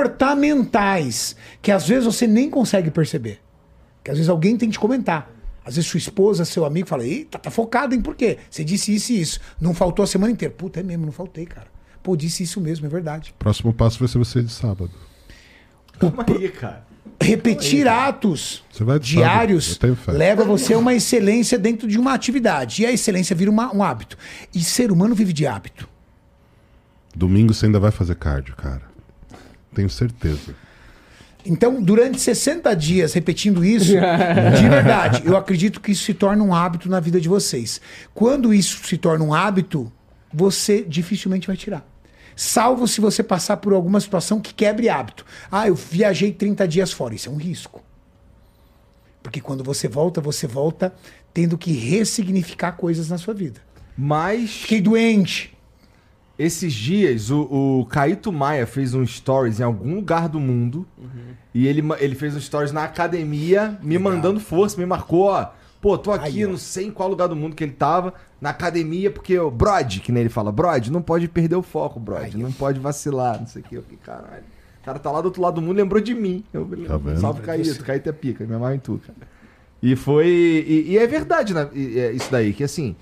comportamentais que às vezes você nem consegue perceber. Que às vezes alguém tem que te comentar. Às vezes sua esposa, seu amigo fala: Eita, tá focado, hein? Por quê? Você disse isso e isso. Não faltou a semana inteira. Puta, é mesmo, não faltei, cara. Pô, disse isso mesmo, é verdade. Próximo passo vai ser você de sábado. Calma aí, cara. Repetir atos Você vai de sábado, eu diários tenho fé. leva você a uma excelência dentro de uma atividade. E a excelência vira uma- um hábito. E ser humano vive de hábito. Domingo você ainda vai fazer cardio, cara. Tenho certeza. Então, durante 60 dias repetindo isso, de verdade, eu acredito que isso se torna um hábito na vida de vocês. Quando isso se torna um hábito, você dificilmente vai tirar. Salvo se você passar por alguma situação que quebre hábito. Ah, eu viajei 30 dias fora. Isso é um risco. Porque quando você volta, você volta tendo que ressignificar coisas na sua vida. Mas Fiquei doente. esses dias o, o Caíto Maia fez um stories em algum lugar do mundo. E ele, ma- ele fez um stories na academia, me mandando força, me marcou, ó. Pô, tô aqui, Aí, ó. não sei em qual lugar do mundo que ele tava, na academia, porque o Brod, que nem ele fala, Brod, não pode perder o foco, Brod, não pode vacilar, não sei o que, eu fiquei, caralho. O cara tá lá do outro lado do mundo, lembrou de mim. Eu, Tá vendo? Salve, Caíto, Caíto é pica, me amarra em tu, cara. E foi. E, e é verdade né, e- é isso daí, que assim.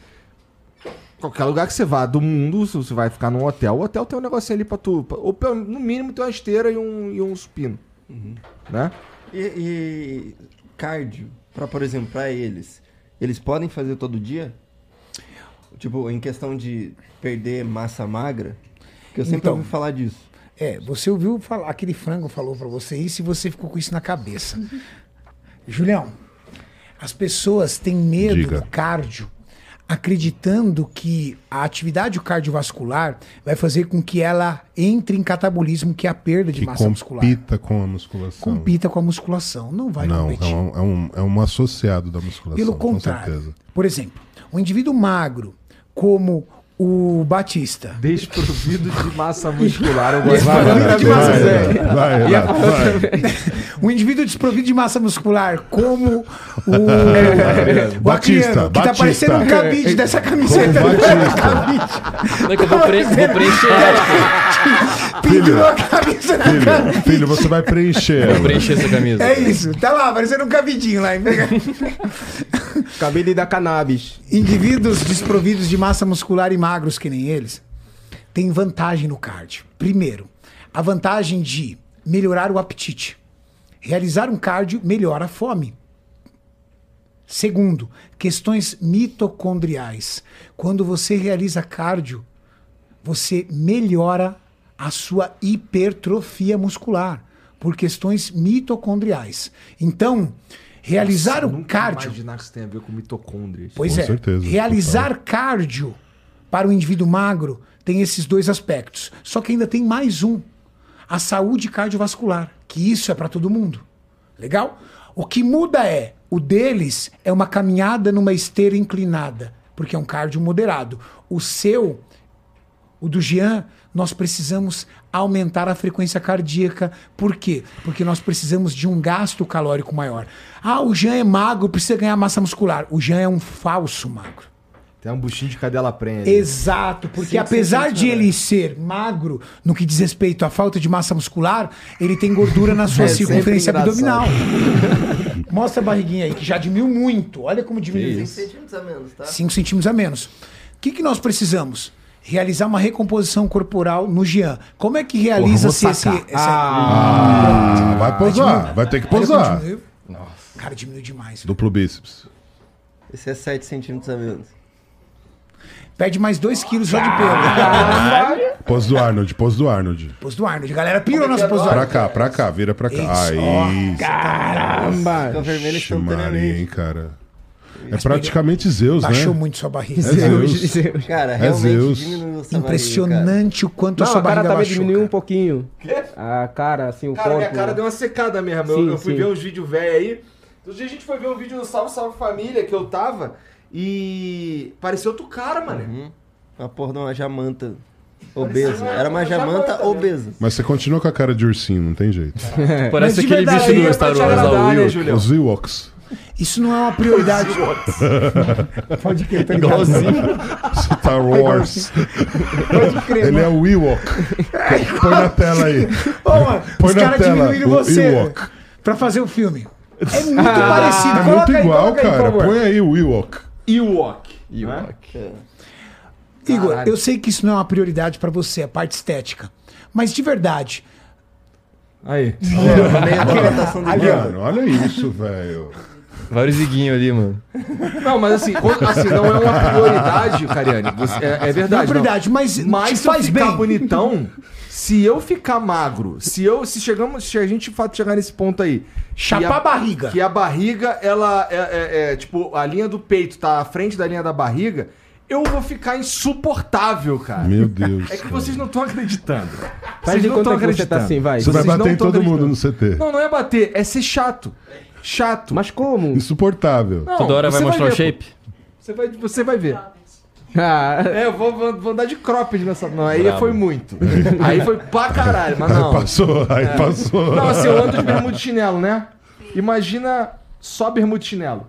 Qualquer lugar que você vá do mundo, se você vai ficar num hotel, o hotel tem um negocinho ali pra tu. pra- Ou pelo- no mínimo tem uma esteira e um, e um supino. Uhum. Né? E, e cardio, pra, por exemplo, pra eles, eles podem fazer todo dia? Tipo, em questão de perder massa magra? Porque eu sempre Então. ouvi falar disso. É, você ouviu falar, aquele frango falou pra você isso e você ficou com isso na cabeça. Julião, as pessoas têm medo Diga. do cardio, acreditando que a atividade cardiovascular vai fazer com que ela entre em catabolismo, que é a perda de Que massa muscular. compita com a musculação. Compita com a musculação, não vai Não, é competir. um, é, um, é um associado da musculação. Pelo Com contrário. certeza. Por exemplo, um indivíduo magro como o Batista, Desprovido de massa muscular, eu gosto. Vai, vai, Vai, vai, vai, vai, Renato, vai. um indivíduo desprovido de massa muscular como o, o É, Batista, Acriano, que tá Batista. parecendo um cabide dessa camiseta. Como Batista. Não é que eu vou, pre vou preencher ela. Pendurou a camisa na cara. Filho, filho, você vai preencher. Vou preencher essa camisa. É isso, tá lá, parecendo um cabidinho lá. Cabide da cannabis. Indivíduos desprovidos de massa muscular e magros que nem eles têm vantagem no cardio. Primeiro, a vantagem de melhorar o apetite. Realizar um cardio melhora a fome. Segundo, questões mitocondriais. Quando você realiza cardio, você melhora a sua hipertrofia muscular por questões mitocondriais. Então, realizar o cardio imaginar que isso tem a ver com mitocôndrias. Pois Com é. certeza, Realizar cardio para o indivíduo magro tem esses dois aspectos. Só que ainda tem mais um: a saúde cardiovascular, que isso é para todo mundo. Legal? O que muda é, o deles é uma caminhada numa esteira inclinada, porque é um cardio moderado. O seu o do Jean, nós precisamos aumentar a frequência cardíaca. Por quê? Porque nós precisamos de um gasto calórico maior. Ah, o Jean é magro, precisa ganhar massa muscular. O Jean é um falso magro. Tem um buchinho de cadela prenha. ali. Exato, porque apesar de ele ser magro, no que diz respeito à falta de massa muscular, ele tem gordura na sua É sempre circunferência engraçado. abdominal. Mostra a barriguinha aí, que já diminuiu muito. Olha como diminuiu. centímetros a menos, tá? 5 centímetros a menos. O que, que nós precisamos? Realizar uma recomposição corporal no Jean. Como é que realiza-se Porra, vou esse. sacar. essa- Ah, é. vai posar, vai ter que Olha como posar. diminuiu. Cara, diminuiu demais. Duplo bíceps. Esse é 7 centímetros a menos. Perde mais 2 quilos só de Ah. pelo. Pose do Arnold, pose do Arnold. Pose do Arnold. Galera, pirou nossa pose do Pra Arnold. cá, pra cá, vira pra cá. Isso, Aí, Fica Ah, Caramba! vermelho Ixi, Maria, hein, instantaneamente. cara. É praticamente Zeus, né? Baixou muito sua barriga. Zeus. É É Cara, realmente Zeus. diminuiu essa barriga, cara. Impressionante o quanto a Não, sua a cara barriga também baixou. diminuiu um cara. pouquinho. A cara, assim, o Cara, minha corpo. cara deu uma secada mesmo. Eu- Sim, eu fui sim. ver uns vídeos velho aí. Outro dia a gente foi ver um vídeo no Salve Salve Família que eu tava e. Parecia outro cara, mano. Uhum. Uma porra de uma jamanta obesa. uma- Era uma uma jamanta jamanta obesa. Mas você continua com a cara de ursinho, não tem jeito. Parece de aquele verdade, bicho aí do é Star pra te Wars agradar, ao né, Will. Julião? Os Ewoks. Isso não é uma prioridade. Pode crer, tá ligado? Star assim? Wars. Ele é o Ewok. Põe na tela aí. Ô, mano, Põe os na caras tela diminuíram o você Ewok. pra fazer o filme. É muito parecido. É Coloca muito aí, igual, coloca aí, por cara. favor. Põe aí o Ewok. Ewok. Né? Igor, eu sei que isso não é uma prioridade pra você, a parte estética. Mas de verdade, é Aí. É. Meia dilatação do mundo. Mano, olha isso, velho. Vários iguinhos ali, mano. Não, mas assim, quando- assim, não é uma prioridade, Cariane. Você- é, é verdade. não é não. prioridade, mas, Mas te se faz eu ficar bem. bonitão, se eu ficar magro, se eu se chegamos, se a gente de fato chegar nesse ponto aí, Chapar que a barriga. que a barriga ela é, é- é, tipo a linha do peito tá à frente da linha da barriga, eu vou ficar insuportável, cara. Meu Deus. É que cara. vocês não estão acreditando. Faz Vocês de não estão conta que você acreditando. tá assim, vai. Você vai Vocês não bater em tão todo acreditando. mundo né? no CT. Não, não é bater, é ser chato. Chato. Mas como? Insuportável. Não, Toda hora vai você mostrar o ver, pô. shape. Você vai, você vai ver. Ah, É, eu vou, vou, vou andar de cropped nessa. Não, aí Bravo. foi muito. Aí foi pra caralho, mas Aí não. passou, aí passou. Não, assim, eu ando de bermuda e chinelo, né? Imagina só bermuda e chinelo.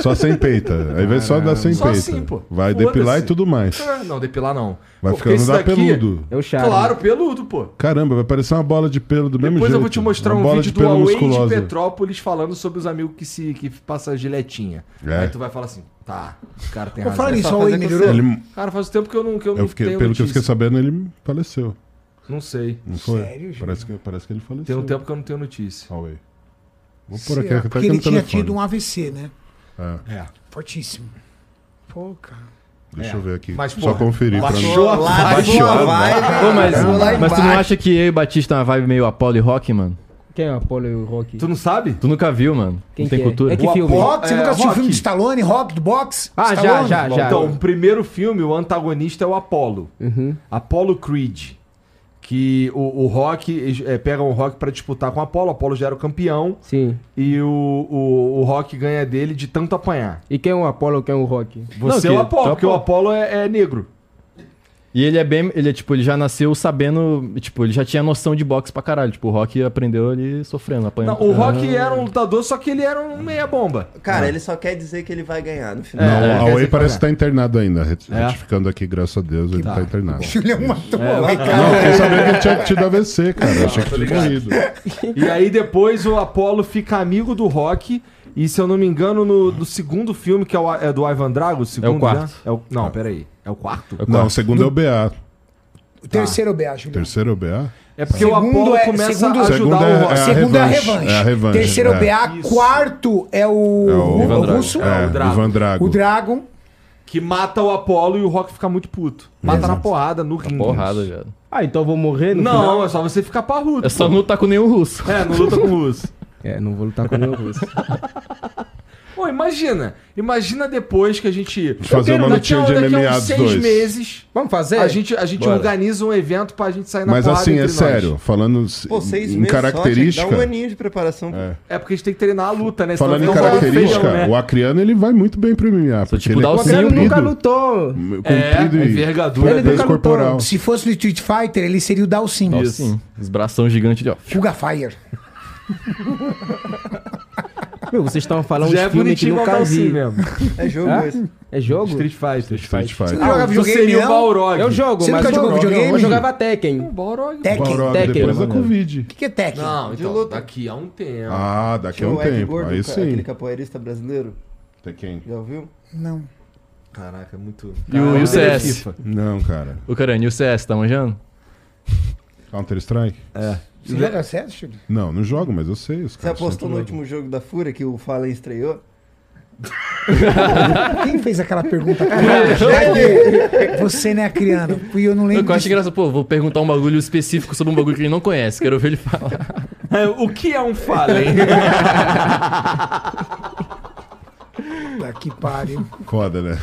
Só sem peita. Aí vai só dar sem Só peita. assim, pô. Vai Foda-se. depilar e tudo mais. Ah, Não, depilar não. Vai Pô, porque ficando esse dá daqui- peludo. é o charme. Claro, peludo, pô. Caramba, vai parecer uma bola de pelo do mesmo Depois jeito. eu vou te mostrar uma um bola vídeo de do pelo Away musculosa. de Petrópolis falando sobre os amigos que se que passa giletinha. É. Aí tu vai falar assim, tá, o cara tem Vou razão. falar nisso, só a Oi fazer com melhorou. Ele, Cara, faz um tempo que eu não, que eu eu não fiquei, tenho pelo que eu notícia. fiquei sabendo, ele faleceu. Não sei. Não foi? Sério, gente? parece, que, parece que ele faleceu. Tem um tempo que eu não tenho notícia. Huawei. Vou pôr aqui, Será? até é Porque aqui ele no tinha telefone. tido um AVC, né? É. Fortíssimo. Pô, cara. Deixa eu ver aqui. Mas, Só porra, conferir pra mim. Tô lá, Baixou tô lá, a vai, Pô, mas, vou lá e mas tu não baixo. acha que eu e Batista é uma vibe meio Apollo e Rock, mano? Quem é o Apollo e o Rock? Tu não sabe? Tu nunca viu, mano. Quem não tem que é? cultura. É que filme? Rock, você é, nunca assistiu Rock. filme de Stallone, Rock, do boxe? Ah, já, Stallone? já, já. Então, o primeiro filme, o antagonista é o Apollo. Apollo Creed. Que o, o Rock é, pega o Rock pra disputar com o Apollo. O Apollo já era o campeão. Sim. E o, o, o Rock ganha dele de tanto apanhar. E quem é o Apollo e quem é o Rock? Você Não, é o que- tu Apollo, tá é o porque o Apollo é, é negro. E ele é bem. Ele é tipo, ele já nasceu sabendo. Tipo, ele já tinha noção de boxe pra caralho. Tipo, o Rock aprendeu ali sofrendo, apanhando. Não, o Rock era um lutador, só que ele era um meia-bomba. Cara, ele só quer dizer que ele vai ganhar no final. Não, É, o quer Huawei dizer, parece que tá cara. internado ainda. Ret- É. Retificando aqui, graças a Deus, ele tá, internado. Julião matou o Oi, cara. Não, eu fiquei sabendo que ele tinha tido AVC, cara. Eu achei que tinha morrido. E aí depois o Apollo fica amigo do Rock. E se eu não me engano, no, no segundo filme, que é, o- é do Ivan Drago, o segundo quarto. já? É o- não, peraí. É o quarto? Não, o segundo é o BA. O terceiro é o BA, O Julião. terceiro é o BA? É porque o Apollo começa segundo- a ajudar segundo é- o Rock. é a segundo é a revanche, revanche. é a revanche, Terceiro é o é. BA. Isso. Quarto é o, É o o russo. É, o Drago. Ivan Drago. O Dragon. Que mata o Apollo e o Rock fica muito puto. Mata na porrada, no ringue. Porrada, já. Ah, então eu vou morrer no final? Não, é só você ficar parrudo. É só não lutar com nenhum russo. É, não luta com o russo. É, não vou lutar com nenhum russo. Pô, imagina. Imagina depois que a gente... Vamos fazer Eu quero- uma daqui a- um- lutinha de daqui a uns MMA dos seis dois. meses, Vamos fazer? a gente, a gente organiza um evento pra gente sair na Mas porrada assim, é entre nós. sério, falando s- Pô, seis em meses característica. só, tinha que dar um aninho de preparação. É. É porque a gente tem que treinar a luta, né? Falando em Senão fica um característica, feijão, né? o Acriano ele vai muito bem pro MMA. Porque tipo ele dar é o O Adriano comprido, nunca lutou. comprido É, e envergadura. com Ele peso nunca lutou. corporal. Se fosse no Street Fighter, ele seria o Dalsim. Sim. Os bração gigante de ó. Fuga Fire. Meu, vocês estão falando Já é de filme que bonitinho igual nunca Dalcy vi. mesmo. É jogo Hã? esse. É jogo? Street Fighter. Street Você Fighter. não joga Ah, você videogame, é seria não? um Balrog. Eu jogo, Você mas nunca jogou eu, videogame? eu jogava Tekken. Balrog. Tekken. O Balrog, Tekken, depois da maneiro. Covid. que, que é tech? Não, De então, luta. daqui a um tempo. Ah, daqui a um o Ed tempo. Gordo, Aí ca- sim. aquele capoeirista brasileiro. Tem quem? Já ouviu? Não. é Caraca, muito. E o, e o CS? FIFA. Não, cara. Ô, Carani, e o CS, tá manjando? Counter Strike? Você joga CS, Chico? Não, não jogo, mas eu sei. Os Você caras apostou no sempre último jogo da Fúria que o Fallen estreou? Quem fez aquela pergunta? Cadê? Você, né, criando? E eu não Eu, lembro. acho disso. engraçado, pô, vou perguntar um bagulho específico sobre um bagulho que ele não conhece, quero ver ele falar. O que é um Fallen? Puta que pariu. jogam. Foda, né?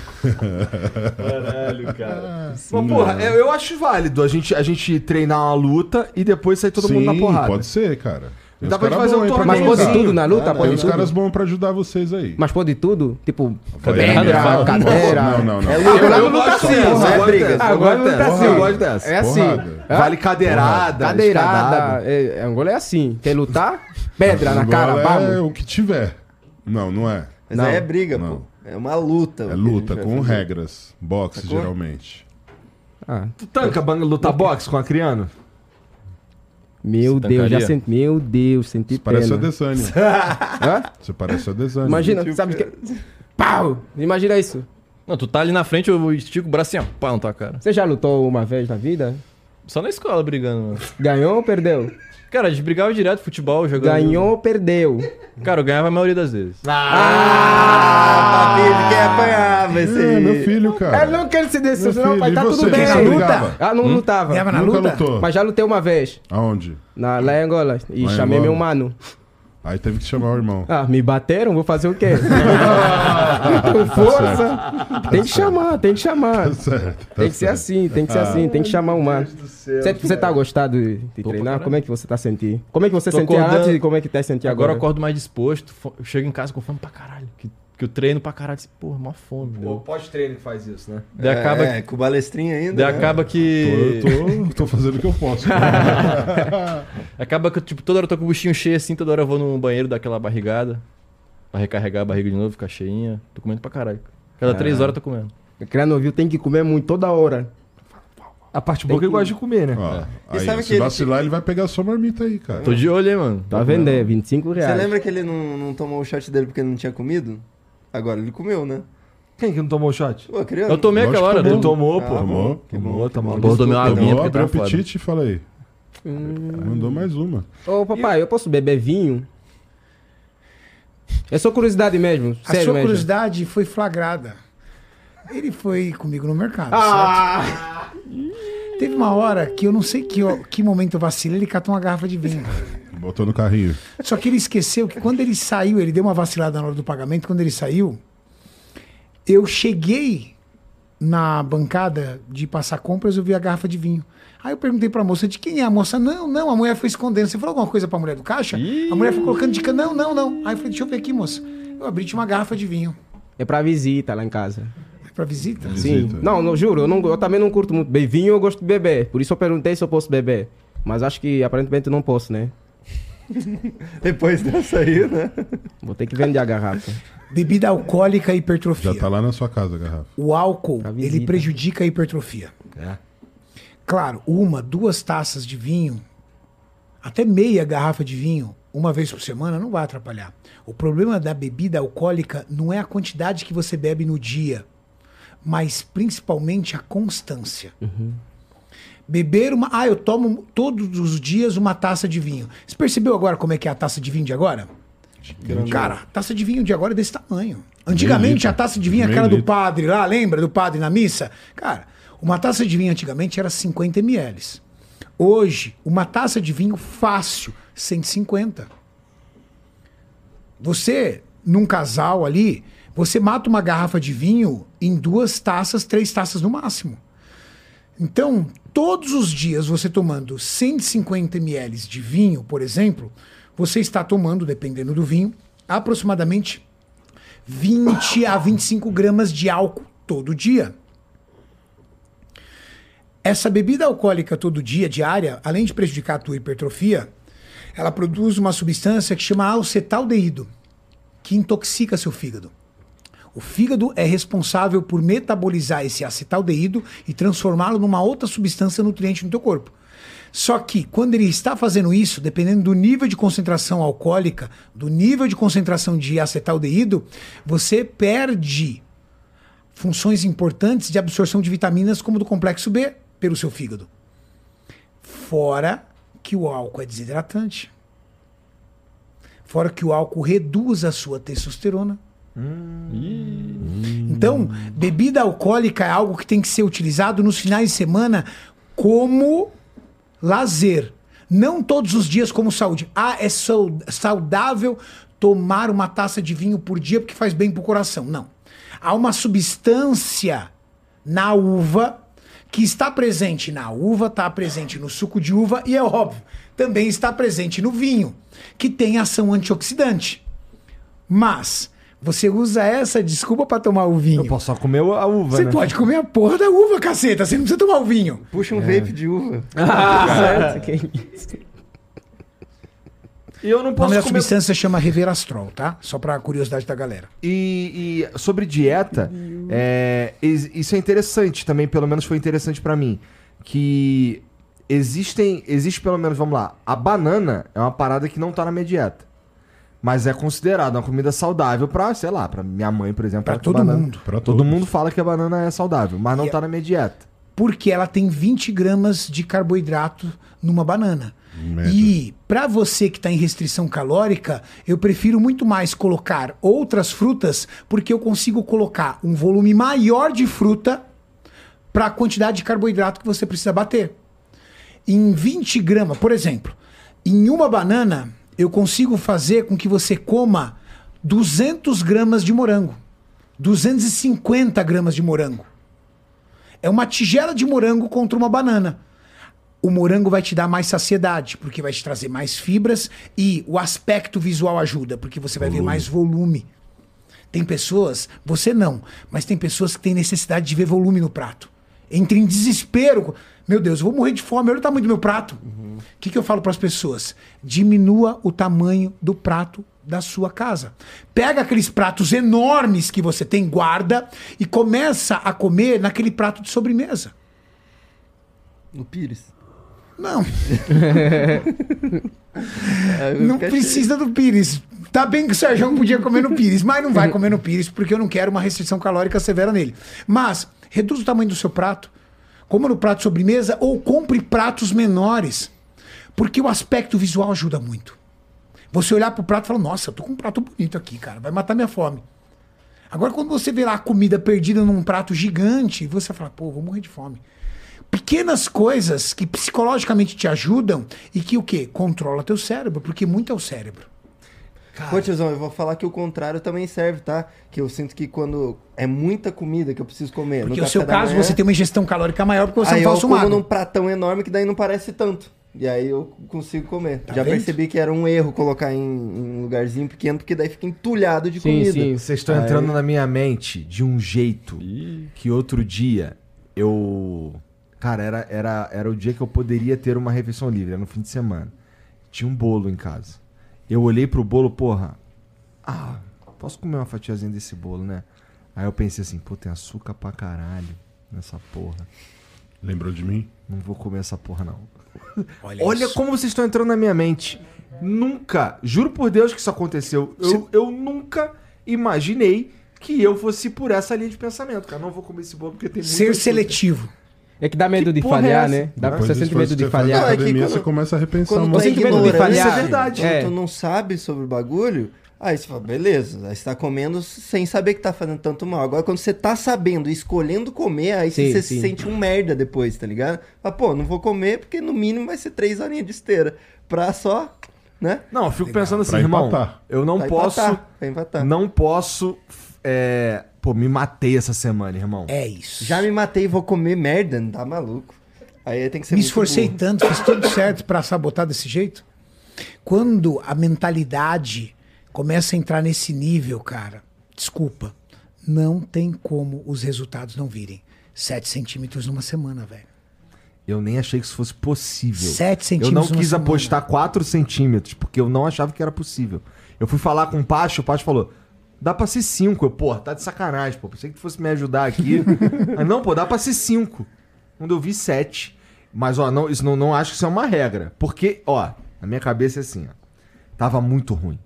Mas, porra, eu, eu acho válido a gente, a gente treinar uma luta e depois sair todo sim, mundo na porrada. pode ser, cara. Tem Dá uns pra né, cara fazer bom um aí pra torneio, Mas ajudar. pode tudo na luta? Tem Pode uns tudo? caras bons pra ajudar vocês aí. Mas pode tudo? Tipo, Vai, Pedra, né? fala. cadeira. Não, não, não. Eu, eu, Agora não tá gosto assim, dessa, não é eu gosto briga. dessa, eu Agora gosto não tá dessa, assim. eu gosto dessa. É assim. Porrada. Hã? né? Vale cadeirada, escadada. Cadeirada. É, Angola é assim. Quer lutar? Pedra na cara, Agora é vamos. o que tiver. Não, não é. Mas Não, aí é briga, não. pô. É uma luta. É luta com regra. regras. Boxe, Sacou? geralmente. Ah, Tu tanca bang- luta Tá boxe com a criano? meu Você Deus, já tancaria? senti. Meu Deus, senti Parece a pena. Desânia. Hã? Você parece a Desânia. Imagina, sabe o que. Pau! Imagina isso. Não, tu tá ali na frente, eu estico o braço assim, ó, pá, na tua cara. Você já lutou uma vez na vida? Só na escola brigando, mano. Ganhou ou perdeu? Cara, a gente brigava direto futebol, jogando. Ganhou ou perdeu? Cara, eu ganhava a maioria das vezes. Ah, David, quem apanhava esse É, aí? meu filho, cara. Eu não quero se descer, Meu senão filho, vai e tá você? é tudo bem. Você Luta. brigava? Ah, não lutava. Ganhava na Nunca luta? lutou. Mas já lutei uma vez, Aonde? na, lá em Angola, e Lá em chamei Angola? meu mano. Aí teve que chamar o irmão. Ah, me bateram, vou fazer o quê? Com força. Tem que chamar, tem que chamar. Tá certo. tá Tem que ser certo. assim, tem que ser assim, tem que chamar o mano. Você, você tá gostado de, de treinar? caralho. Como é que você tá sentindo? Como é que você Tô sentia acordando- antes e como é que tá sentindo agora? agora eu acordo mais disposto, fo- eu chego em casa com fome pra caralho. Que, que eu treino pra caralho, assim, porra, mó fome. O meu. pós-treino que faz isso, né? Daí É, acaba, é, com balestrinha ainda. daí né? acaba que. Eu tô, tô fazendo o que eu posso. né? Acaba que, tipo, toda hora eu tô com o buchinho cheio assim, toda hora eu vou no banheiro dar aquela barrigada. Pra recarregar a barriga de novo, ficar cheinha. Tô comendo pra caralho. Cada três horas eu tô comendo. Cranovil tem que comer muito toda hora. A parte boa que eu gosto de comer, né? Ó, E aí, sabe se que ele- vacilar, ele... vai pegar sua marmita aí, cara. Tô de olho, hein, mano. Tá vendo? É 25 Você reais. lembra que ele não, não tomou o shot dele porque ele não tinha comido? Agora ele comeu, né? Quem que não tomou o shot? Pô, criança. Eu tomei Lógico aquela hora. que né? Ele Eu tô... tomou, Ah, pô. tomou. Tomou, tomou. Bom, tomei uma Eu aguinha vou porque abrir o tá foda. apetite e fala aí. Hum. Mandou mais uma. Ô papai, eu posso beber vinho? É só curiosidade mesmo, A sério sua mesmo. curiosidade foi flagrada. Ele foi comigo no mercado, certo? Teve uma hora que eu não sei que, que momento eu vacilei, ele catou uma garrafa de vinho. Botou no carrinho. Só que ele esqueceu que quando ele saiu, ele deu uma vacilada na hora do pagamento, quando ele saiu, eu cheguei na bancada de passar compras, eu vi a garrafa de vinho. Aí eu perguntei pra moça de quem é a moça? Não, não, a mulher foi escondendo. Você falou alguma coisa pra mulher do caixa? A mulher foi colocando de cana. Não, não, não. Aí eu falei, deixa eu ver aqui, moça. Eu abri tinha uma garrafa de vinho. É pra visita lá em casa. É pra visita? Sim. Visita. Não, não, juro, eu, não- eu também não curto muito. Bem, vinho eu gosto de beber. Por isso eu perguntei se eu posso beber. Mas acho que aparentemente eu não posso, né? Depois dessa aí, né? Vou ter que vender a garrafa. Bebida alcoólica Já e hipertrofia. tá lá na sua casa, a garrafa. O álcool, Pra visita. ele prejudica a hipertrofia. Claro, uma, duas taças de vinho, até meia garrafa de vinho, uma vez por semana, não vai atrapalhar. O problema da bebida alcoólica não é a quantidade que você bebe no dia, mas principalmente a constância. Beber uma. Ah, eu tomo todos os dias uma taça de vinho. Você percebeu agora como é que é a taça de vinho de agora? Cara, a taça de vinho de agora é desse tamanho. Antigamente litro. a taça de vinho, é Meio aquela do litro. padre lá, lembra do padre na missa? Cara, uma taça de vinho antigamente era 50 ml. Hoje, uma taça de vinho fácil, 150. Você, num casal ali, você mata uma garrafa de vinho em duas taças, três taças no máximo. Então, todos os dias você tomando 150 ml de vinho, por exemplo, você está tomando, dependendo do vinho, aproximadamente 20 a 25 gramas de álcool todo dia. Essa bebida alcoólica todo dia, diária, além de prejudicar a tua hipertrofia, ela produz uma substância que chama acetaldeído, que intoxica seu fígado. O fígado é responsável por metabolizar esse acetaldeído e transformá-lo numa outra substância nutriente no teu corpo. Só que quando ele está fazendo isso, dependendo do nível de concentração alcoólica, do nível de concentração de acetaldeído, você perde funções importantes de absorção de vitaminas como do complexo B pelo seu fígado. Fora que o álcool é desidratante. Fora que o álcool reduz a sua testosterona. Então, bebida alcoólica é algo que tem que ser utilizado nos finais de semana como lazer. Não todos os dias como saúde. Ah, é sau- saudável tomar uma taça de vinho por dia porque faz bem pro coração. Não. Há uma substância na uva que está presente na uva, está presente no suco de uva e é óbvio, também está presente no vinho, que tem ação antioxidante. Mas você usa essa desculpa para tomar o vinho. Eu posso só comer a uva, Você né? pode comer a porra da uva, caceta. Você não precisa tomar o vinho. Puxa É. um vape de uva. certo, que isso. E eu não O nome posso da comer... substância chama Reverastrol, tá? Só pra curiosidade da galera. E, e sobre dieta, é, is- isso é interessante também, pelo menos foi interessante pra mim. Que existem, existe pelo menos, vamos lá, a banana é uma parada que não tá na minha dieta. Mas é considerada uma comida saudável pra, sei lá, pra minha mãe, por exemplo. Pra fala que todo banana- mundo. Pra todo todos. mundo fala que a banana é saudável, mas não E- tá na minha dieta. Porque ela tem 20 gramas de carboidrato numa banana. Merda. E pra você que tá em restrição calórica, eu prefiro muito mais colocar outras frutas, porque eu consigo colocar um volume maior de fruta pra quantidade de carboidrato que você precisa bater. Em 20 gramas, por exemplo, em uma banana, eu consigo fazer com que você coma 200 gramas de morango. 250 gramas de morango. É uma tigela de morango contra uma banana. O morango vai te dar mais saciedade, porque vai te trazer mais fibras e o aspecto visual ajuda, porque você vai ver mais volume. Tem pessoas, você não, mas tem pessoas que têm necessidade de ver volume no prato. Entra em desespero. Meu Deus, eu vou morrer de fome, olha o tamanho do meu prato. O Uhum. que, que eu falo para as pessoas? Diminua o tamanho do prato da sua casa. Pega aqueles pratos enormes que você tem, guarda e começa a comer naquele prato de sobremesa. No Pires. Não, É, eu não fiquei- precisa do Pires. Tá bem que o Sérgio podia comer no Pires, mas não vai comer no Pires porque eu não quero uma restrição calórica severa nele. Mas reduz o tamanho do seu prato, coma no prato de sobremesa ou compre pratos menores, porque o aspecto visual ajuda muito. Você olhar pro prato e falar: "Nossa, eu tô com um prato bonito aqui, cara, vai matar minha fome". Agora quando você vê lá a comida perdida num prato gigante, você fala: "Pô, vou morrer de fome". pequenas coisas que psicologicamente te ajudam e que o quê? Controla teu cérebro, porque muito é o cérebro. Pô, tiozão, eu vou falar que o contrário também serve, tá? Que eu sinto que quando é muita comida que eu preciso comer. Porque no no seu café da caso, manhã, você tem uma ingestão calórica maior porque você é aí um eu falso como magro. num pratão enorme que daí não parece tanto. E aí eu consigo comer. Tá Já vendo? percebi que era um erro colocar em, em um lugarzinho pequeno, porque daí fica entulhado de Sim, comida. sim. Vocês estão entrando na minha mente de um jeito que outro dia eu. Cara, era, era, era o dia que eu poderia ter uma refeição livre, era no fim de semana. Tinha um bolo em casa. Eu olhei pro bolo, porra. Ah, posso comer uma fatiazinha desse bolo, né? Aí eu pensei assim, pô, tem açúcar pra caralho nessa porra. Lembrou de mim? Não vou comer essa porra, não. Olha, Olha, como vocês estão entrando na minha mente. Nunca, juro por Deus que isso aconteceu. Eu, eu nunca imaginei que eu fosse por essa linha de pensamento, cara. Não vou comer esse bolo porque tem muito Ser açúcar. seletivo. É que dá medo de porra é falhar, essa? né? Dá Depois você disso, sente medo você de faz Não, na é falhar. que academia, quando- você começa a repensar um Quando tu monte é de Sente medo de ignorante, falhar. isso é verdade. verdade. Quando É. tu não sabe sobre o bagulho, aí você fala, beleza, aí você tá comendo sem saber que tá fazendo tanto mal. Agora, quando você tá sabendo e escolhendo comer, aí Sim, você se sim. sente um merda depois, tá ligado? Fala, pô, não vou comer porque no mínimo vai ser três horinhas de esteira. Pra só, né? Não, eu fico pensando assim, Pra irmão. empatar. Eu não Pra posso. empatar, pra empatar. Não posso. é, Pô, me matei essa semana, irmão. É isso. Já me matei e vou comer merda, não tá maluco? Aí tem que ser é me muito esforcei burro. tanto, fiz tudo certo pra sabotar desse jeito. Quando a mentalidade começa a entrar nesse nível, cara, desculpa, não tem como os resultados não virem. 7 centímetros numa semana, velho. Eu nem achei que isso fosse possível. 7 Eu centímetros. não uma quis semana. apostar 4 centímetros, porque eu não achava que era possível. Eu fui falar com o Pacho, o Pacho falou: dá pra ser 5. Eu, pô, tá de sacanagem, pô. Pensei que tu fosse me ajudar aqui. Aí, não, pô, dá pra ser 5. Quando eu vi 7. Mas, ó, não, isso não, não acho que isso é uma regra. Porque, ó, na minha cabeça é assim, ó. Tava muito ruim.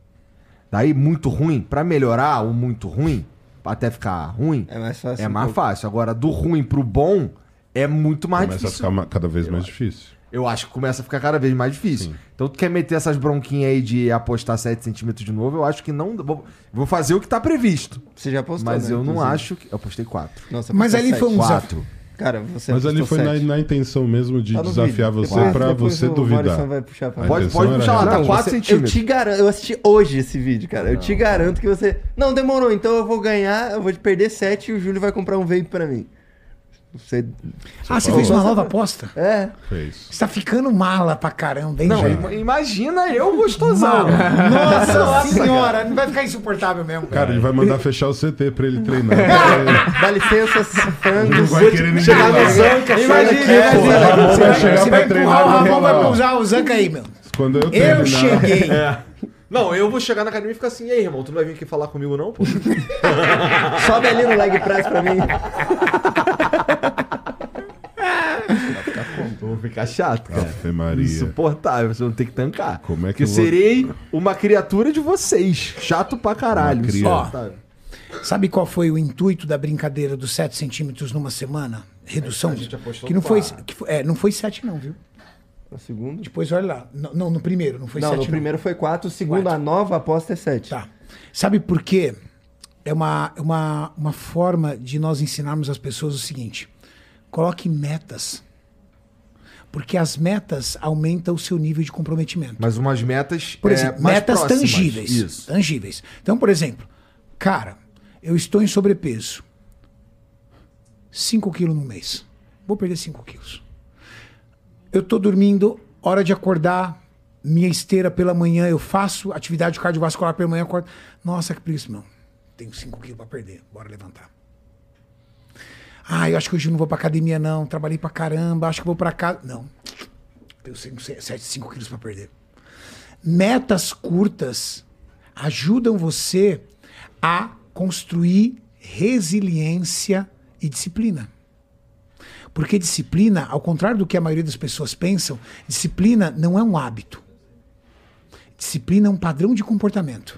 Daí, muito ruim, pra melhorar o muito ruim, até ficar ruim, É mais fácil. é um mais pouco. fácil. Agora, do ruim pro bom, é muito mais Começa a difícil. ficar ma- cada vez mais difícil. Eu acho que começa a ficar cada vez mais difícil. Então, tu quer meter essas bronquinhas aí de apostar 7 centímetros de novo? Eu acho que não. Vou, vou fazer o que tá previsto. Você já postou, mas né, eu não inclusive. acho que. Eu apostei 4. Nossa, Mas postou ali foi sete. um desafio. 4. Cara, você Mas ali apostou foi na, sete. na intenção mesmo de Tá no desafiar vídeo. você Depois- pra depois você o Morrison duvidar. vai puxar pra A Pode, intenção pode era puxar lá, essa. tá 4 Você- Eu centímetros. te garanto, eu assisti hoje esse vídeo, cara. eu te garanto que você. Não, demorou, então eu vou ganhar, eu vou perder 7 e o Júlio vai comprar um vape pra mim. Você. Ah, você fez uma nova aposta? É. Fez. Você tá ficando mala pra caramba, hein, Não, gente? im- imagina eu gostosão. né? Nossa senhora, não vai ficar insuportável mesmo. Cara, ele vai É. mandar fechar o CT pra ele treinar. Dá licença, frangos. Não vai querer ninguém Chegar no lá. Zanca, Imagina, chega aqui, imagina. pô. Ramon vai Você vai- chegar você pra vai empurrar treinar o no Ramon, vai relógio. pousar o Zanca aí, meu. Quando eu terminar... Eu cheguei. Não, eu vou chegar na academia e ficar assim, e aí, irmão, tu não vai vir aqui falar comigo, não, pô? Sobe ali no leg press pra mim. Vou ficar chato, cara. Ave Maria. Insuportável, você não tem que tancar. Ah, Como é que Porque eu vou- serei uma criatura de vocês. Chato pra caralho. Uma criatura. insuportável. Sabe qual foi o intuito da brincadeira dos 7 centímetros numa semana? Redução? gente apostou que não no foi, par. que foi- é, não foi 7 não, viu? O segundo. Depois olha lá. Não, não, no primeiro, não foi 7 Não, no primeiro foi 4, o segundo, Quatro. a nova aposta é 7. Tá. Sabe por quê? É uma, é uma, uma forma de nós ensinarmos as pessoas o seguinte: coloque metas. Porque as metas aumentam o seu nível de comprometimento. Mas umas metas. Por é, exemplo, mais metas próximas. tangíveis. Isso. Tangíveis. Então, por exemplo, cara, eu estou em sobrepeso. 5 quilos no mês. Vou perder 5 quilos. Eu estou dormindo, hora de acordar, minha esteira pela manhã, eu faço atividade cardiovascular pela manhã, acordo. Nossa, que preguiça, não. Tenho 5 quilos para perder. Bora levantar. Ah, eu acho que hoje eu não vou pra academia, não. Trabalhei pra caramba, acho que vou pra casa. Não. Tenho 5 quilos para perder. Metas curtas ajudam você a construir resiliência e disciplina. Porque disciplina, ao contrário do que a maioria das pessoas pensam, disciplina não é um hábito. Disciplina é um padrão de comportamento.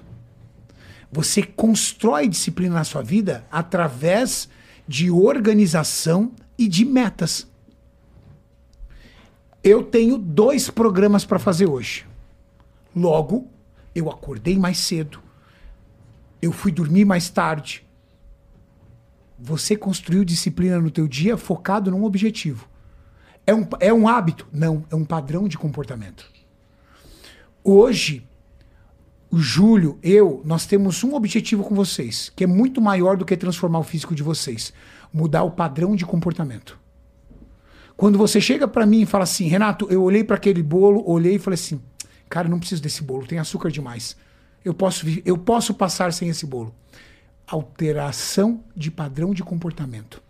Você constrói disciplina na sua vida através de organização e de metas. Eu tenho dois programas para fazer hoje. Logo, eu acordei mais cedo. Eu fui dormir mais tarde. Você construiu disciplina no teu dia focado num objetivo. É um, é um hábito? Não, é um padrão de comportamento. Hoje, o Júlio, eu, nós temos um objetivo com vocês, que é muito maior do que transformar o físico de vocês. Mudar o padrão de comportamento. Quando você chega pra mim e fala assim, Renato, eu olhei pra aquele bolo, olhei e falei assim, cara, eu não preciso desse bolo, tem açúcar demais. Eu posso, vi- eu posso passar sem esse bolo. Alteração de padrão de comportamento.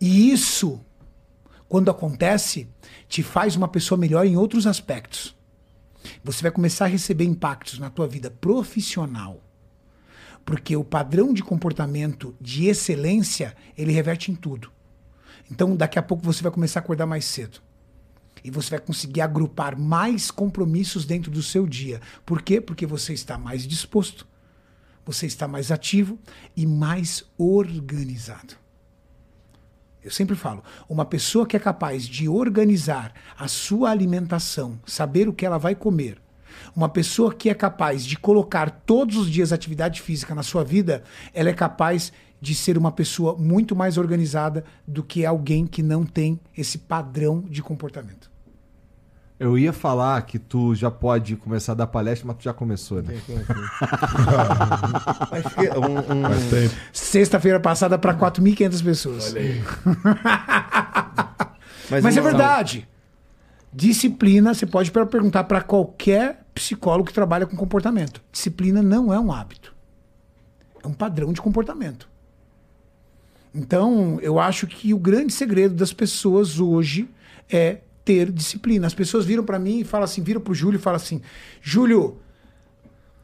E isso, quando acontece, te faz uma pessoa melhor em outros aspectos. Você vai começar a receber impactos na tua vida profissional. Porque o padrão de comportamento de excelência, ele reverte em tudo. Então, daqui a pouco você vai começar a acordar mais cedo. E você vai conseguir agrupar mais compromissos dentro do seu dia. Por quê? Porque você está mais disposto, você está mais ativo e mais organizado. Eu sempre falo, uma pessoa que é capaz de organizar a sua alimentação, saber o que ela vai comer, uma pessoa que é capaz de colocar todos os dias atividade física na sua vida, ela é capaz de ser uma pessoa muito mais organizada do que alguém que não tem esse padrão de comportamento. Eu ia falar que tu já pode começar a dar palestra, mas tu já começou, né? Mas fica um- um- Faz tempo. Sexta-feira passada para 4.500 pessoas. mas Mas é uma- verdade. Disciplina, você pode per- perguntar para qualquer psicólogo que trabalha com comportamento. Disciplina não é um hábito. É um padrão de comportamento. Então, eu acho que o grande segredo das pessoas hoje é ter disciplina. As pessoas viram para mim e falam assim, viram pro Júlio e falam assim: "Júlio,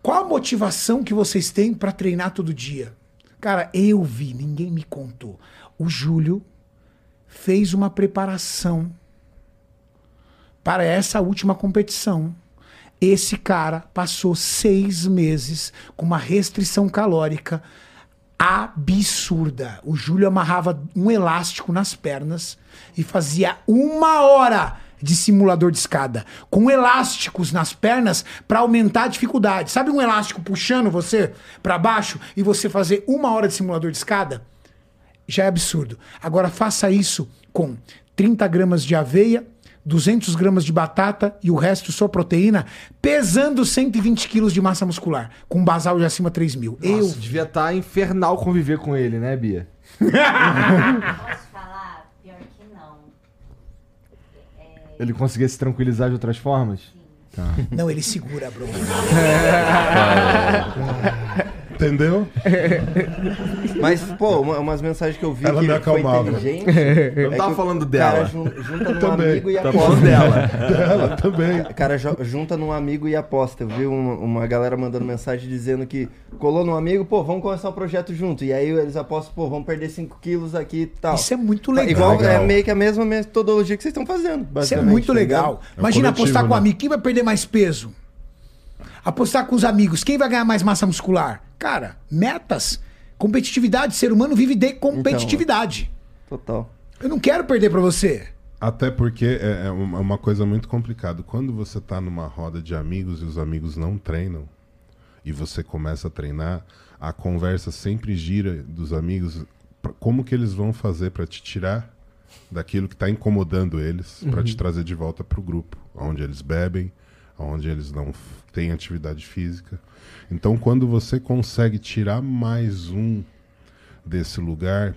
qual a motivação que vocês têm para treinar todo dia?" Cara, eu vi, ninguém me contou. O Júlio fez uma preparação para essa última competição. Esse cara passou seis meses com uma restrição calórica absurda. O Júlio amarrava um elástico nas pernas e fazia uma hora de simulador de escada, com elásticos nas pernas para aumentar a dificuldade. Sabe um elástico puxando você para baixo e você fazer uma hora de simulador de escada? já é absurdo. Agora faça isso com 30 gramas de aveia, 200 gramas de batata e o resto só proteína, pesando 120 quilos de massa muscular, com um basal de acima 3 mil. Nossa, Eu devia estar infernal conviver com ele, né, Bia? Posso falar? Pior que não. Ele conseguia se tranquilizar de outras formas? Não, ele segura, bro. é Entendeu? Mas, pô, uma- umas mensagens que eu vi Ela que me acalmava. foi inteligente. Eu não é tava que o falando Cara, dela. jun- junta num Também. amigo e Tá aposta. falando dela. Ela também. Cara, jo- junta num amigo e aposta. Eu vi uma, uma galera mandando mensagem dizendo que colou num amigo, pô, vamos começar o projeto junto. E aí eles apostam, pô, vamos perder 5 quilos aqui e tal. Isso é muito legal. Igual, Legal. é meio que a mesma metodologia que vocês estão fazendo. Isso é basicamente, muito tá legal. ligado? É coletivo, Imagina apostar com um né? amigo, quem vai perder mais peso? Apostar com os amigos, quem vai ganhar mais massa muscular? Cara, metas, competitividade, ser humano vive de competitividade. Total. Eu não quero perder pra você. Até porque é, é uma é uma coisa muito complicada. Quando você tá numa roda de amigos e os amigos não treinam, e você começa a treinar, a conversa sempre gira dos amigos. pra- Como que eles vão fazer para te tirar daquilo que tá incomodando eles, pra te trazer de volta pro grupo, onde eles bebem, onde eles não f- têm atividade física. Então, quando você consegue tirar mais um desse lugar,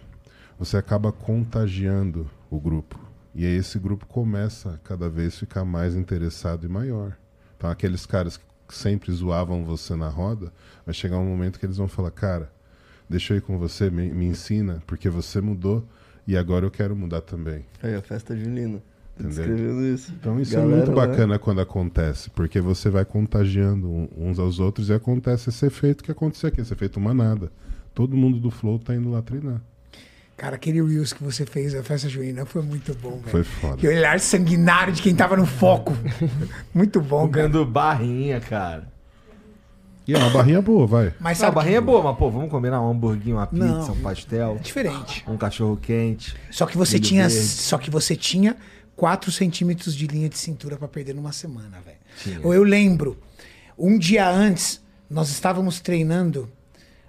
você acaba contagiando o grupo. E aí esse grupo começa cada vez ficar mais interessado e maior. Então aqueles caras que sempre zoavam você na roda, vai chegar um momento que eles vão falar, cara, deixa eu ir com você, me, me ensina, porque você mudou e agora eu quero mudar também. Aí, a festa junina. Tô Entendeu? Descrevendo isso. Então isso Galera né? é muito lá. bacana quando acontece, porque você vai contagiando um- uns aos outros e acontece esse efeito que aconteceu aqui, esse efeito manada. Todo mundo do flow tá indo lá treinar. Cara, aquele Reels que você fez da festa junina foi muito bom, velho. Foi foda. Que olhar sanguinário de quem tava no foco. muito bom, cara. Jogando barrinha, cara. E é uma barrinha boa, vai. Mas Essa sabe barrinha é boa, mas pô, vamos combinar um hamburguinho, uma pizza, Não. um pastel, que é diferente. um cachorro quente. Só que você Milho tinha, verde. só que você tinha 4 centímetros de linha de cintura pra perder numa semana, velho. Ou eu lembro, um dia antes nós estávamos treinando,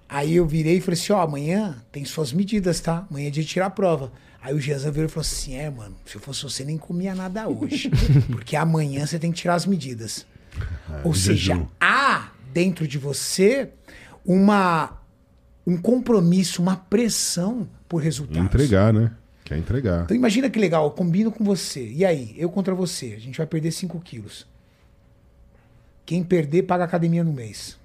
aí eu virei e falei assim: "Ó, amanhã tem suas medidas, tá? Amanhã é dia de tirar a prova". Aí o Jeanzão virou e falou assim: "É, mano, se eu fosse você nem comia nada hoje, porque amanhã você tem que tirar as medidas". Ou seja, jejum. há dentro de você uma um compromisso, uma pressão por resultados. Entregar, né? Quer entregar. Então imagina que legal, eu combino com você. E aí, eu contra você, a gente vai perder 5 quilos. Quem perder, paga a academia no mês.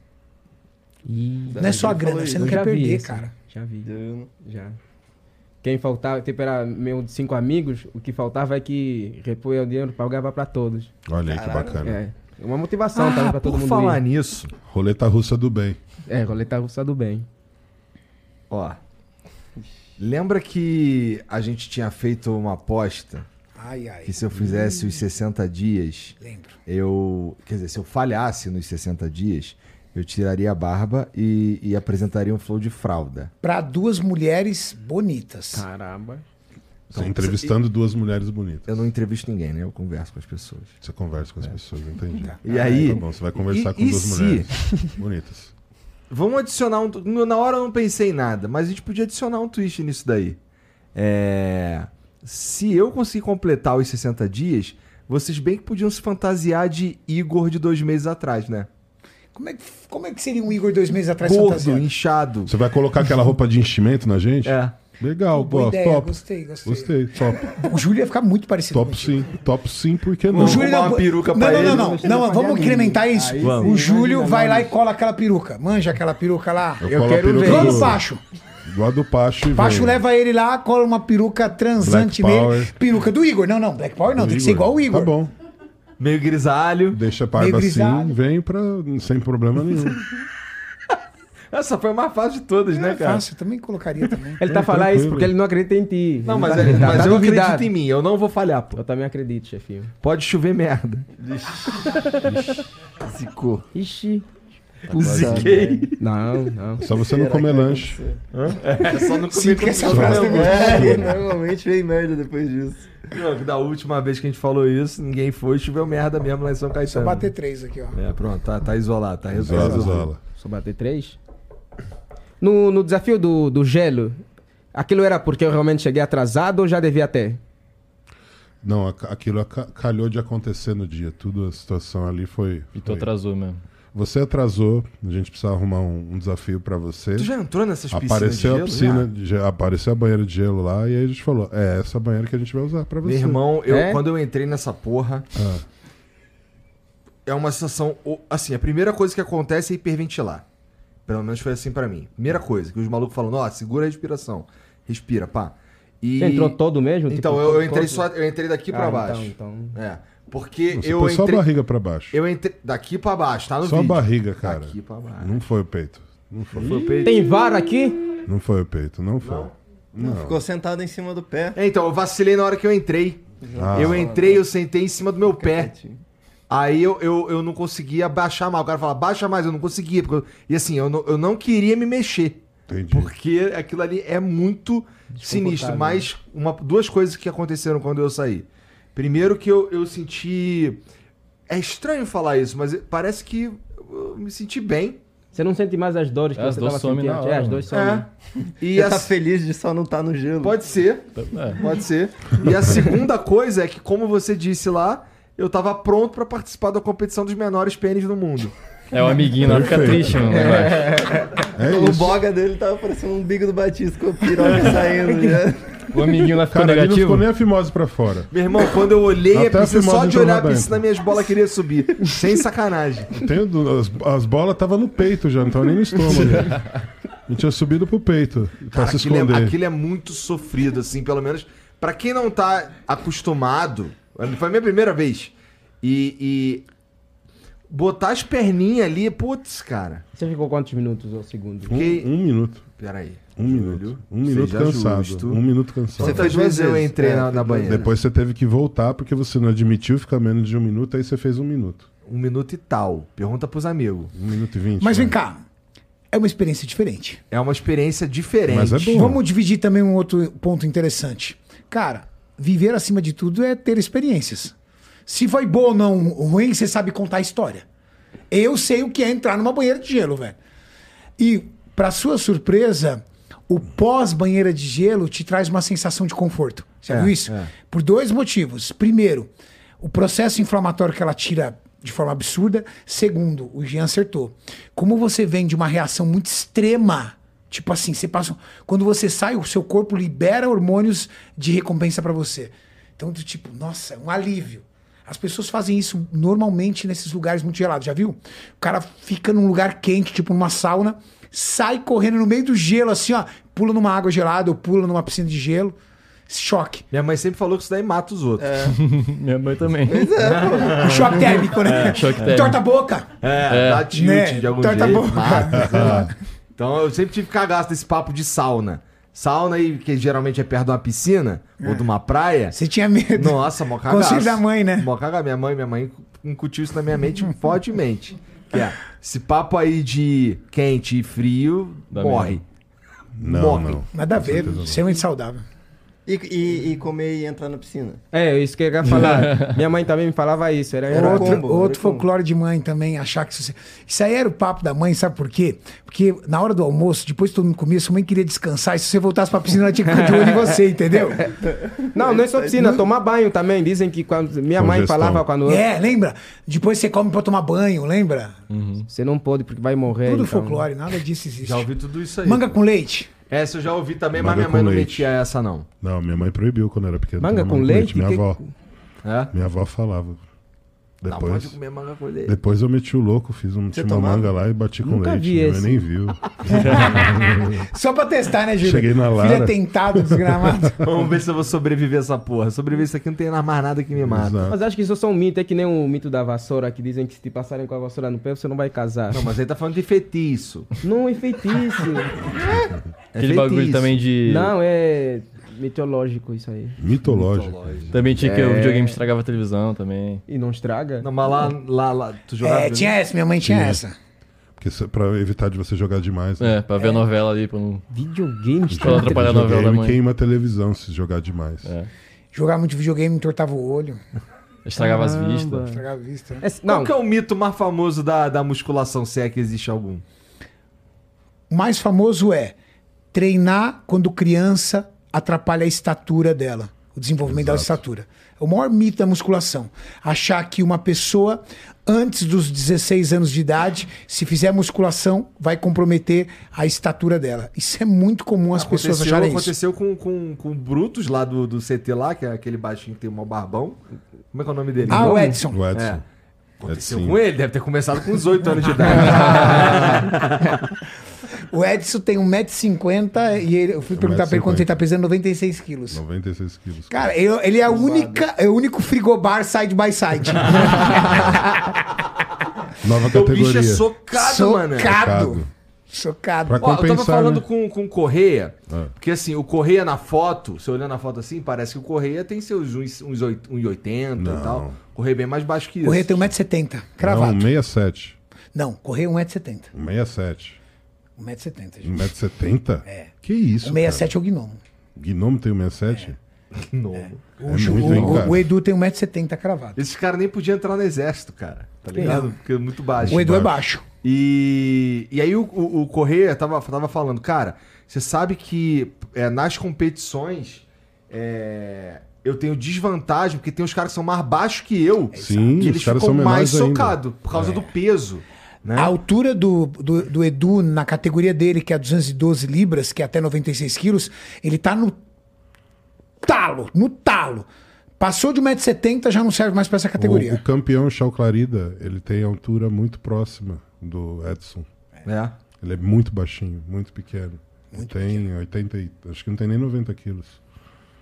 Ih, Não é só a Ele falou grana, isso. você não eu quer já vi perder, isso, cara. Já vi, Eu- já. Quem faltava, tipo, era meu de cinco amigos, o que faltava é que repunha o dinheiro, pagava pra todos. Olha aí que Tá bacana. É. Uma motivação também pra todo Ah, por mundo. falar ir. nisso, Roleta russa do bem. Então, É, roleta russa do bem. ó. Lembra que a gente tinha feito uma aposta Ai, ai. que se eu fizesse os 60 dias, Lembro. eu. Quer dizer, se eu falhasse nos 60 dias, eu tiraria a barba e, e apresentaria um flow de fralda. Pra duas mulheres bonitas. Tá. Caramba. Você entrevistando duas mulheres bonitas. Eu não entrevisto ninguém, né? Eu converso com as pessoas. Você conversa com É. as pessoas, entendi. E aí- Tá bom, você vai conversar e- com e duas se- mulheres bonitas. Vamos adicionar um. no- Na hora eu não pensei em nada, mas a gente podia adicionar um twist nisso daí. É. Se eu conseguir completar os 60 dias, vocês bem que podiam se fantasiar de Igor de dois meses atrás, né? Como, é que, como é que seria um Igor dois meses atrás Gordo, fantasiado? inchado. Você vai colocar aquela roupa de enchimento na gente? É. Legal, Boa pô, ideia, top. gostei, gostei. Gostei, top. O Júlio ia ficar muito parecido top contigo. sim. Top sim, por que não? O Vamos Júlio arrumar não, uma peruca não, pra não, ele. não, não, não, Imagina vamos fazer incrementar isso. Aí Vamos. sim, O Júlio imagina vai lá e nós. cola aquela peruca. Manja aquela peruca lá. colo a quero peruca ver. Lá no do- baixo. Igual a do Pacho e Pacho vem. leva ele lá, cola uma peruca transante Hum. Black nele. Power. Peruca do Igor. Não, não, Black Power não, Do tem que ser igual o Igor. Tá bom. Meio grisalho. Deixa a Meio barba grisalho. assim, vem pra... sem problema nenhum. Essa foi a mais fácil de todas, né, É cara? fácil, também colocaria também. É, Ele tá falando isso tranquilo. porque ele não acredita em ti. Não, Ele mas, tá- é- tá- mas tá eu duvidado. acredito em mim, eu não vou falhar, pô. Eu também acredito, chefinho. Pode chover merda. Zicou. Ixi. Ziquei. Não, não. Só você não comer lanche. É só não Sim, porque essa frase não. também- É, normalmente vem merda depois disso. Não, Da última vez que a gente falou isso, ninguém foi, choveu merda mesmo lá em São Só Caetano. bater três aqui, ó. É, pronto, tá, tá isolado, tá Zola, resolvido. zola. Só bater três. No, no desafio do, do gelo, aquilo era porque eu realmente cheguei atrasado ou já devia ter? Não, a- aquilo aca- calhou de acontecer no dia. Tudo a situação ali foi. E tu foi- atrasou mesmo. Você atrasou, a gente precisa arrumar um, um desafio pra você. Tu já entrou nessas piscinas Apareceu a de gelo? piscina, de ge- apareceu a banheira de gelo lá e aí a gente falou: é essa banheira que a gente vai usar pra você. Ah. Meu irmão, eu, É? quando eu entrei nessa porra. É uma sensação. o- Assim, a primeira coisa que acontece é hiperventilar. Pelo menos foi assim pra mim. Primeira coisa, que os malucos falam, ó, segura a respiração. Respira, pá. E... Você entrou todo mesmo? Então, Tipo, eu, eu todo entrei corpo? só. Eu entrei daqui Ah, pra então, baixo. então. É. Porque Você eu pôs só a entrei. barriga pra baixo. Eu entrei. Daqui pra baixo, tá no Só a vídeo. barriga, cara. Daqui pra baixo. Não foi o peito. Não foi, Foi o peito. Tem vara aqui? não foi o peito, não foi. Ficou sentado em cima do pé. É, Então, eu vacilei na hora que eu entrei. Ah. eu entrei, eu sentei em cima do meu pé. Quietinho. Aí eu, eu, eu não conseguia baixar mais. O cara falava, baixa mais, eu não conseguia. porque eu- e assim, eu não, eu não queria me mexer. Entendi. Porque aquilo ali é muito sinistro. Mas né? uma, duas coisas que aconteceram quando eu saí. Primeiro que eu, eu senti. É estranho falar isso, mas parece que eu me senti bem. Você não sente mais as dores que As você dores tava somem na sentindo? hora, É, as mano. dores somem. É. E Você tá as- feliz de só não estar no gelo. Pode ser. É. Pode ser. E a segunda coisa é que, como você disse lá, eu tava pronto pra participar da competição dos menores pênis do mundo. É o amiguinho lá, fica Perfeito. triste, mano. vai. É O isso. boga dele tava parecendo um bigo do Batista com o piroca saindo. né? O amiguinho lá ficou Cara, ele não negativo. ficou nem a fimose pra fora. Meu irmão, quando eu olhei Até a piscina, a só fimose de olhar a entrou lá piscina, minhas bolas queriam subir. Sem sacanagem. Tem do- as, as bolas estavam no peito já, não estavam nem no estômago. E tinha subido pro peito pra se aquilo, é, esconder. aquilo é muito sofrido, assim, pelo menos. pra quem não tá acostumado, foi a minha primeira vez. E. e botar as perninhas ali, putz, cara. Você ficou quantos minutos ou segundos? Um, que- um minuto. Peraí. Um minuto. Um minuto seja cansado. justo. Um minuto cansado. Você fez Quantas vezes eu duas vezes. entrei É, na, na banheira? Depois você teve que voltar porque você não admitiu ficar menos de um minuto, aí você fez um minuto. Um minuto e tal. Pergunta pros amigos. Um minuto e vinte. Mas né? vem cá. É uma experiência diferente. É uma experiência diferente. Mas é bom. Vamos dividir também um outro ponto interessante. Cara, viver acima de tudo é ter experiências. Se foi boa ou não ruim, você sabe contar a história. Eu sei o que é entrar numa banheira de gelo, velho. E, pra sua surpresa, o pós-banheira de gelo te traz uma sensação de conforto. Você É, viu isso? é. Por dois motivos. Primeiro, o processo inflamatório que ela tira de forma absurda. Segundo, o Jean acertou. Como você vem de uma reação muito extrema, tipo assim, você passa. Quando você sai, o seu corpo libera hormônios de recompensa pra você. Então, do tipo, nossa, é um alívio. As pessoas fazem isso normalmente nesses lugares muito gelados, já viu? O cara fica num lugar quente, tipo numa sauna, sai correndo no meio do gelo, assim, ó, pula numa água gelada ou pula numa piscina de gelo. Choque. Minha mãe sempre falou que isso daí mata os outros. Minha mãe também. O choque térmico, né? Ah. É, choque térmico. Torta a boca. É, dá tilt Né? de algum Tá- tá jeito. bom. mata, sei lá. Então eu sempre tive cagaço desse papo de sauna. Sauna, aí, que geralmente é perto de uma piscina ou de uma praia. É. Você tinha medo. Nossa, mó cagaço. Conselho da mãe, né? Mó cagaço. Minha mãe, minha mãe incutiu isso na minha mente fortemente. Que é, esse papo aí de quente e frio, Dá morre. merda. Não, morre. não. Nada a ver, certeza não. extremamente saudável. E, e- e comer e entrar na piscina. É, isso que eu ia falar. Minha mãe também me falava isso. Era, era- Outro, combo, era outro combo. folclore de mãe também, achar que isso... se- Isso aí era o papo da mãe, sabe por quê? Porque na hora do almoço, depois que todo mundo comia, sua mãe queria descansar, e se você voltasse pra piscina, ela tinha que ficar de olho em você, entendeu? Não, não é só piscina, tomar banho também. Dizem que quando minha mãe Congestão. falava quando É, lembra? Depois você come pra tomar banho, lembra? você não pode porque vai morrer. Tudo então. folclore, nada disso existe. Já ouvi tudo isso aí. Manga com leite. Essa eu já ouvi também, Manga mas minha mãe com não leite. metia essa, não. Não, minha mãe proibiu quando eu era pequeno. Manga tomar com leite? Minha Que- avó. É? Minha avó falava. Depois, comer manga com leite. depois eu meti o louco, fiz um Você tinha uma tomava? manga lá e bati com Nunca leite. vi minha mãe esse. nem viu. Só pra testar, né, Júlio? Cheguei na Lara. Filha tentada, desgramado. Vamos ver se eu vou sobreviver essa porra. Sobreviver isso aqui não tem mais nada que me mata. Exato. Mas acho que isso é só um mito, é que nem o mito da vassoura, que dizem que se te passarem com a vassoura no pé, você não vai casar. Não, Não, mas ele tá falando de feitiço. é feitiço. É Aquele bagulho feitiço. também de. não, é mitológico isso aí. Mitológico. Também tinha que o videogame estragava a televisão também. E não estraga? Não, mas lá, lá, lá, tu jogava. É, tinha essa, minha mãe tinha essa. Porque isso é pra evitar de você jogar demais. Né? É, pra ver a novela ali, pra não. Videogame Pra não estraga. atrapalhar a novela da Videogame manhã. queima a televisão se jogar demais. É. Jogar muito videogame, entortava o olho, Estragava as Caramba. vistas. estragava a vista. né? É, se- Qual não, que é o mito mais famoso da, da musculação, se é que existe algum? O mais famoso é treinar quando criança atrapalha a estatura dela, o desenvolvimento da estatura. É o maior mito da musculação. Achar que uma pessoa, antes dos 16 anos de idade, se fizer musculação, vai comprometer a estatura dela. Isso é muito comum as pessoas Aconteceu, acharem isso. aconteceu com, com, com o Brutus lá do, do CT lá, que é aquele baixinho que tem um barbão. Como é que é o nome dele? Ah, o Nome? Edson. O É. Edson. Aconteceu Edson. com ele, deve ter começado com 18 anos de idade. O Edson tem 1,50m e ele- eu fui perguntar pra ele quanto ele tá pesando, 96 quilos. 96 quilos. Cara, eu- ele é, a única, é o único frigobar side by side. Nova o bicho é categoria. socado, mano. Socado. Socado. Socado. Pra Ó, eu tava compensar, falando né? com, com o Correia, Ah. porque assim, o Correia na foto, você olhando a foto assim, parece que o Correia tem seus uns, uns oit- 1,80 e Não. tal. O Correia é bem mais baixo que isso. Correr tem 1,70m. Cravado. Não, 67. Não, correr 1,70m. 67. 1,70m, gente. 1,70m? É. Que isso? O cara? 67 é o gnomo. Gnomo tem 1,67m? Novo. O, É Ju- muito, o- hein, o- cara? o Edu tem 1,70m cravado. Esses caras nem podiam entrar no exército, cara. Tá ligado? Porque é muito baixo. O Edu é baixo. E, e aí o, o, o Correia tava, tava falando, cara, você sabe que é, nas competições é, eu tenho desvantagem, porque tem os caras que são mais baixos que eu. Sim, e os eles caras ficam são mais menores ainda. É. socados por causa do peso. Né? A altura do, do, do Edu na categoria dele, que é 212 libras, que é até 96 quilos, ele tá no talo, no talo. Passou de 1,70m, já não serve mais pra essa O, categoria. o campeão Chau Clarida, ele tem a altura muito próxima do Edson. É. Ele é muito baixinho, muito pequeno. tem 80 e- acho que não tem nem 90 quilos.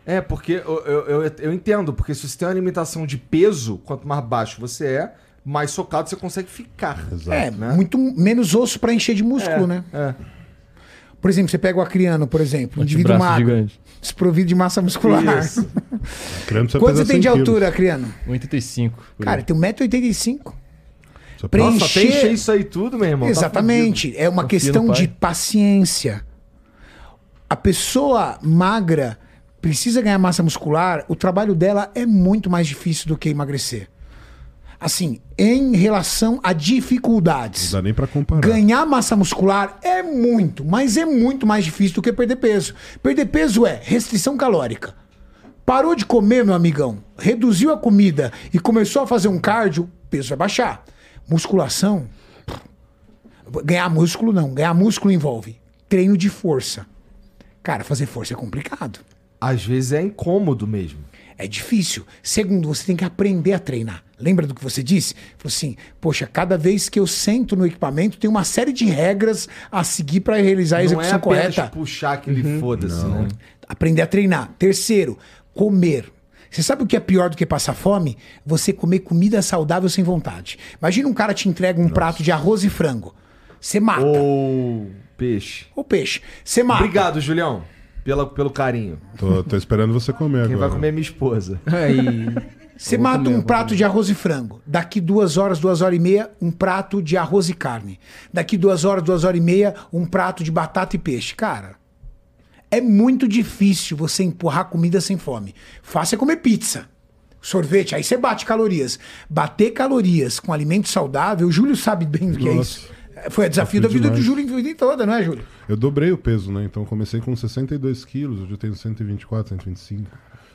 É, porque eu, eu, eu, eu entendo, porque se você tem uma limitação de peso, quanto mais baixo você é, mais socado você consegue ficar. Exato. É, muito menos osso pra encher de músculo, né? né? É. Por exemplo, você pega o acriano, por exemplo, um indivíduo Tá braço magro, gigante. desprovido de massa muscular. Isso. Criando Quanto você tem de altura, acriano? 1,85. por Cara, aí. tem 1,85m. Só Preenche- Nossa, até encher isso aí tudo, meu irmão. tá Exatamente. é Confia uma no questão pai. de paciência. A pessoa magra precisa ganhar massa muscular, o trabalho dela é muito mais difícil do que emagrecer. Assim, em relação a Não dificuldades. dá nem pra comparar. Ganhar massa muscular é muito, mas é muito mais difícil do que perder peso. Perder peso é restrição calórica. Parou de comer, meu amigão, reduziu a comida e começou a fazer um cardio, o peso vai baixar. Musculação. Ganhar músculo não. Ganhar músculo envolve treino de força. Cara, fazer força é complicado. Às vezes é incômodo mesmo. É difícil. Segundo, você tem que aprender a treinar. Lembra do que você disse? Falou assim: poxa, cada vez que eu sento no equipamento, tem uma série de regras a seguir para realizar a Não é execução apenas correta. Uhum. puxar aquele foda-se, né? Aprender a treinar. Terceiro, comer. Você sabe o que é pior do que passar fome? Você comer comida saudável sem vontade. Imagina um cara te entrega um prato de arroz e frango. Você mata. Ou Ou peixe. peixe. Você mata. Obrigado, Julião, pela, pelo carinho. Tô, tô esperando você comer Quem agora. vai comer é minha esposa. Aí, Você mata um prato de arroz e frango. Daqui duas horas, duas horas e meia, um prato de arroz e carne. Daqui duas horas, duas horas e meia, um prato de batata e peixe. Cara, é muito difícil você empurrar comida sem fome. Fácil é comer pizza. Sorvete, aí você bate calorias. Bater calorias com alimento saudável, o Júlio sabe bem do que é Nossa. isso. Foi o Desafio desafio da vida do demais. Júlio em vida toda, não é, Júlio? Eu dobrei o peso, né? Então eu comecei com 62 quilos, hoje eu tenho 124, 125.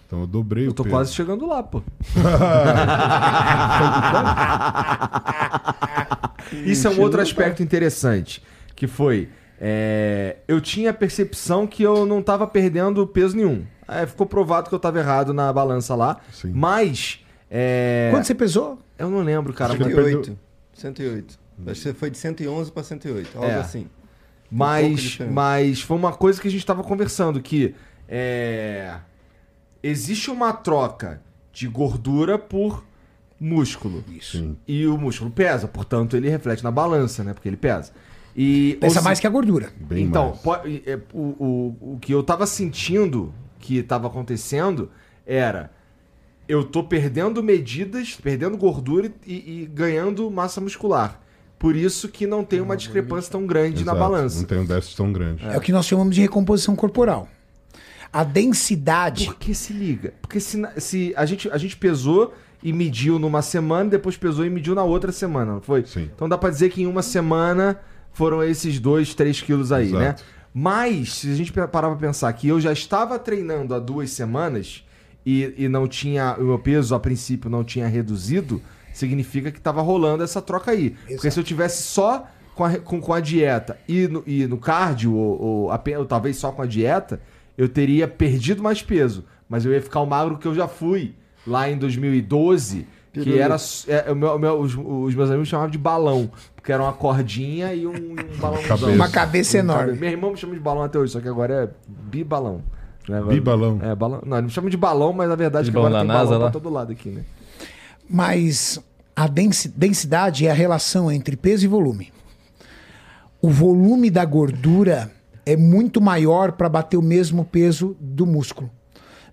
Então eu dobrei Eu o tô peso. quase chegando lá, pô. Isso é um outro aspecto interessante, que foi... é, eu tinha a percepção que eu não tava perdendo peso nenhum. É, ficou provado que eu tava errado na balança lá. Sim. Mas É... Quanto você pesou? Eu não lembro, cara. Mas, 108. 108. Hum. Acho que você foi de 111 para 108, algo É. assim. pouco mas, diferente. mas foi uma coisa que a gente tava conversando, que é... existe uma troca de gordura por músculo. Isso. E o músculo pesa, portanto ele reflete na balança, né? Porque ele pesa. E, Pensa ou se- mais que a gordura. Bem então, mais. po- e- é, o, o, o que eu tava sentindo que tava acontecendo era. Eu tô perdendo medidas, perdendo gordura e, e ganhando massa muscular. Por isso que não tem uma discrepância tão grande na Exato, balança. Não tem um déficit tão grande. É. o que nós chamamos de recomposição corporal. A densidade. Por que se liga? Porque se, na- se a, gente, a gente pesou e mediu numa semana, depois pesou e mediu na outra semana, não foi? Sim. Então dá pra dizer que em uma semana foram esses 2, 3 quilos aí, Exato. né? Mas, se a gente pe- parar pra pensar que eu já estava treinando há duas semanas e, e não tinha. O meu peso a princípio não tinha reduzido, significa que estava rolando essa troca aí. Porque se eu tivesse só com a, re- com, com a dieta e no, e no cardio, ou, ou ape- ou talvez só com a dieta, eu teria perdido mais peso. Mas eu ia ficar o magro que eu já fui lá em 2012. Que era. s- é, o meu- o meu- os, os meus amigos chamavam de balão. Porque era uma cordinha e um, um balãozão. Cabeça. Uma cabeça é enorme. Meu irmão me chama de balão até hoje, só que agora é bibalão. Né? Bibalão. É, balão. Não, ele me chama de balão, mas na verdade é que Balão agora tem da balão NASA pra lá. todo lado aqui, né? Mas a densi- densidade é a relação entre peso e volume. O volume da gordura é muito maior para bater o mesmo peso do músculo.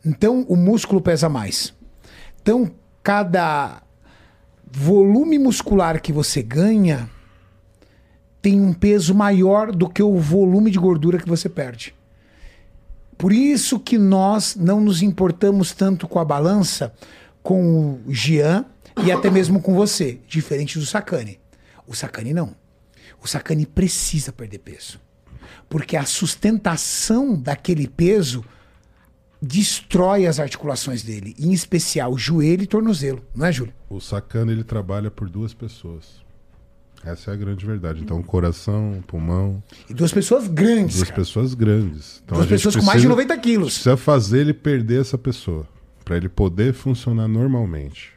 Então, o músculo pesa mais. Então, cada volume muscular que você ganha tem um peso maior do que o volume de gordura que você perde. Por isso que nós não nos importamos tanto com a balança, com o Jean e até mesmo com você, diferente do Sacani. O Sacani não. O Sacani precisa perder peso. Porque a sustentação daquele peso destrói as articulações dele, em especial o joelho e tornozelo, não é, Júlio? O sacana, ele trabalha por duas pessoas. Essa é a grande verdade. Então, coração, pulmão, E duas pessoas grandes, duas cara. pessoas grandes. Então, duas a gente pessoas com mais de precisa- 90 quilos. Precisa fazer ele perder essa pessoa. Pra ele poder funcionar normalmente.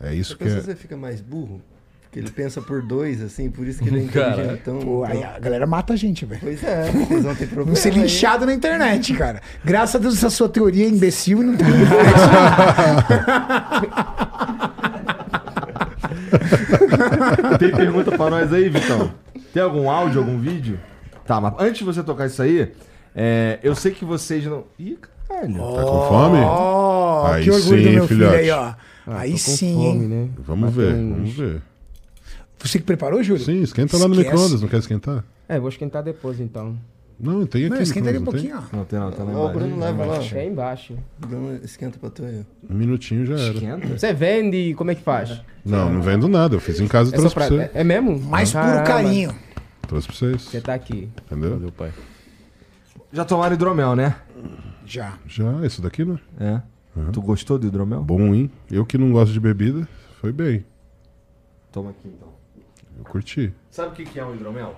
É isso Você que é. pensa que você fica mais burro? Porque ele pensa por dois, assim, por isso que ele é Cara. inteligente. Então, Pô, aí a galera mata a gente, velho. Pois é, vocês vão ter problema. Vamos ser aí. linchado na internet, cara. Graças a Deus essa sua teoria é imbecil e não tem. Ah, Tem pergunta pra nós aí, Vitão? Tem algum áudio, algum vídeo? Tá, mas antes de você tocar isso aí, é, eu sei que vocês não. Ih, caralho. Tá com fome? Oh. Ó, Aí que orgulho sim, do hein, meu filho filhote. aí, ó. aí sim, hein? né? Vamos ver, vamos ver. Você que preparou, Júlio? Sim, esquenta lá no Esquece. micro-ondas, não quer esquentar? É, vou esquentar depois então. Não, tem aqui. Não, no esquenta ali um micro-ondas, pouquinho, ó. Não tem, não, tá lá Ó, o Bruno embaixo. leva lá. É embaixo. ó. Bruno esquenta pra tu aí. ó. não tem? Um minutinho já era. Esquenta. Você vende, como é que faz? Não, não vendo nada. Eu fiz em casa e É, só trouxe pra pra... você. é, é mesmo? Mais puro Caramba, carinho. Trouxe pra vocês. Você tá aqui. Entendeu? Meu pai. Já tomaram hidromel, né? Já. Já, isso daqui, né? É. Tu gostou do hidromel? Bom, hein? Eu que não gosto de bebida, foi bem. Toma aqui então. Eu curti. Sabe o que que é um hidromel?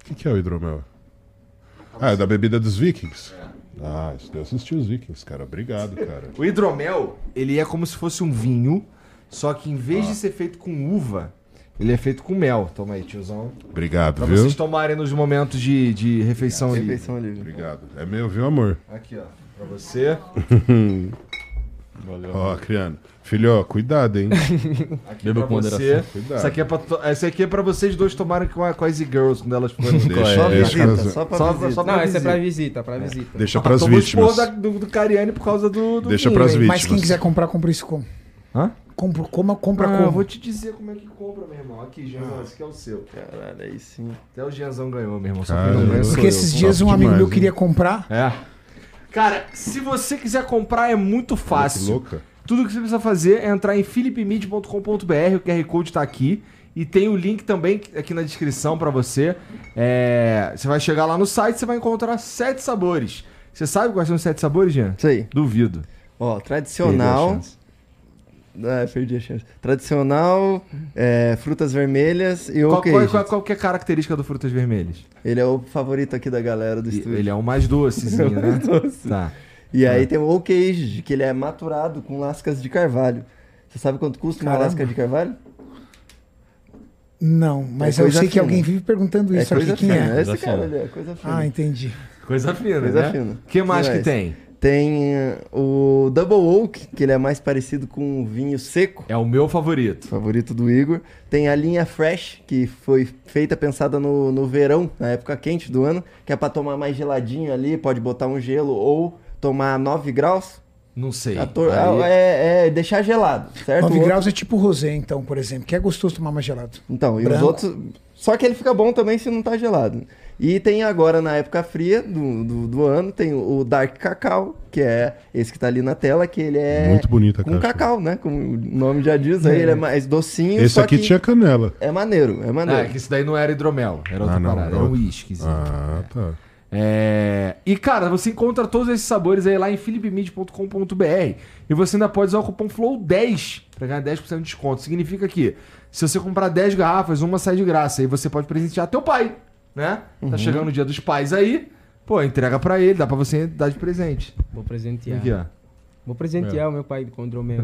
O que, que é o hidromel? Ah, é da bebida dos vikings. Ah, isso eu assisti os vikings, cara. Obrigado, cara. O hidromel, ele é como se fosse um vinho, só que em vez Ah. de ser feito com uva, ele é feito com mel. Toma aí, tiozão. Obrigado, Pra viu? vocês tomarem nos momentos de, de refeição livre. Refeição livre. Obrigado. É meu, viu, amor? Aqui, ó. Pra você. Ó, criando. Filho, ó, cuidado, hein? Aqui Beba pra com você. Cuidado. Isso aqui, é pra to- essa aqui é pra vocês dois tomarem com a, com as E-Girls quando elas forem. Deixa, é? Só deixa visita, pras- só Ah, tá pra Só- visita. só- Não, essa é pra visita, pra visita. Deixa pras Tomou esporro vítimas. da- do, do Cariani por causa do. do Deixa vinho, pras hein? vítimas. Mas quem quiser comprar, compra isso como? Hã? Compra, coma, compra Ah, como? eu vou te dizer como é que compra, meu irmão. Aqui, Genzão, Ah. esse aqui é o seu. Caralho, aí sim. Até o Genzão ganhou, meu irmão. Só Caramba. quem não ganha sou Porque eu. esses dias Top um amigo demais, meu hein? queria comprar. É. Cara, se você quiser comprar, é muito Olha que fácil. louca. Tudo que você precisa fazer é entrar em philipmid.com.br, o QR Code tá aqui. E tem o link também aqui na descrição pra você. É, Você vai chegar lá no site você vai encontrar sete sabores. Você sabe quais são os sete sabores, Jean? Isso aí. Duvido. Ó, Perdi a tradicional. chance. Ah, perdi a chance. Tradicional, é, frutas vermelhas e Qual, o queijo. qual- qual- qual que é a característica do Frutas Vermelhas? Ele é o favorito aqui da galera do E- estúdio. Ele é o mais docezinho, né? Doce. Tá. E aí tem o old cage, que ele é maturado com lascas de carvalho. Você sabe quanto custa uma Caramba. lasca de carvalho? Não, mas É eu coisa sei que fina. alguém vive perguntando isso aqui. Quem fina. é? Esse cara ali, é coisa fina. Ah, entendi. Coisa fina, Coisa né? fina. O que mais Que que mais? tem? Tem eh, o Double Oak, que ele é mais parecido com o vinho seco, É o meu favorito. favorito do Igor. Tem a linha Fresh, que foi feita, pensada no, no verão, na época quente do ano, que é pra tomar mais geladinho ali, pode botar um gelo ou tomar 9 graus. Não sei. 14 Aí- ah, é, é deixar gelado, certo? 9 O outro- graus é tipo rosé, então, por exemplo, que é gostoso tomar mais gelado. Então, e os Branco. outros. Só que ele fica bom também se não tá gelado. E tem agora, na época fria do, do, do ano, tem o Dark Cacau, que é esse que tá ali na tela, que ele é. Muito bonita a Com caixa. cacau, né? Como o nome já diz aí, ele é mais docinho. Esse só aqui que tinha canela. É maneiro, é Ah, maneiro. é que isso daí não era hidromel, era outra Ah, não, parada, é era um outro. uísquezinho. Ah, tá. É, E, cara, você encontra todos esses sabores aí lá em philipmid.com.br. E você ainda pode usar o cupom FLOW10 pra ganhar 10% de desconto. Significa que se você comprar 10 garrafas, uma sai de graça. Aí você pode presentear teu pai, né? Tá chegando o dia dos pais aí. Pô, entrega pra ele, dá pra você dar de presente. Vou presentear. Aqui, ó. Vou presentear o meu pai com hidromel.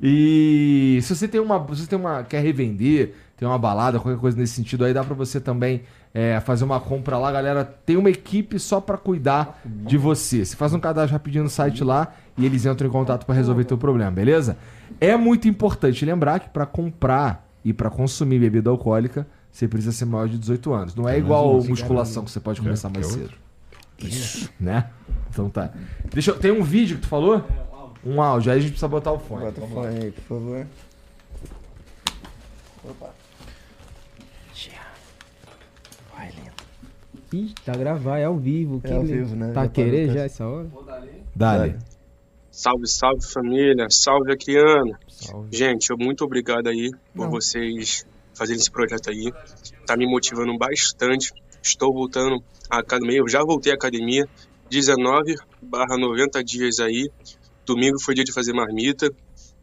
E se você tem uma, se você tem uma quer revender, tem uma balada, qualquer coisa nesse sentido, aí dá pra você também é, fazer uma compra lá, galera. Tem uma equipe só pra cuidar de você. Você faz um cadastro rapidinho no site lá e eles entram em contato pra resolver teu problema, beleza? É muito importante lembrar que pra comprar e pra consumir bebida alcoólica, você precisa ser maior de 18 anos. Não é igual musculação que você pode começar mais cedo. Isso. Né? Então tá. Deixa eu, tem um vídeo que tu falou? Um áudio, aí a gente precisa botar o fone. Bota o fone aí, por favor. Opa. Vai, lindo. Ih, tá gravado, é ao vivo. que ao lindo. vivo, né? Já Tá parou querer o já teste. essa hora? Dale. Salve, salve família, salve Acriano. Salve. Gente, eu muito obrigado aí por vocês fazerem esse projeto aí. Tá me motivando bastante. Estou voltando à academia, eu já voltei à academia, 19 barra 90 dias aí. Domingo foi dia de fazer marmita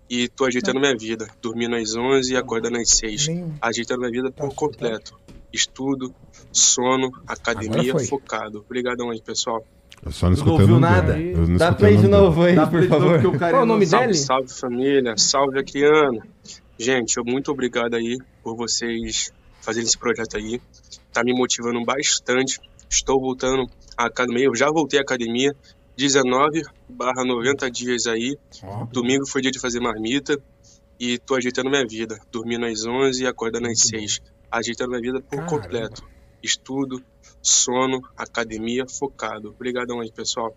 e tô ajeitando minha vida, dormindo às 11 e acordando às 6. Tá. Nenhum. Tá, Ajeitando minha vida por completo. Estudo, sono, academia, foi. focado. Obrigadão aí, pessoal. Eu só não Tu não escutei ouviu o nome nada? dela. Eu não Dá escutei play o de nome dela. novo aí, Dá pra por ele de novo favor. Tá que o cara é Qual o nome sabe. dele? Salve família, salve Acriano. Gente, eu muito obrigado aí por vocês fazerem esse projeto aí. Tá me motivando bastante. Estou voltando à academia, eu já voltei à academia. 19 barra 90 dias aí. Domingo foi dia de fazer marmita. E tô ajeitando minha vida. Dormindo às 11 e acordando às 6. Ajeitando minha vida por Caramba. completo. Estudo, sono, academia, focado. Obrigadão aí, pessoal.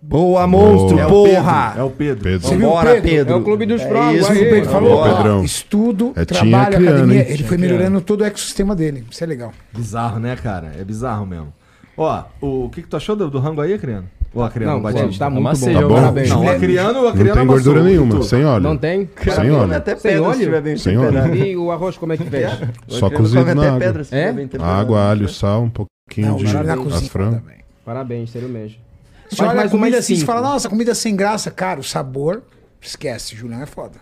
Boa, monstro, monstro, É o porra! É o Pedro. Pedro. Você viu, Bora, Pedro? Pedro? É o clube dos frangos, isso, aí. mano. Ele falou, tá Boa, ó, Pedrão. estudo, É, tinha trabalho, criando, academia. hein? Ele foi melhorando todo o ecossistema dele. Isso é legal. Bizarro, né, cara? É bizarro mesmo. Ó, o, o que, que tu achou do, do rango aí, Acriano? Ô, Acriano, Não, Batista. tá muito Amassei, bom. tá bom? Parabéns. Não, o Acriano, o Não Acriano tem gordura amassou, nenhuma, Vitor. sem óleo. Não tem? Sem óleo. Até Sem pedra se óleo? tiver bem Sem temperado. óleo. E o arroz como é que fez? Só Ele cozido come na até água. pedra se É? tiver bem temperado. Água, alho, sal, um pouquinho Não, o de Júlio da cozinha açafrão. também. Parabéns, sério mesmo. Você Faz olha a mais um comida mais assim, você cinco. fala, nossa, comida sem graça. Cara, o sabor, esquece, Julião é foda.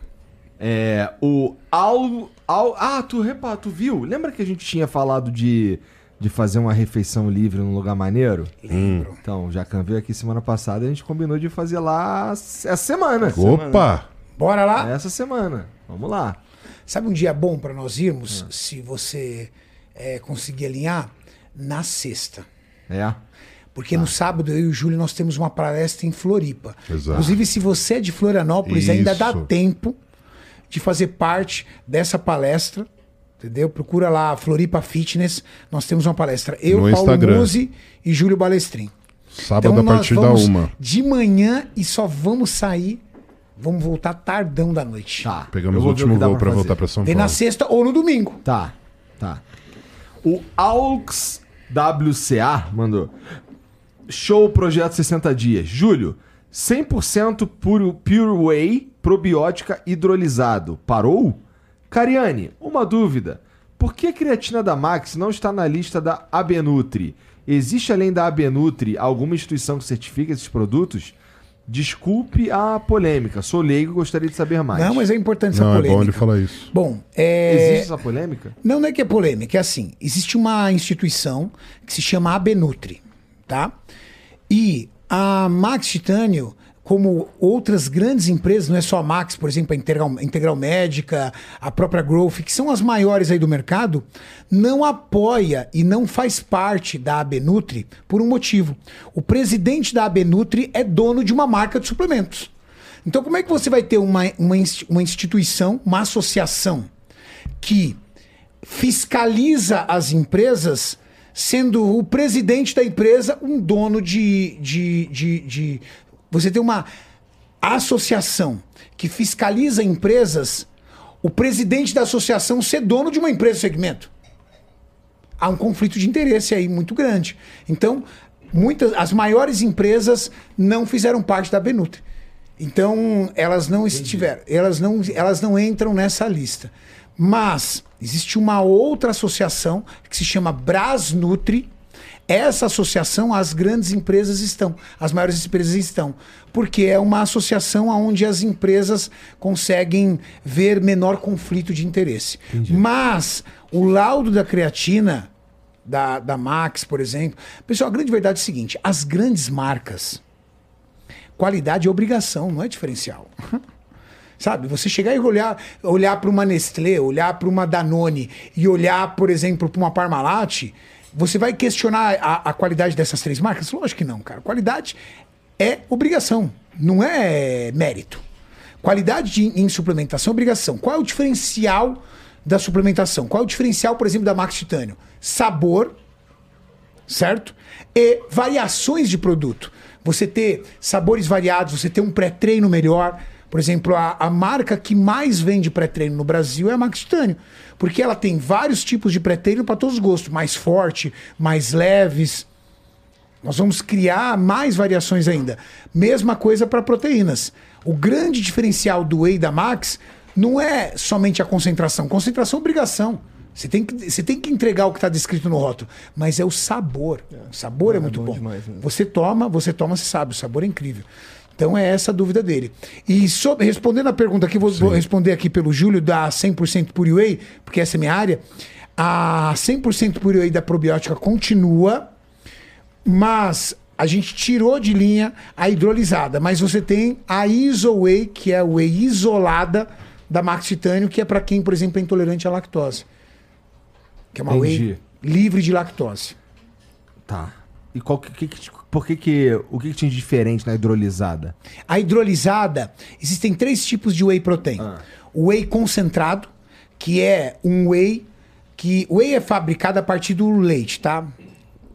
É, o Al, Al... Ah, tu repara, tu viu? Lembra que a gente tinha falado de, de fazer uma refeição livre num lugar maneiro? Lembro. Então, o Jacan veio aqui semana passada e a gente combinou de fazer lá essa semana. Opa! Bora lá. Essa semana. Vamos lá. Sabe um dia bom pra nós irmos, se você é, conseguir alinhar? Na sexta. É. Porque no sábado, eu e o Júlio, nós temos uma palestra em Floripa. Tá. Exato. Inclusive, se você é de Florianópolis, ainda dá Isso. tempo de fazer parte dessa palestra, entendeu? Procura lá, Floripa Fitness. Nós temos uma palestra. Eu, No Paulo Instagram. Musi e Júlio Balestrin. Então Sábado a partir da vamos uma. de manhã e só vamos sair, vamos voltar tardão da noite. Tá. Eu Pegamos o vou ver último que dá voo pra fazer. voltar pra Ah, São Vem Paulo. na sexta ou no domingo. Tá, tá. O Aux WCA mandou. Show Projeto 60 Dias. Júlio, 100% puro, Pure Whey probiótica hidrolisado. Parou? Cariane, uma dúvida. Por que a creatina da Max não está na lista da Abenutri? Existe além da Abenutri alguma instituição que certifica esses produtos? Desculpe a polêmica. Sou leigo e gostaria de saber mais. Não, mas é importante essa Não, é polêmica. bom ele falar isso. Bom, é... Existe essa polêmica? Não, não é que é polêmica, é assim. Existe uma instituição que se chama Abenutri, tá? E A Max Titânio, como outras grandes empresas, não é só a Max, por exemplo, a Integral, Integral Médica, a própria Growth, que são as maiores aí do mercado, não apoia e não faz parte da Abenutri por um motivo. O presidente da Abenutri é dono de uma marca de suplementos. Então, como é que você vai ter uma, uma, inst- uma instituição, uma associação, que fiscaliza as empresas, sendo o presidente da empresa um dono de. de, de, de- Você tem uma associação que fiscaliza empresas, o presidente da associação ser dono de uma empresa do segmento há um conflito de interesse aí muito grande. Então, muitas as maiores empresas não fizeram parte da Benutri. Então, elas não estiveram, elas não, elas não entram nessa lista. Mas existe uma outra associação que se chama Brasnutri. Essa associação, as grandes empresas estão, as maiores empresas estão, porque é uma associação onde as empresas conseguem ver menor conflito de interesse. Mas o laudo da creatina, da, da Max, por exemplo. Pessoal, a grande verdade é o seguinte: as grandes marcas, qualidade é obrigação, não é diferencial. Sabe, você chegar e olhar olhar para uma Nestlé, olhar para uma Danone e olhar, por exemplo, para uma Parmalat, você vai questionar a, a qualidade dessas três marcas? Lógico que não, cara. Qualidade é obrigação, não é mérito. Qualidade de- em suplementação é obrigação. Qual é o diferencial da suplementação? Qual é o diferencial, por exemplo, da Max Titânio? Sabor, certo? E variações de produto. Você ter sabores variados, você ter um pré-treino melhor. Por exemplo, a, a marca que mais vende pré-treino no Brasil é a Max Titânio, porque ela tem vários tipos de pré-treino para todos os gostos, mais forte, mais leves. Nós vamos criar mais variações ainda. Mesma coisa para proteínas. O grande diferencial do Whey da Max não é somente a concentração. Concentração é obrigação. Você tem, que, você tem que entregar o que está descrito no rótulo. Mas é o sabor. O sabor é, muito bom bom. demais mesmo. Você toma, você toma, você sabe. O sabor é incrível. Então é essa a dúvida dele. E sobre, respondendo a pergunta aqui, vou, vou responder aqui pelo Júlio da 100% Pure Whey, porque essa é minha área. A 100% Pure Whey da probiótica continua mas a gente tirou de linha a hidrolisada, mas você tem a Isoway, que é a whey isolada da Max Titânio, que é para quem, por exemplo, é intolerante à lactose. Que é uma Entendi. whey livre de lactose. Tá. E qual que, que, que te- por que que o que, que tinha de diferente na hidrolisada? A hidrolisada, existem três tipos de whey protein. O whey concentrado, que é um whey que whey é fabricado a partir do leite, tá?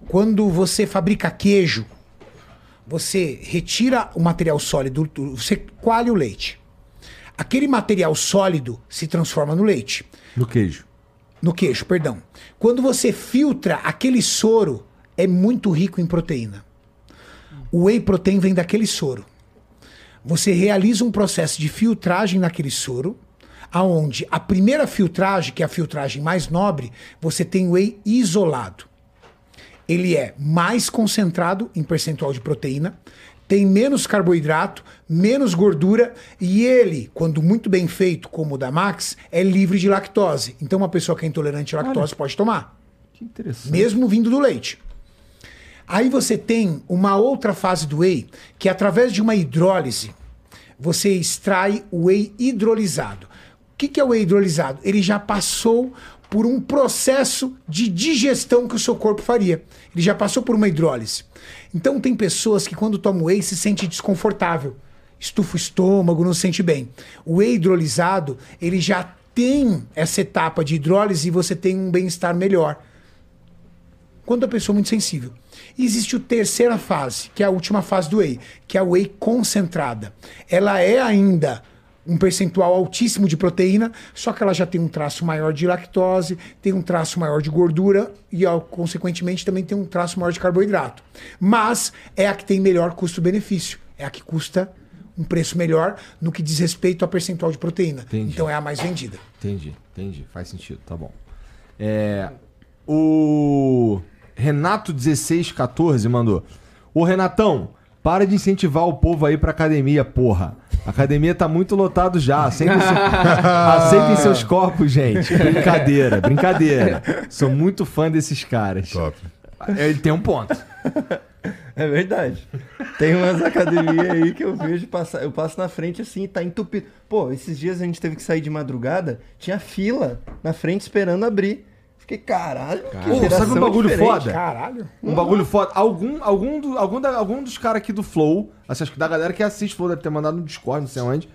Quando você fabrica queijo, você retira o material sólido, do- você coalha o leite. Aquele material sólido se transforma no leite No queijo. no queijo, perdão. Quando você filtra aquele soro, é muito rico em proteína. O whey protein vem daquele soro. Você realiza um processo de filtragem naquele soro, aonde a primeira filtragem, que é a filtragem mais nobre, você tem whey isolado. Ele é mais concentrado em percentual de proteína, tem menos carboidrato, menos gordura e ele, quando muito bem feito, como o da Max, é livre de lactose. Então uma pessoa que é intolerante à lactose pode tomar Que interessante. mesmo vindo do leite. Aí você tem uma outra fase do whey, que é através de uma hidrólise, você extrai o whey hidrolisado. O que, que é o whey hidrolisado? Ele já passou por um processo de digestão que o seu corpo faria. Ele já passou por uma hidrólise. Então tem pessoas que quando tomam whey se sente desconfortável. Estufa o estômago, não se sente bem. O whey hidrolisado, ele já tem essa etapa de hidrólise e você tem um bem-estar melhor quando a pessoa é muito sensível. E existe a terceira fase, que é a última fase do whey, que é a whey concentrada. Ela é ainda um percentual altíssimo de proteína, só que ela já tem um traço maior de lactose, tem um traço maior de gordura e, ao- consequentemente, também tem um traço maior de carboidrato. Mas é a que tem melhor custo-benefício. É a que custa um preço melhor no que diz respeito a percentual de proteína. Entendi. Então é a mais vendida. Entendi, entendi. Faz sentido, tá bom. É, o Renato1614 mandou. Ô Renatão, para de incentivar o povo aí pra academia, porra. A academia tá muito lotado já. Aceitem, seu- aceitem seus corpos, gente. Brincadeira, brincadeira. Sou muito fã desses caras. Top. Ele tem um ponto. É verdade. Tem umas academias aí que eu vejo passar. Eu passo na frente assim, tá entupido. Pô, esses dias a gente teve que sair de madrugada, tinha fila na frente esperando abrir. Fiquei, caralho, que Pô, geração sabe um bagulho diferente. foda? Caralho. Um bagulho foda. Algum, algum, do- algum, da- algum dos caras aqui do Flow, assim, acho que da galera que assiste Flow deve ter mandado no Discord, não sei onde,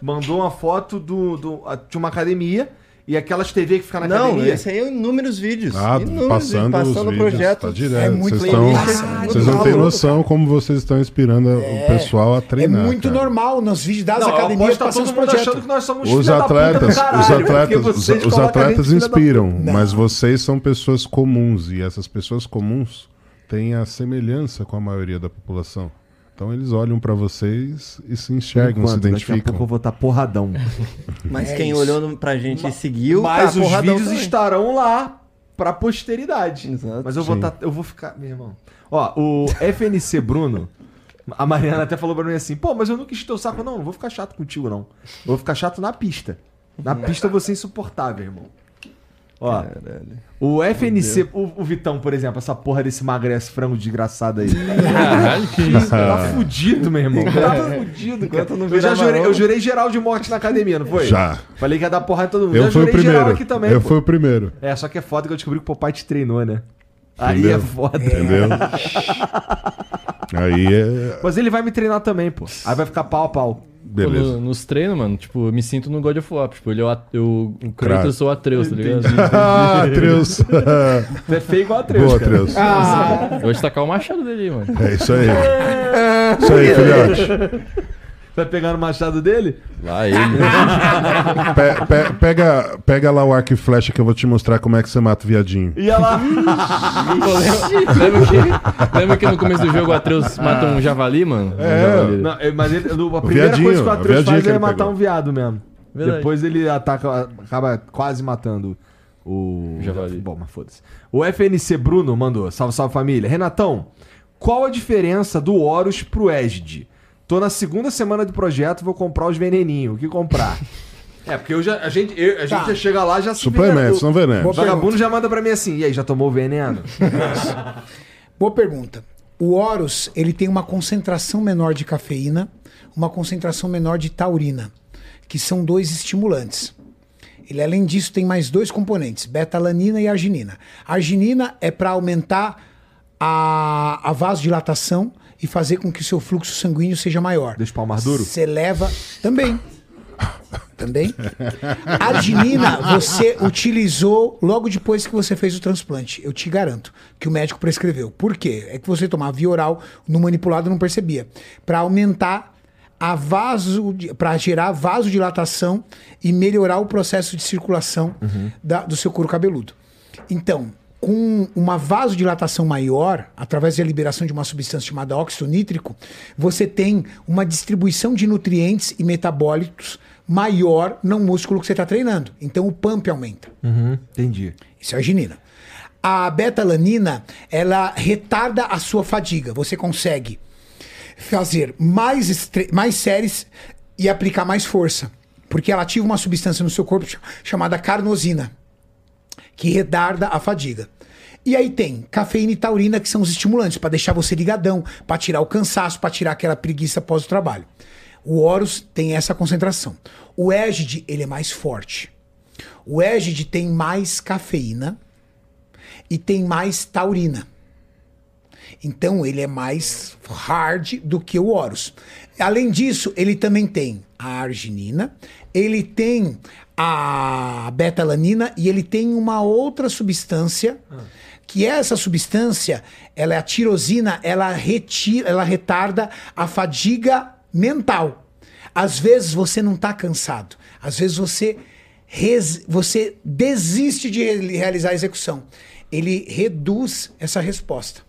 mandou uma foto do, do, a- de uma academia e aquelas TV que fica na Não, academia. esse aí é inúmeros vídeos. Ah, inúmeros passando, vídeos, os passando vídeos, projetos. tá direto. É muito vocês, tão- playlist, é muito vocês não têm maluco, noção como vocês estão inspirando a- o pessoal a É treinar. muito cara. normal nos vídeos das Não, eu academias aposto que tá passando todo os mundo achando projetos. que nós somos Os filha da puta atletas, do caralho, os porque atletas, os, vocês os colocam a gente atletas filha da puta. inspiram, Não. mas vocês são pessoas comuns e essas pessoas comuns têm a semelhança com a maioria da população. Então eles olham pra vocês e se enxergam, se Enquanto, daqui a identificam. pouco eu vou estar porradão. Mas É quem isso. olhou no- pra gente e seguiu, Mas tá os porradão vídeos também. estarão lá pra posteridade. Exato. Mas eu vou, Sim. tá- eu vou ficar, meu irmão. Ó, o FNC Bruno, a Mariana até falou pra mim assim: pô, mas eu nunca enchi teu saco. Não, não vou ficar chato contigo, não. Eu vou ficar chato na pista. Na pista você é insuportável, irmão. Ó, o FNC, o, o Vitão, por exemplo, essa porra desse magrece frango desgraçado aí. Caralho, tipo, que isso? tá fudido, meu irmão. Tá fudido, cara. Enquanto não eu já virar jurei, marrom. eu jurei geral de morte na academia, não foi? Já. Falei que ia dar porrada em todo mundo. Eu já fui o jurei geral primeiro. aqui também. eu pô. fui o primeiro. É, só que é foda que eu descobri que o papai te treinou, né? Aí Entendeu? é foda. Entendeu? Aí é. Mas ele vai me treinar também, pô. Aí vai ficar pau a pau. Beleza. No- nos treinos, mano, tipo, eu me sinto no God of War. Tipo, ele é o, at- eu, o Kratos, Kratos. eu sou o Atreus, tá ligado? Ah, Atreus! Tu é feio igual a Treus, Boa, cara. Atreus. Ah. Eu vou destacar o machado dele aí, mano. É isso aí. É. Isso aí, filhote. Vai pegar no machado dele? Lá ele. Pe- pe- pega, pega lá o arco e flecha que eu vou te mostrar como é que você mata o viadinho. E ela. lembra, que, lembra que no começo do jogo o Atreus mata um javali, mano? É. Um javali. Não, é, mas ele- no- a primeira viadinho, coisa que o o Atreus viadinho faz que é ele matar pegou. um viado mesmo. Verdade. Depois ele ataca, acaba quase matando o. Javali. Bom, mas foda-se. O FNC Bruno mandou. Salve, salve família. Renatão, qual a diferença do Horus pro Esd? Tô na segunda semana do projeto, vou comprar os veneninhos. O que comprar? Tá. é, porque eu já, a gente, eu- a gente já chega lá já se Suplementos, não né? veneno. veneno. O vagabundo já manda pra mim assim, e aí, já tomou o veneno? Boa pergunta. O Horus, ele tem uma concentração menor de cafeína, uma concentração menor de taurina, que são dois estimulantes. Ele, além disso, tem mais dois componentes, betalanina e arginina. A arginina é para aumentar a, a vasodilatação e fazer com que o seu fluxo sanguíneo seja maior. Deixa o pau mais duro? Você leva também. Também. Arginina, você utilizou logo depois que você fez o transplante. Eu te garanto que o médico prescreveu. Por quê? É que você tomava via oral, no manipulado não percebia. Para aumentar a vaso, para gerar vasodilatação e melhorar o processo de circulação da- do seu couro cabeludo. Então, com uma vasodilatação maior, através da liberação de uma substância chamada óxido nítrico, você tem uma distribuição de nutrientes e metabólitos maior no músculo que você está treinando. Então o pump aumenta. Uhum, entendi. Isso é arginina. A betalanina, ela retarda a sua fadiga. Você consegue fazer mais, estre- mais séries e aplicar mais força. Porque ela ativa uma substância no seu corpo ch- chamada carnosina, que retarda a fadiga. E aí tem cafeína e taurina, que são os estimulantes, para deixar você ligadão, para tirar o cansaço, para tirar aquela preguiça após o trabalho. O Horus tem essa concentração. O Égide, ele é mais forte. O égide tem mais cafeína e tem mais taurina. Então ele é mais hard do que o Horus. Além disso, ele também tem a arginina, ele tem a betalanina e ele tem uma outra substância que essa substância, ela é a tirosina, ela retira, ela retarda a fadiga mental. Às vezes você não está cansado, às vezes você res- você desiste de re- realizar a execução. Ele reduz essa resposta.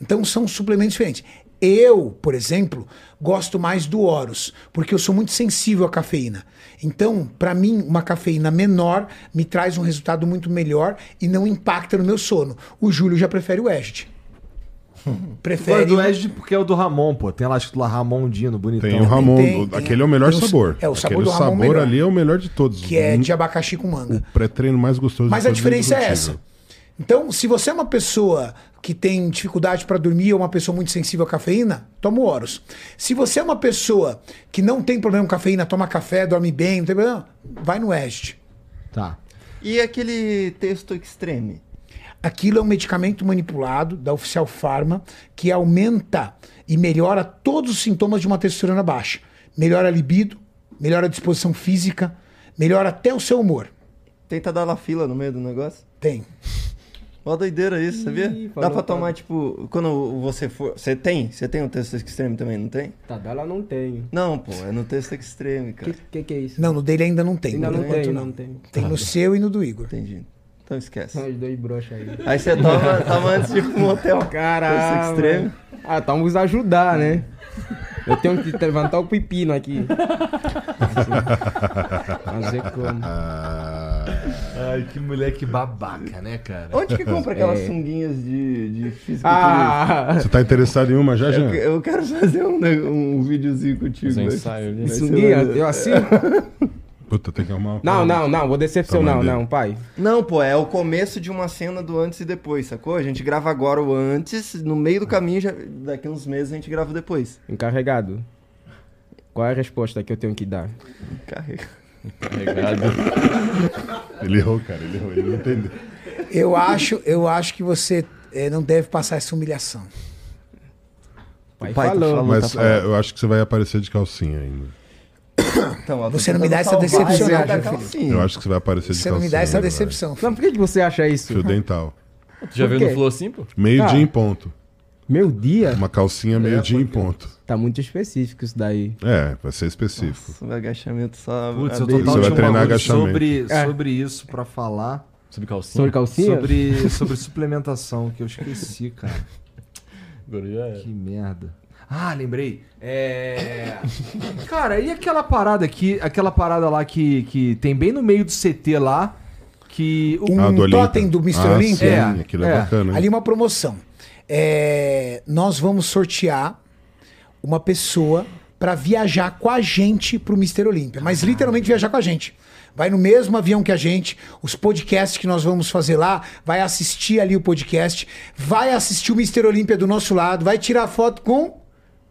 Então são suplementos diferentes. Eu, por exemplo, gosto mais do Horus, porque eu sou muito sensível à cafeína. Então, para mim, uma cafeína menor me traz um resultado muito melhor e não impacta no meu sono. O Júlio já prefere o Este. Foi Prefere do Esd porque é o do Ramon, pô. Tem lá escrito lá Ramon Dino, bonitão. Tem o Ramon. tem- o- tem- aquele é o melhor tem o- sabor. é, o sabor aquele do Ramon sabor melhor. ali é o melhor de todos. que é Hum, de abacaxi com manga. O pré-treino mais gostoso de Mas a todos diferença é indiscutível. essa. Então, se você é uma pessoa que tem dificuldade para dormir ou uma pessoa muito sensível à cafeína, toma o Horus. Se você é uma pessoa que não tem problema com cafeína, toma café, dorme bem, não tem problema, vai no Oeste. Tá. E aquele texto extreme? Aquilo é um medicamento manipulado da Oficial Pharma que aumenta e melhora todos os sintomas de uma testosterona baixa. Melhora a libido, melhora a disposição física, melhora até o seu humor. Tenta dar lá fila no meio do negócio? Tem. Mó doideira isso, sabia? Dá falou, pra cara. tomar, tipo, quando você for. Você tem? Você tem um texto extreme também, não tem? Tá, dela não tenho. Não, pô, é no texto extreme, Que, cara. que que é isso? Não, no dele ainda não tem. Ainda por não enquanto tenho, não tenho. Tem no seu e no do Igor. Entendi. Então esquece. São os dois broxas aí. Aí você toma, toma antes de ir pro motel. Texto Caralho. extreme. Ah, então vamos ajudar, né? Eu tenho que levantar o pepino aqui. Fazer como. Ah. Ai, que moleque babaca, né, cara? Onde que compra aquelas sunguinhas de, de fisiculturismo? Ah! Você tá interessado em uma já, Eu, Jean? que- eu quero fazer um, ne- um videozinho contigo. né? Os ensaios ali. né? Vai ser Sunguinha, maneiro. eu assim? Puta, tem que arrumar uma Não, coisa. não, não, vou decepcionar, Tamanho não, dele. não, pai. Não, pô, é o começo de uma cena do antes e depois, sacou? A gente grava agora o antes, no meio do caminho, já, daqui uns meses a gente grava o depois. Encarregado. Qual é a resposta que eu tenho que dar? Carrega. Carregado. Ele errou, cara, ele errou, ele não entendeu. Eu acho, eu acho que você eh, não deve passar essa humilhação. Pai, pai tá falou. falando. Mas tá falando. é, eu acho que você vai aparecer de calcinha ainda. Então, ó, tô Você não me dá essa tentando salvar decepção, esse meu da filho. calcinha. Eu acho que você vai aparecer de Você calcinha. não me dá essa ainda, decepção. filho. Não, por que que você acha isso? vai. Fio dental. Tu já Por viu quê? no Flow assim, pô? Tá. Meio dia Ah. em ponto. Meu dia? Uma É, calcinha meio dia em ponto. Tá muito específico isso daí. É, vai ser específico. Nossa, o agachamento só. Putz, a eu Você beira. total vai tinha um treinar bagulho agachamento. sobre, É. sobre isso pra falar. Sobre calcinha. Sobre calcinha? Sobre, sobre suplementação, que eu esqueci, cara. Agora já é. Que merda. Ah, lembrei. É. Cara, e aquela parada aqui, aquela parada lá que, que tem bem no meio do CT lá, que. O... Um Ah, do Olympia. totem do Mr. Ah, Olympia? sim, É, aquilo é, é. bacana. Ali hein? uma promoção. É, nós vamos sortear uma pessoa para viajar com a gente pro Mister Olímpia, mas literalmente viajar com a gente. Vai no mesmo avião que a gente, os podcasts que nós vamos fazer lá, vai assistir ali o podcast, vai assistir o Mister Olímpia do nosso lado, vai tirar foto com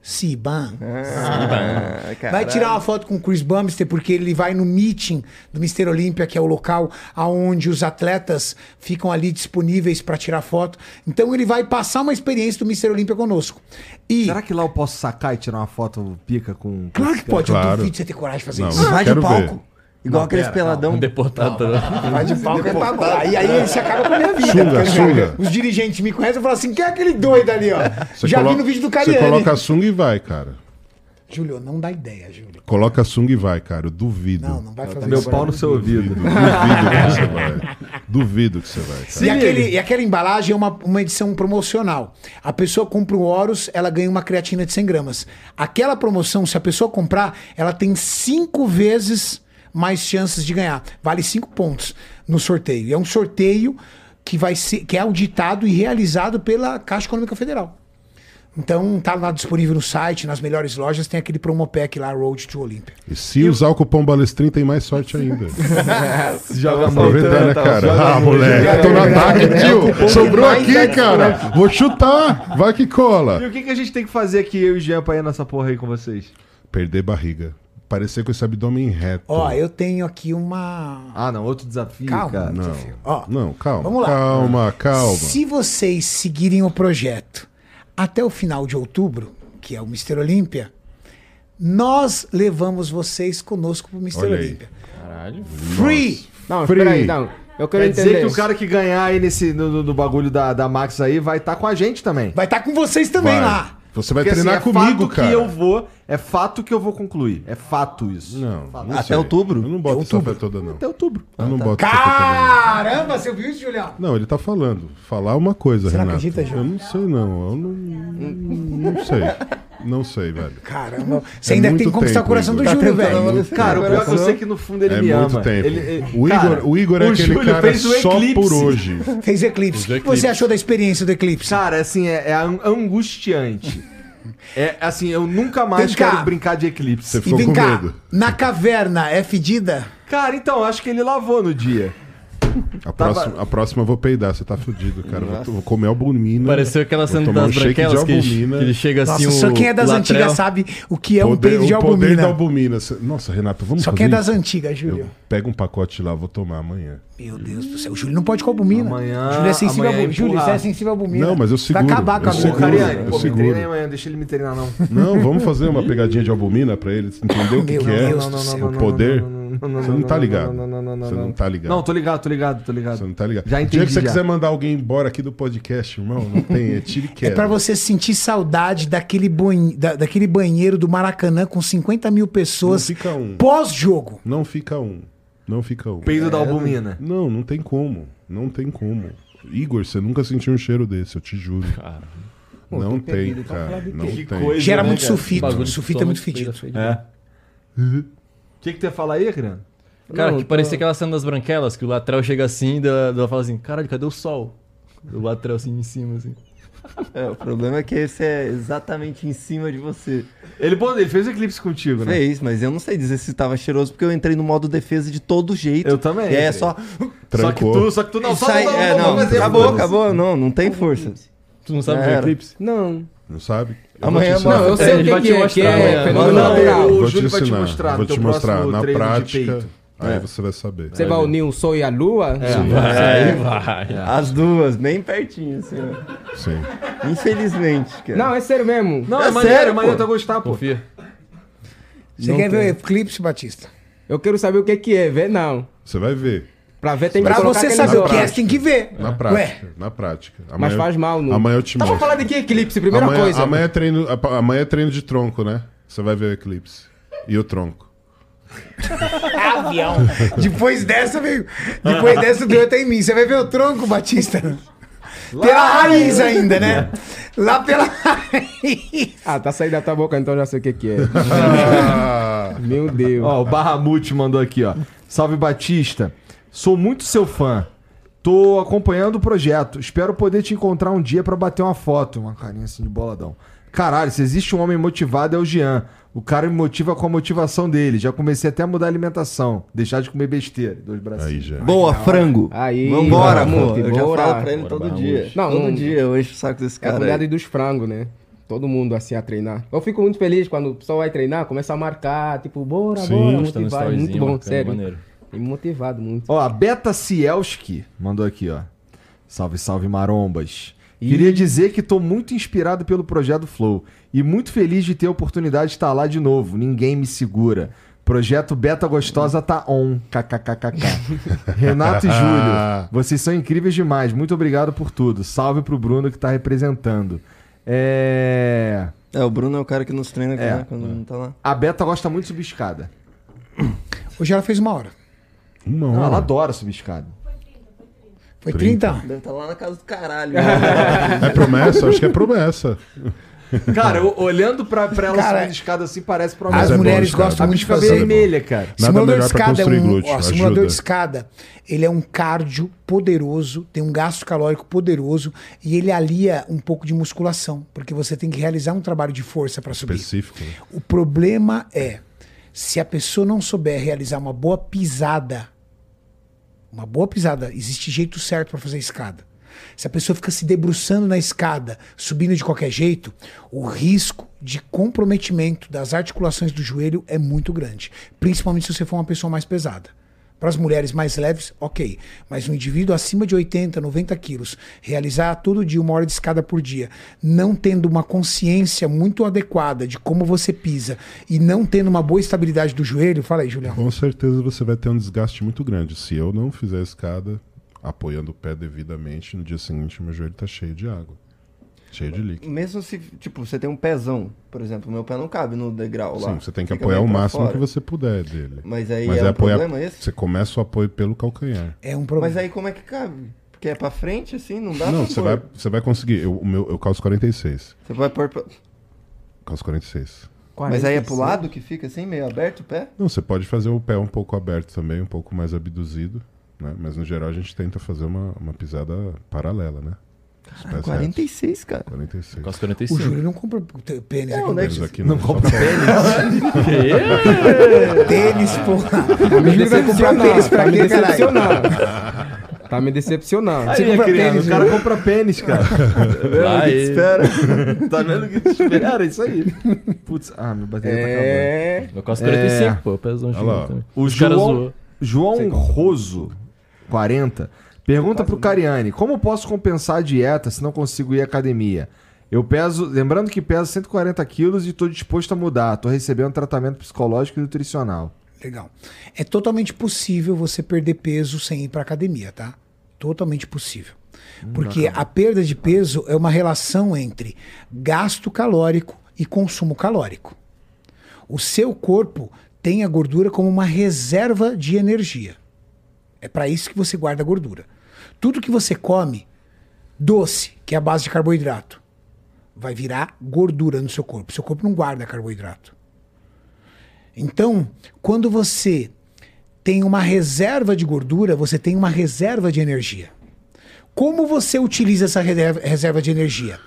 Siban. Ah, Vai caralho. tirar uma foto com o Chris Bumster, porque ele vai no meeting do Mister Olímpia, que é o local aonde os atletas ficam ali disponíveis para tirar foto. Então ele vai passar uma experiência do Mister Olímpia conosco. E Será que lá eu posso sacar e tirar uma foto pica com. com claro esse que pode, eu Claro. duvido você ter coragem de fazer Não, isso. Vai de Quero palco. ver. Igual aqueles peladão. Um deputado. Vai de palco é pra bola. Aí, aí você acaba com a minha vida. Sunga, porque os- sunga. Os dirigentes me conhecem e falam assim: quem é aquele doido ali, ó? Você Já colo- vi no vídeo do Você Cariani. coloca a sunga e vai, cara. Júlio, não dá ideia, Júlio. Coloca a sunga e vai, cara. Eu duvido. Não, não vai tá fazer Meu isso. pau no seu Duvido, ouvido. duvido que você vai. Duvido que você vai, cara. E, aquele- e aquela embalagem é uma, uma edição promocional. A pessoa compra um Horus, ela ganha uma creatina de 100 gramas. Aquela promoção, se a pessoa comprar, ela tem cinco vezes mais chances de ganhar. Vale cinco pontos no sorteio. E é um sorteio que, vai ser, que é auditado e realizado pela Caixa Econômica Federal. Então, tá lá disponível no site, nas melhores lojas, tem aquele promopack lá, Road to Olympia. E se usar o cupom Balestrin, tem mais sorte ainda. Joga Aproveitar, né, cara? Ah, moleque, tô no É ataque, tio. Sobrou aqui, cara. Vou chutar. Vai que E cola. o que, que a gente tem que fazer aqui, eu e o Jean, pra ir nessa porra aí com vocês? Perder barriga. Parecer com esse abdômen reto. Ó, eu tenho aqui uma. Ah, não, outro desafio, Calma, cara. Não, Ó, não, calma. vamos lá. Calma, calma. Se vocês seguirem o projeto até o final de outubro, que é o Mister Olímpia, nós levamos vocês conosco pro Mister Olha aí. Olímpia. Caralho. Free! Não, Free. espera aí, não. Eu quero Quer entender. dizer que o cara que ganhar aí nesse, no, no- no bagulho da, da Max aí vai estar com a gente também. Vai estar com vocês também Vai. lá. Você vai Porque, treinar assim, é comigo, fato cara. que eu vou, é fato que eu vou concluir. É fato isso. Não, não Até sei. outubro? Eu não boto essa fé toda, não. Até outubro. Então tá. Eu não boto essa fé toda, não. Caramba, você viu isso, Julião? Não, ele tá falando. Falar uma coisa, Você não Renato. acredita, Ju? eu não sei, não. Eu não, não sei. Não sei, velho. É Caramba, você ainda tem que muito conquistar o tempo, coração do Igor. Tá Júlio, tentando velho. amadurecer. Cara, o pior é que eu Coração. sei que no fundo ele é me muito ama. tempo. Ele- ele- o, Igor, Cara, o Igor é aquele Júlio cara fez o só por Eclipse. hoje. Fez eclipse. O que Eclipse. você achou da experiência do eclipse? Cara, assim, é, é an- angustiante. é assim, eu nunca mais Vem cá. quero brincar de eclipse. Você ficou com cá, medo. na caverna é fedida? Cara, então, acho que ele lavou no dia. A próxima, a próxima eu vou peidar, você tá fudido, cara. Vou, vou comer albumina. Pareceu aquela Vou cena tomar das um shake de branquelas que, albumina. que ele chega assim. Nossa, só o quem é das Latrell- antigas sabe o que é um Poder- peido de o poder da albumina. albumina. Cê- Nossa, Renato, vamos Só fazer quem é isso? das antigas, Eu Júlio. pego um pacote lá, vou tomar amanhã. Meu Deus do céu. O Júlio não pode com albumina. Amanhã- Júlio é sensível amanhã a albumina. Júlio, empurrar. você é sensível a albumina. Não, mas eu seguro, Vai acabar com a eu Ô, seguro. albumina. Cariani, pô, me seguro. treina aí amanhã, deixa ele me treinar, não. Não, vamos fazer uma pegadinha de albumina pra ele entender o que, Meu que é. Deus do céu. O poder. Você não tá ligado. Não, não, não, não, Você não tá ligado. Não, tô ligado, tô ligado, tô Você ligado. não tá ligado. Já O dia entendi, que você já. quiser mandar alguém embora aqui do podcast, irmão, não tem, é tiro e É queda. pra você sentir saudade daquele, banhe- da- daquele banheiro do Maracanã com 50 mil pessoas Não fica um. pós-jogo. Não fica um. Não fica um. Peido da albumina. Não, não tem como. Não tem como. Igor, você nunca sentiu um cheiro desse, eu te juro. não tem, cara. Não tem. Gera muito O bagulho sulfito. Sulfito é toma muito peida fedido. fedida. É. O que, que tu ia falar aí, Cariano? Cara, Não, que tô- parecia aquela cena das branquelas, que o Latrell chega assim e ela ela fala assim, caralho, cadê o sol? O Latrell assim em cima, assim. É, o problema é que esse é exatamente em cima de você. Ele, pô, ele fez eclipse contigo, né? Fez, mas eu não sei dizer se tava cheiroso, porque eu entrei no modo defesa de todo jeito. Eu também, E aí é Fê. só. Só que Trancou. tu, só que tu não, só sai, não, não, é, não, não, mas eu- acabou, acabou. Não, não tem força. Tu não sabe Já do era. eclipse? Não. Não sabe? vou Amanhã, te ensinar. Não, eu sei É, o ele vai que, te que é, que mostrar, é é. fenômeno Não, natural. eu- O Vou te Júlio vai te ensinar. mostrar no Vou teu te mostrar. próximo Na treino de prática, peito. É. aí você vai saber. Você vai unir o sol e a lua? Vai, vai. As duas, bem pertinho, assim, ó. Sim. Infelizmente, cara. Não, é sério mesmo. Não, É é, maneiro, é sério, maneiro, pô. tu vai gostar, pô. Confia. Você quer ver o eclipse, Batista? Eu quero saber o que que é, ver não. Você vai ver. Pra ver tem que Pra colocar você aquele saber o que é, óculos. você tem que ver. Na prática. Na prática. Amanhã, Mas faz mal, não. Amanhã eu te Tá pra mostro. falar de que eclipse, primeira é. amanhã, coisa. né? Amanhã é, treino, apa- amanhã é treino de tronco, né? Você vai ver o eclipse. E o tronco. Avião. Depois dessa, veio. Depois dessa, deu até em mim. Você vai ver o tronco, Batista. Pela raiz ainda, né? Lá pela raiz. Ah, tá saindo da tua boca, então já sei o que que é. Ah, Meu Deus. Ó, o Barramute mandou aqui, ó. Salve Batista. Sou muito seu fã. Tô acompanhando o projeto. Espero poder te encontrar um dia pra bater uma foto. Uma carinha assim de boladão. Caralho, se existe um homem motivado é o Jean. O cara me motiva com a motivação dele. Já comecei até a mudar a alimentação. Deixar de comer besteira. Dois Assim. bracinhos. aí já. é. Boa, frango. Aí, Vambora, vamos, amor. Eu já bora. falo pra ele todo dia. Não, todo não- dia eu encho o saco desse É a cara. comunidade aí. dos frangos, né? Todo mundo assim a treinar. Eu fico muito feliz quando o pessoal vai treinar, começa a marcar, tipo, bora, Sim, bora, Posta motivado. no Muito storyzinho, bom, bacana, sério. maneiro. E motivado muito. Ó, a Beta Sielski mandou aqui, ó. Salve, salve, marombas. Queria dizer que tô muito inspirado pelo projeto Flow e muito feliz de ter a oportunidade de estar lá de novo. Ninguém me segura. Projeto Beta Gostosa tá on. KKKKK. Renato e Júlio, vocês são incríveis demais. Muito obrigado por tudo. Salve pro Bruno que tá representando. É. É, o Bruno é o cara que nos treina É. né, quando não tá lá. A Beta gosta muito de subiscada. Hoje ela fez uma hora. Uma Não, ela hora. adora subiscada. Foi 30. Deve estar lá na casa do caralho. É promessa? Acho que é promessa. Cara, eu- olhando pra, pra ela Cara, subindo escada assim, parece pra Mas As é bom mulheres escada. gostam A muito de bicha Fica Mas é fazer. bom. vermelha, cara. Nada simulador de melhor pra escada é construir um, glúteo, ó, simulador ajuda. de escada, ele é um cardio poderoso, tem um gasto calórico poderoso e ele alia um pouco de musculação, porque você tem que realizar um trabalho de força para subir. Específico. né? O problema é se a pessoa não souber realizar uma boa pisada, uma boa pisada, existe jeito certo para fazer escada. Se a pessoa fica se debruçando na escada, subindo de qualquer jeito, o risco de comprometimento das articulações do joelho é muito grande, principalmente se você for uma pessoa mais pesada. Para as mulheres mais leves, ok. Mas um indivíduo acima de 80, 90 quilos, realizar todo dia uma hora de escada por dia, não tendo uma consciência muito adequada de como você pisa e não tendo uma boa estabilidade do joelho, fala aí, Julião. Com certeza você vai ter um desgaste muito grande. Se eu não fizer a escada apoiando o pé devidamente, no dia seguinte meu joelho tá cheio de água. Cheio de líquido. Mesmo se, tipo, você tem um pezão, por exemplo, meu pé não cabe no degrau lá. Sim, você tem que Fica apoiar meio o pra máximo fora. que você puder dele. Mas aí é um problema esse? Você começa o apoio pelo calcanhar. É um problema. Mas aí como é que cabe? Porque é pra frente, assim, não dá Não, pra você pôr. vai, você vai conseguir. Eu, o meu, eu calço 46. Você vai pôr... pra- Calço 46. Mas aí é pro lado que fica assim, meio aberto o pé? Não, você pode fazer o pé um pouco aberto também, um pouco mais abduzido, né? Mas no geral a gente tenta fazer uma, uma pisada paralela, né? Os pés retos. 46, cara. 46. Quase O 45. Júlio não compra p- pênis Não, aqui. né? Eles aqui não, compra Tênis, porra. O Júlio vai comprar decepcionar, tênis pra pra Tá me quê, caralho? decepcionar. Tá me decepcionando. Tipo, Aí, minha querida, o né? cara compra pênis, cara. Lá ele. Espera. tá vendo o que te espera? Isso aí. Putz, ah, meu bateria tá acabando. É. Eu costo 45, pô. Pesa um Olha lá. gigante também. O Os caras João, zoam. João Roso, 40, pergunta um. pro Cariani: Como posso compensar a dieta se não consigo ir à academia? Eu peso, lembrando que peso 140 quilos e tô disposto a mudar. Tô recebendo tratamento psicológico e nutricional. Legal. É totalmente possível você perder peso sem ir para academia, tá? Totalmente possível. Porque a perda de peso é uma relação entre gasto calórico e consumo calórico. O seu corpo tem a gordura como uma reserva de energia. É para isso que você guarda a gordura. Tudo que você come, doce, que é a base de carboidrato, vai virar gordura no seu corpo. Seu corpo não guarda carboidrato. Então, quando você tem uma reserva de gordura, você tem uma reserva de energia. Como você utiliza essa reserva- reserva de energia?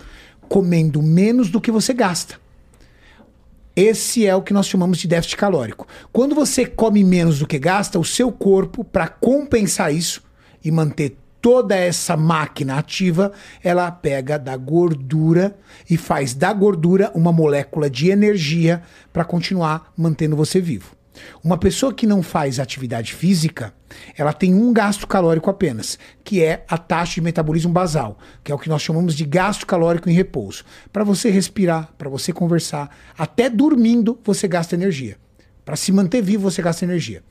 Comendo menos do que você gasta. Esse é o que nós chamamos de déficit calórico. Quando você come menos do que gasta, o seu corpo, para compensar isso e manter toda essa máquina ativa, ela pega da gordura e faz da gordura uma molécula de energia para continuar mantendo você vivo. Uma pessoa que não faz atividade física, ela tem um gasto calórico apenas, que é a taxa de metabolismo basal, que é o que nós chamamos de gasto calórico em repouso. Para você respirar, para você conversar, até dormindo você gasta energia. Para se manter vivo você gasta energia.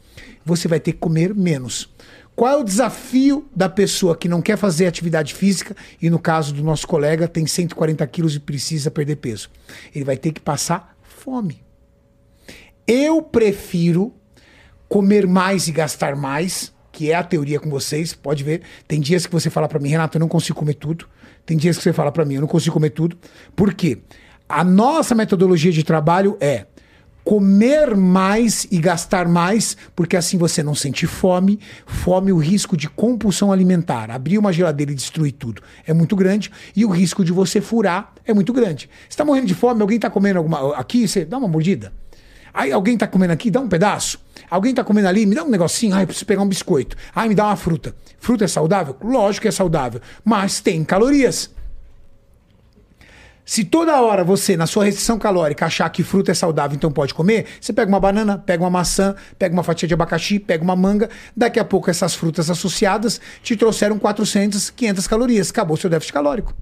Você vai ter que comer menos. Qual é o desafio da pessoa que não quer fazer atividade física e no caso do nosso colega tem 140 quilos e precisa perder peso? Ele vai ter que passar fome. Eu prefiro comer mais e gastar mais, que é a teoria com vocês, pode ver. Tem dias que você fala pra mim, Renato, eu não consigo comer tudo. Tem dias que você fala pra mim, eu não consigo comer tudo. Por quê? A nossa metodologia de trabalho é comer mais e gastar mais, porque assim você não sente fome. Fome, o risco de compulsão alimentar, abrir uma geladeira e destruir tudo é muito grande, e o risco de você furar é muito grande. Você tá morrendo de fome, alguém tá comendo alguma aqui, você dá uma mordida. Aí alguém tá comendo aqui, dá um pedaço. Alguém tá comendo ali, me dá um negocinho. Ai, eu preciso pegar um biscoito. Ai, me dá uma fruta. Fruta é saudável? Lógico que é saudável, mas tem calorias. Se toda hora você, na sua restrição calórica, achar que fruta é saudável, então pode comer, você pega uma banana, pega uma maçã, pega uma fatia de abacaxi, pega uma manga, daqui a pouco essas frutas associadas te trouxeram 400, 500 calorias. Acabou seu déficit calórico.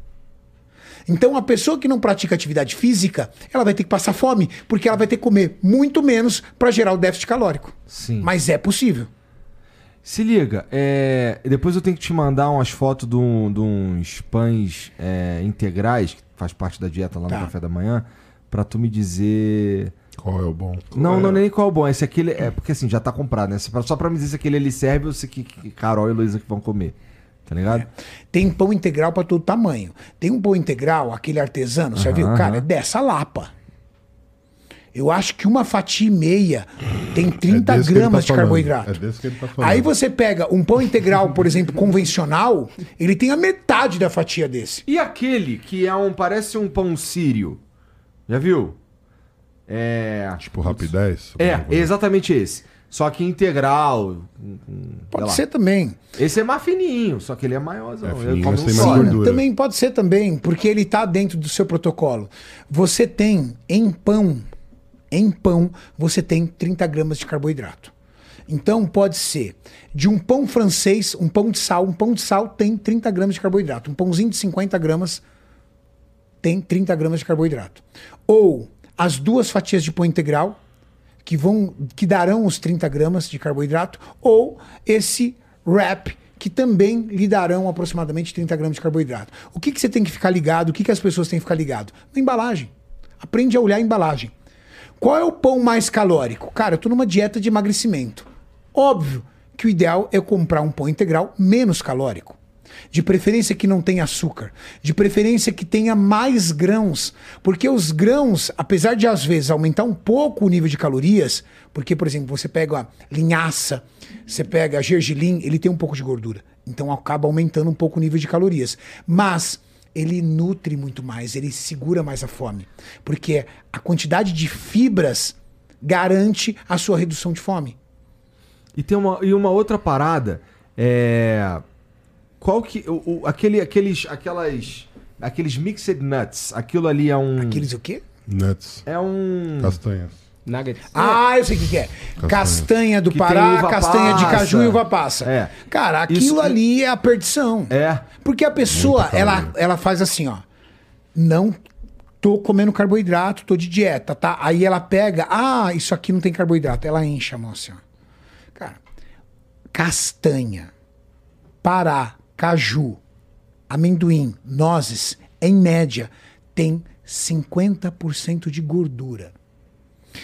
Então, a pessoa que não pratica atividade física, ela vai ter que passar fome, porque ela vai ter que comer muito menos para gerar o déficit calórico. Sim. Mas é possível. Se liga, é, depois eu tenho que te mandar umas fotos de, um- de uns pães é, integrais, que faz parte da dieta lá Tá. no café da manhã, pra tu me dizer. Qual é o bom? Não, não nem qual é o bom. Esse aqui ele- é porque assim, já tá comprado, né? Só pra- Só pra me dizer se aquele ele serve ou se que, que Carol e Luísa que vão comer. Tá ligado? Tem pão integral para todo tamanho. Tem um pão integral, aquele artesano, você já viu? Cara, é dessa lapa. Eu acho que uma fatia e meia tem 30 desse que ele tá gramas de falando. carboidrato. É desse que ele tá falando. Aí você pega um pão integral, por exemplo, convencional, ele tem a metade da fatia desse. E aquele que é um. parece um pão sírio. Já viu? É. Tipo, rapidez? É, Alguma coisa. exatamente esse. Só que integral. com- com- sei Pode lá. ser também. Esse é mais fininho, só que ele é maiorzão. É Ele fininho, come mas um tem só, mais né? gordura. Também pode ser também, porque ele está dentro do seu protocolo. Você tem em pão, em pão, você tem 30 gramas de carboidrato. Então pode ser de um pão francês, um pão de sal, um pão de sal tem 30 gramas de carboidrato. Um pãozinho de 50 gramas tem 30 gramas de carboidrato. Ou as duas fatias de pão integral, que vão que darão os 30 gramas de carboidrato, ou esse wrap, que também lhe darão aproximadamente 30 gramas de carboidrato. O que, que você tem que ficar ligado? O que, que as pessoas têm que ficar ligado? Na embalagem. Aprende a olhar a embalagem. Qual é o pão mais calórico? Cara, eu tô numa dieta de emagrecimento. Óbvio que o ideal é comprar um pão integral menos calórico. De preferência que não tenha açúcar. De preferência que tenha mais grãos. Porque os grãos, apesar de às vezes aumentar um pouco o nível de calorias, porque, por exemplo, você pega a linhaça, você pega a gergelim, ele tem um pouco de gordura. Então acaba aumentando um pouco o nível de calorias. Mas ele nutre muito mais, ele segura mais a fome. Porque a quantidade de fibras garante a sua redução de fome. E tem uma, e uma outra parada é, Qual que. O, o- aquele, aqueles. Aquelas. Aqueles mixed nuts. Aquilo ali é um. Aqueles o quê? Nuts. É um. Castanhas. Nuggets. Ah, eu sei o que, que é. Castanha do Que tem Pará, uva castanha de passa. caju e uva passa. É. Cara, aquilo Isso que- ali é a perdição. É. Porque a pessoa, Muita ela, caloria. ela faz assim, ó. Não tô comendo carboidrato, tô de dieta, tá? Aí ela pega, ah, isso aqui não tem carboidrato. Ela enche a mão assim, ó. Cara, castanha, pará, caju, amendoim, nozes, em média, tem 50% de gordura.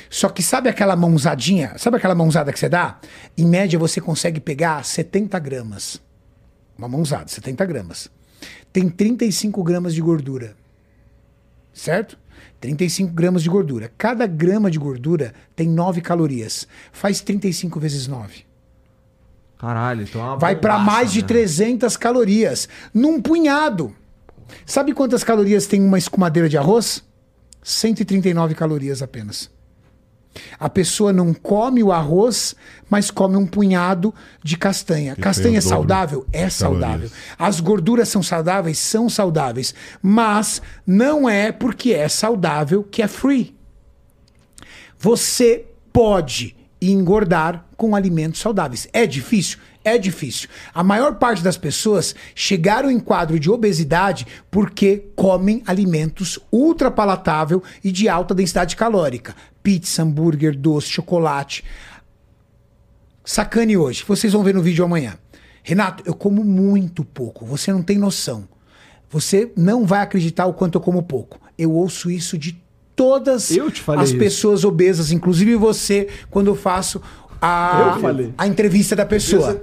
Só que sabe aquela mãozadinha? Sabe aquela mãozada que você dá? Em média, você consegue pegar 70 gramas. Uma mãozada, 70 gramas. Tem 35 gramas de gordura. Certo? 35 gramas de gordura. Cada grama de gordura tem 9 calorias. Faz 35 vezes 9. Caralho, então é uma Vai pra bombaça, mais de né? 300 calorias. Num punhado. Sabe quantas calorias tem uma escumadeira de arroz? 139 calorias apenas. A pessoa não come o arroz, mas come um punhado de castanha. tem castanha é o dobro saudável? É né? de saudável. calorias. As gorduras são saudáveis? São saudáveis. Mas não é porque é saudável que é free. Você pode engordar com alimentos saudáveis. É difícil? É difícil. A maior parte das pessoas chegaram em quadro de obesidade porque comem alimentos ultra palatável e de alta densidade calórica. Pizza, hambúrguer, doce, chocolate. Sacane hoje. Vocês vão ver no vídeo amanhã. Renato, eu como muito pouco. Você não tem noção. Você não vai acreditar o quanto eu como pouco. Eu ouço isso de todas Eu te falei as isso. pessoas obesas, inclusive você, quando eu faço a, Eu falei. um- a entrevista da pessoa.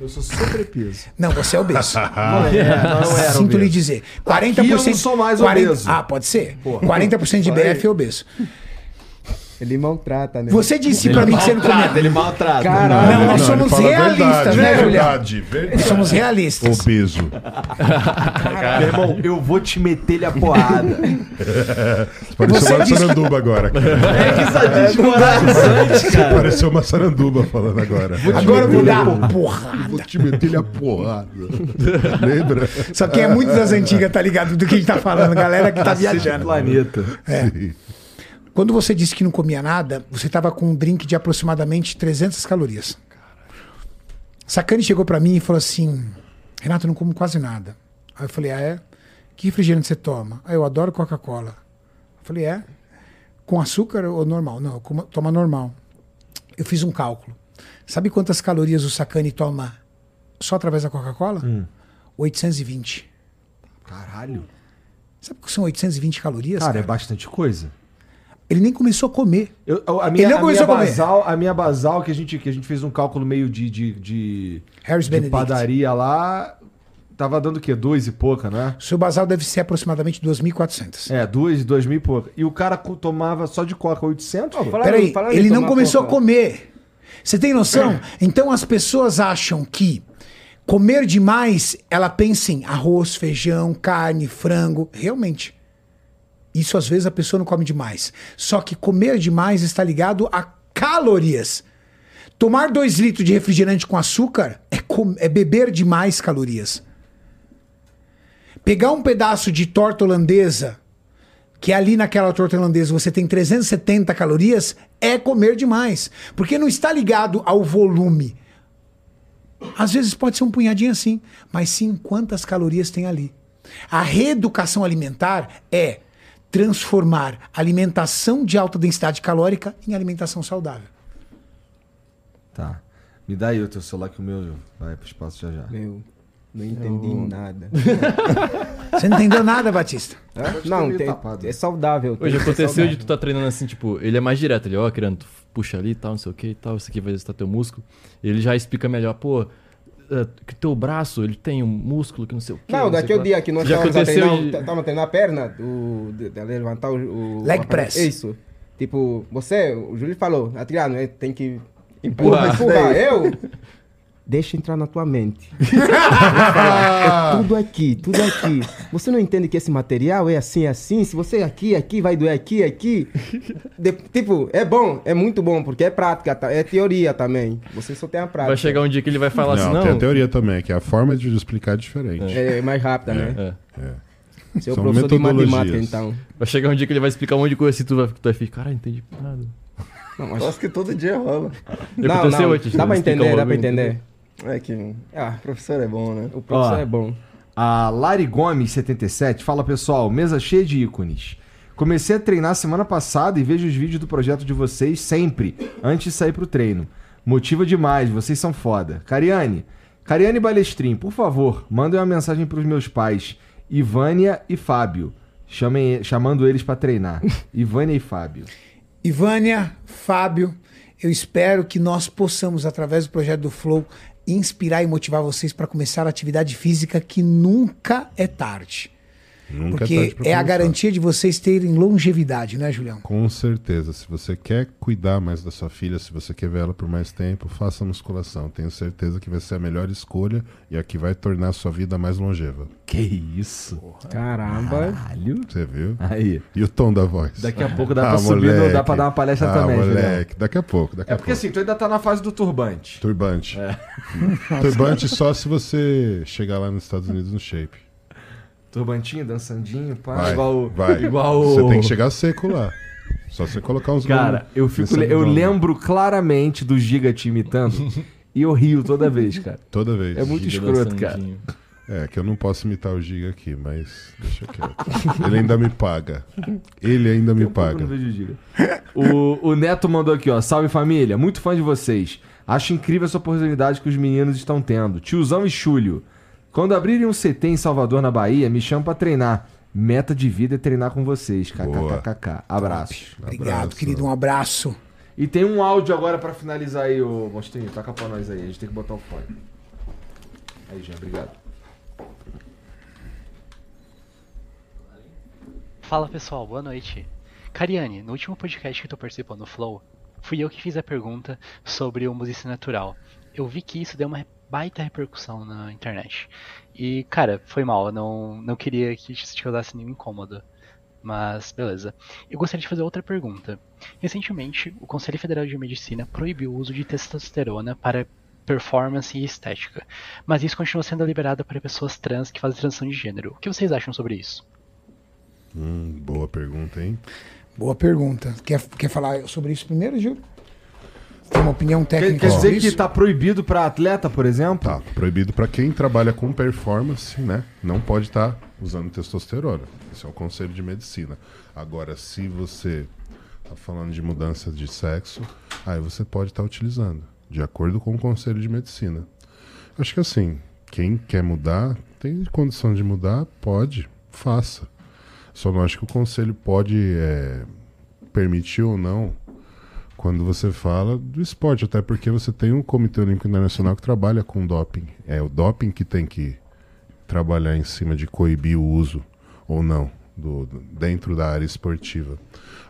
Eu sou sobrepeso. Não, você é obeso. não era Sinto lhe obeso. dizer. Aqui 40%. eu não sou mais obeso. Ah, pode ser. 40% de BF é obeso. Ele maltrata, né? Você disse pra mim que você não comia. é ele maltrata. Caralho. Não, nós ele somos fala a realistas, verdade, né, Julião? verdade, Nós é verdade. somos realistas. Obeso. Meu irmão, eu vou te meter-lhe a porrada. Você Pareceu uma disse- saranduba agora, cara. É, É, Você pareceu uma saranduba falando agora. Agora eu vou dar Vou porrada. te meter a porrada. Lembra? Só quem é muito das antigas tá ligado do que a gente tá falando, galera que tá viajando. planeta. É. Sim. Quando você disse que não comia nada, você tava com um drink de aproximadamente 300 calorias. Sacani chegou pra mim e falou assim: Renato, eu não como quase nada. Aí eu falei: Ah, é? Que refrigerante você toma? Ah, eu adoro Coca-Cola. Eu falei: É? Com açúcar ou normal? Não, eu como, toma normal. Eu fiz um cálculo. Sabe quantas calorias o Sacani toma só através da Coca-Cola? Hum. 820. Caralho. Sabe o que são 820 calorias? Cara, é cara? bastante coisa. Ele nem começou a comer. Eu- eu- a minha, Ele não a começou minha a comer. basal, a minha basal que a gente que a gente fez um cálculo meio de de, de, Harris de Benedict. padaria lá, tava dando o quê? Dois e pouca, né? Seu basal deve ser aproximadamente 2.400. É, duas, dois mil e pouca. E o cara co- tomava só de coca 800? velho? fala- Peraí, fala aí, É. ele não tomar começou conta. a comer. Você tem noção? Então as pessoas acham que comer demais, ela pensa em arroz, feijão, carne, frango. Realmente. Isso às vezes a pessoa não come demais. Só que comer demais está ligado a calorias. Tomar 2 litros de refrigerante com açúcar é, com- é beber demais calorias. Pegar um pedaço de torta holandesa, que ali naquela torta holandesa você tem 370 calorias, é comer demais. Porque não está ligado ao volume. Às vezes pode ser um punhadinho assim, mas sim quantas calorias tem ali. A reeducação alimentar é transformar alimentação de alta densidade calórica em alimentação saudável. Tá. Me dá aí o teu celular que o meu vai pro espaço já já. Meu, não entendi nada. Você não entendeu nada, Batista? Não, meio tem- tapado. é saudável. tem Hoje que ser aconteceu de saudável. tu tá treinando assim, tipo, ele é mais direto, ele, ó, querendo, tu puxa ali e tal, não sei o que e tal, isso aqui vai exercitar teu músculo. Ele já explica melhor, pô, é, que teu braço, ele tem um músculo que não sei o que. Não, daquele dia que nós Já estávamos a aconteceu treinar, de- estávamos a treinar a perna, o, de, de levantar o, o- Leg a perna. press. Isso. Tipo, você, o Júlio falou, Adriano, é, né, tem que Empurrar. né? empurrar. Eu? Deixa entrar na tua mente. É tudo aqui, tudo aqui. Você não entende que esse material é assim, assim? Se você aqui, aqui, vai doer aqui, aqui. De- tipo, é bom, é muito bom, porque é prática, tá- é teoria também. Você só tem a prática. Vai chegar um dia que ele vai falar assim, Não, não. tem a teoria também, que a forma de explicar é diferente. É mais rápida, né? É. Seu São professor de metodologias. matemática, então. Vai chegar um dia que ele vai explicar um monte de coisa assim, tu vai, tu vai ficar, cara, não entendi nada. Não, mas... Nossa, que todo dia rola. E Não, aconteceu não, antes, Dá né? pra Explicar entender, um dá pra bagulho. entender. É que Ah, o professor é bom, né? o professor Ó. Ah. é bom. A Lari Gomes, 77, fala pessoal, mesa cheia de ícones. Comecei a treinar semana passada e vejo os vídeos do projeto de vocês sempre, antes de sair pro treino. Motiva demais, vocês são foda. Cariane, Cariane Balestrin, por favor, mandem uma mensagem pros meus pais, Ivânia e Fábio. Chamem, chamando eles pra treinar. Ivânia e Fábio. Ivânia, Fábio, eu espero que nós possamos, através do projeto do Flow, inspirar e motivar vocês para começar a atividade física que nunca é tarde. Nunca porque tarde pra é a começar. Um garantia de vocês terem longevidade, né, Julião? Com certeza. Se você quer cuidar mais da sua filha, se você quer ver ela por mais tempo, faça musculação. Tenho certeza que vai ser a melhor escolha e a que vai tornar a sua vida mais longeva. Que isso? Ah. Caramba. Caralho. Você viu? Aí. E o tom da voz. Daqui a pouco dá pra Ah, subir, não dá moleque. pra dar uma palestra Ah, também, Julião. moleque. Daqui a pouco, daqui É a porque É. pouco. assim, tu ainda tá na fase do turbante. Turbante. Turbante só se você chegar lá nos Estados Unidos no shape. Turbantinho, dançandinho, pá. Vai, igual o- vai. Igual Você o- tem que chegar seco lá. Só você colocar uns Cara, gomos eu fico. nesse Eu abdômen. lembro claramente do Giga te imitando e eu rio toda vez, cara. Toda vez. É muito Giga escroto, cara. dançandinho. É, que eu não posso imitar o Giga aqui, mas deixa quieto. Ele ainda me paga. Ele ainda um me Pouco eu paga. não vejo o Giga. O, o Neto mandou aqui, ó. Salve família, muito fã de vocês. Acho incrível essa oportunidade que os meninos estão tendo. Tiozão e Chulho. Quando abrirem um CT em Salvador, na Bahia, me chamam pra treinar. Meta de vida é treinar com vocês. Boa. KKKK. Abraços. Obrigado, Abraço. querido. Um abraço. E tem um áudio agora pra finalizar aí, ô Monstrinho. Taca pra nós aí. A gente tem que botar o fone. Aí, Jean, obrigado. Fala pessoal, boa noite. Cariane, no último podcast que tu participou no Flow, fui eu que fiz a pergunta sobre o musicista natural. Eu vi que isso deu uma baita repercussão na internet. E, cara, foi mal, eu não, não queria que isso te causasse nenhum incômodo. Mas, beleza. Eu gostaria de fazer outra pergunta. Recentemente, o Conselho Federal de Medicina proibiu o uso de testosterona para performance e estética. Mas isso continua sendo liberado para pessoas trans que fazem transição de gênero. O que vocês acham sobre isso? Hum, boa pergunta, hein? Boa pergunta. Quer, quer falar sobre isso primeiro, Gil? Tem uma opinião Quer, técnica quer sobre dizer que isso? tá proibido pra atleta, por exemplo? Tá, proibido pra quem trabalha com performance, né? Não pode estar usando testosterona. Isso é um conselho de medicina. Agora, se você tá falando de mudança de sexo, aí você pode estar utilizando, de acordo com o conselho de medicina. Acho que assim, quem quer mudar, tem condição de mudar, pode, faça. Só não acho que o conselho pode é, permitir ou não quando você fala do esporte, até porque você tem um Comitê Olímpico Internacional que trabalha com doping. É o doping que tem que trabalhar em cima de coibir o uso ou não do, do- dentro da área esportiva.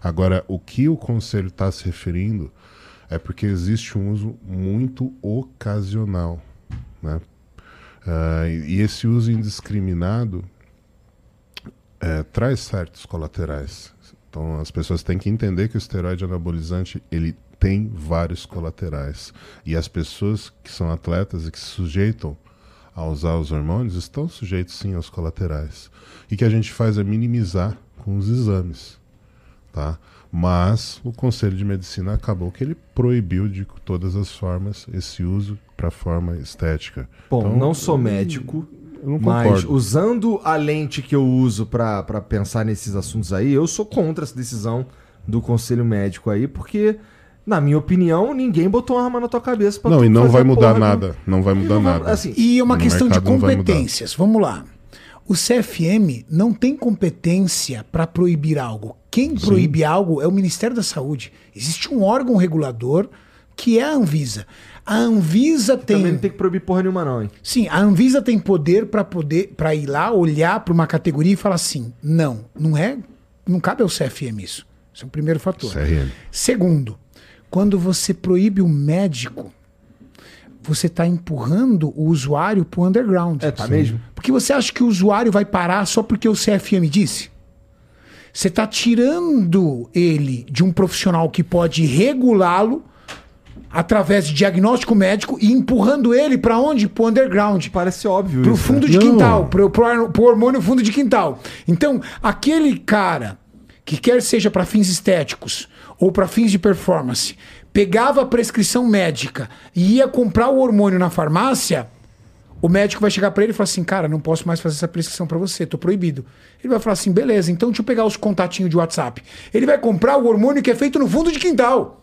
Agora, o que o conselho está se referindo é porque existe um uso muito ocasional, né? Ah, e e esse uso indiscriminado é, traz certos colaterais. Então as pessoas têm que entender que o esteroide anabolizante ele tem vários colaterais e as pessoas que são atletas e que se sujeitam a usar os hormônios estão sujeitos sim aos colaterais. E que a gente faz é minimizar com os exames, tá? Mas o Conselho de Medicina acabou que ele proibiu de todas as formas esse uso para forma estética. Bom, Então, não sou médico, eu não mas concordo. usando a lente que eu uso pra pra pensar nesses assuntos aí, eu sou contra essa decisão do conselho médico aí, porque, na minha opinião, ninguém botou uma arma na tua cabeça pra Não, tu e não fazer vai a mudar porra de um- nada. Não vai E mudar não vai- nada. assim, E uma No questão de mercado não vai mudar. competências. Vamos lá. O CFM não tem competência para proibir algo. Quem proíbe algo é o Ministério da Saúde. Existe um órgão regulador que é a Anvisa. A Anvisa Também tem, não tem que proibir porra nenhuma, não, hein? sim, a Anvisa tem poder para poder para ir lá olhar para uma categoria e falar assim: "Não, não é, não cabe ao CFM isso". Esse é o primeiro fator. CRM. Segundo, quando você proíbe o médico, você está empurrando o usuário para o underground. É, tá mesmo? Porque você acha que o usuário vai parar só porque o CFM disse? Você está tirando ele de um profissional que pode regulá-lo através de diagnóstico médico e empurrando ele para onde? Para underground. Parece óbvio Pro isso, fundo né? de Não. quintal, pro, pro, pro hormônio fundo de quintal. Então, aquele cara que quer seja para fins estéticos ou para fins de performance, pegava a prescrição médica e ia comprar o hormônio na farmácia, o médico vai chegar para ele e falar assim: "Cara, não posso mais fazer essa prescrição para você, tô proibido". Ele vai falar assim: "Beleza, então deixa eu pegar os contatinhos de WhatsApp". Ele vai comprar o hormônio que é feito no fundo de quintal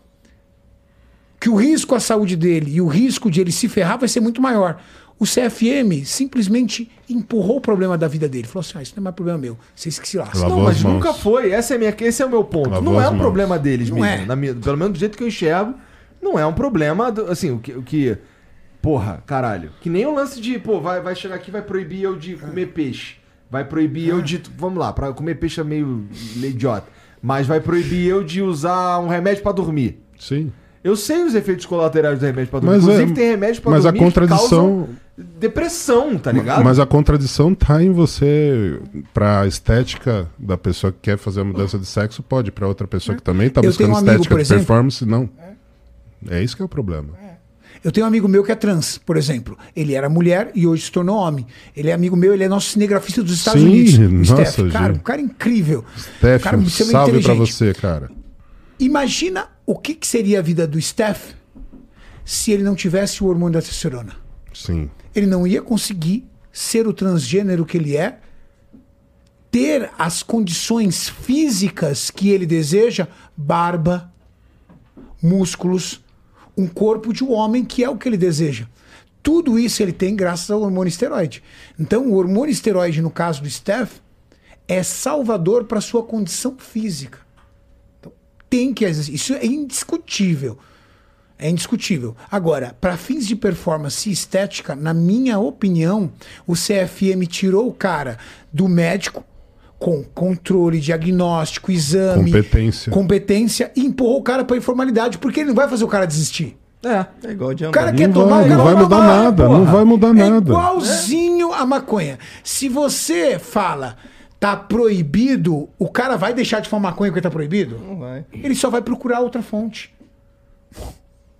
que o risco à saúde dele e o risco de ele se ferrar vai ser muito maior. O CFM simplesmente empurrou o problema da vida dele. Falou assim: ah, isso não é mais problema meu, vocês que se lascam. Lavou Não, mas as mãos. nunca foi. Essa é a minha, esse é o meu ponto. Lavou não é as um mãos. problema deles Não mesmo. é. na minha- pelo menos do jeito que eu enxergo, não é um problema. do- assim, o que, o que- Porra, caralho. Que nem o lance de, pô, vai, vai chegar aqui e vai proibir eu de comer peixe. Vai proibir eu de. Vamos lá, pra comer peixe é meio idiota. Mas vai proibir eu de usar um remédio pra dormir. Sim. Eu sei os efeitos colaterais do remédio pra dormir. Mas é- Inclusive, tem remédio pra mas a dormir contradição- que causam depressão, tá ligado? Mas a contradição tá em você. Pra estética da pessoa que quer fazer a mudança de sexo, pode. Pra outra pessoa que também tá Eu buscando tenho um amigo, estética por de exemplo- performance, não. É isso que é o problema. Eu tenho um amigo meu que é trans, por exemplo. Ele era mulher e hoje se tornou homem. Ele é amigo meu, ele é nosso cinegrafista dos Estados Sim, Unidos. o nossa, Steph, cara, Gil. um cara incrível. um cara Stefan, muito salve pra inteligente. você, cara. Imagina o que, que seria a vida do Steph se ele não tivesse o hormônio da testosterona. Sim. ele não ia conseguir ser o transgênero que ele é, ter as condições físicas que ele deseja, barba, músculos, um corpo de um homem que é o que ele deseja. Tudo isso ele tem graças ao hormônio esteroide. Então, o hormônio esteroide, no caso do Steph, é salvador para sua condição física. Então, tem que existir. Isso é indiscutível. É indiscutível. Agora, para fins de performance e estética, na minha opinião, o CFM tirou o cara do médico com controle, diagnóstico, exame, Competência. competência e empurrou o cara para informalidade, porque ele não vai fazer o cara desistir. É igual de O cara quer Não tomar, vai, o cara não vai mudar tomar, nada, porra. não vai mudar É nada. igualzinho a maconha. Se você fala tá proibido, o cara vai deixar de fumar maconha porque tá proibido? Não vai. Ele só vai procurar outra fonte.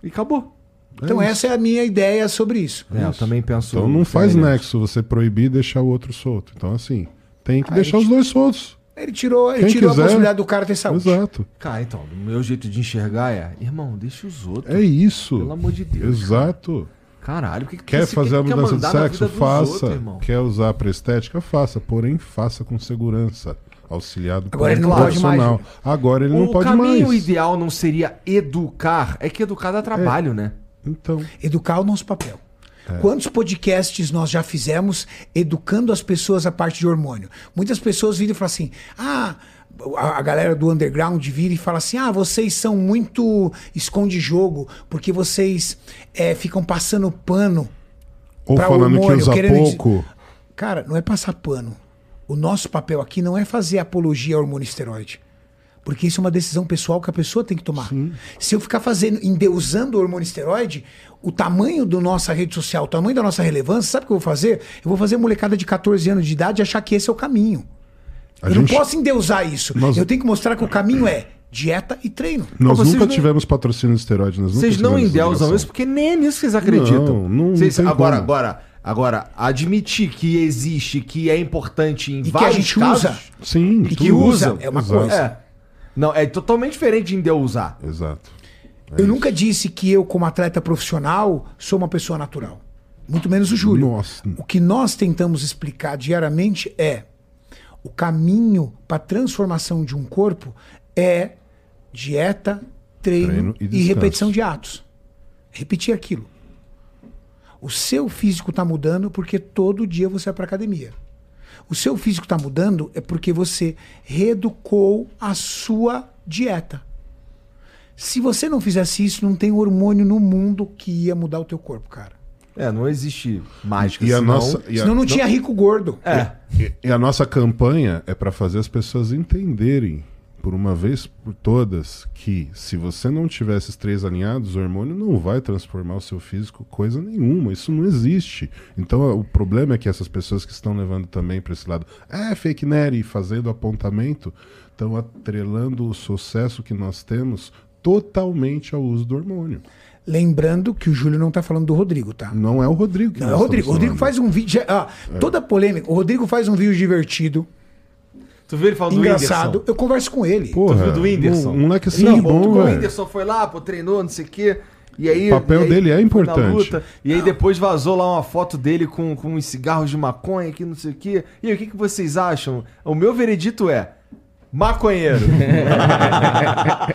E acabou. Então essa é a minha ideia sobre isso. É, eu também penso. Então não faz semelhante. nexo você proibir e deixar o outro solto. Então, assim, tem que deixar os dois soltos. Ele tirou, ele Quem tirou quiser. a possibilidade do cara ter é saúde. Exato. Cara, então, o meu jeito de enxergar é, irmão, deixa os outros. É isso. Pelo amor de Deus. Exato. Caralho, o que, que Quer você fazer a quer mudança de mandar na sexo? vida dos outros, Faça. irmão? Quer usar pra estética? Faça. Porém, faça com segurança. Auxiliado por Agora ele um não pode profissional. Agora ele não o pode caminho mais. ideal não seria educar, é que educar dá trabalho, né? Então, Educar é o nosso papel. Quantos podcasts nós já fizemos educando as pessoas a parte de hormônio? Muitas pessoas viram e falam assim: ah, a, a galera do underground vira e fala assim: ah, vocês são muito esconde-jogo, porque vocês eh, ficam passando pano ou Pra falando hormônio, que usa querendo dizer- pouco. Cara, não é passar pano. O nosso papel aqui não é fazer apologia ao hormônio esteroide. Porque isso é uma decisão pessoal que a pessoa tem que tomar. Se eu ficar fazendo, endeusando o hormônio esteroide, o tamanho da nossa rede social, o tamanho da nossa relevância, sabe o que eu vou fazer? Eu vou fazer molecada de 14 anos de idade e achar que esse é o caminho. A eu gente- não posso endeusar isso. Nós- Eu tenho que mostrar que o caminho é dieta e treino. Nós vocês nunca não- tivemos patrocínio de esteroide. Nós nunca Vocês não tivemos endeusam ligação. isso porque nem é nisso que vocês acreditam. Não, não- não Vocês- tem agora, como. agora, agora, admitir que existe, que é importante em que a vários gente casos, usa. Sim, E tudo. que usa é uma Exato. coisa. é. É. Não, é totalmente diferente de endeusar. Exato. eu nunca disse que eu, como atleta profissional, sou uma pessoa natural. Muito menos o Júlio. Nossa. O que nós tentamos explicar diariamente é o caminho para a transformação de um corpo é dieta, treino, Treino e e, descanso. repetição de atos. Repetir aquilo. O seu físico está mudando porque todo dia você vai para academia. O seu físico está mudando é porque você reeducou a sua dieta. Se você não fizesse isso, não tem hormônio no mundo que ia mudar o teu corpo, cara. É, não existe mágica. E a senão- nossa. e a- Senão não tinha rico gordo. É. E a nossa campanha é para fazer as pessoas entenderem por uma vez por todas, que se você não tiver esses três alinhados, o hormônio não vai transformar o seu físico coisa nenhuma. Isso não existe. Então a- o problema é que essas pessoas que estão levando também para esse lado, é fake nerd, fazendo apontamento, estão atrelando o sucesso que nós temos totalmente ao uso do hormônio. Lembrando que o Júlio não tá falando do Rodrigo, tá? Não é o Rodrigo que Não, nós é o Rodrigo. O estamos Rodrigo falando. É. faz um vídeo. Ah, Toda polêmica. O Rodrigo faz um vídeo divertido, Tu viu ele falando engraçado. Eu converso com ele. Porra, Tu viu do Whindersson? Um moleque assim, Não, bom, o velho. Whindersson foi lá, pô, treinou, não sei o quê. E aí, O papel e aí dele é foi na importante. e aí depois vazou lá uma foto dele com, com uns cigarros de maconha que não sei o quê. E aí, o que, que vocês acham? O meu veredito é maconheiro.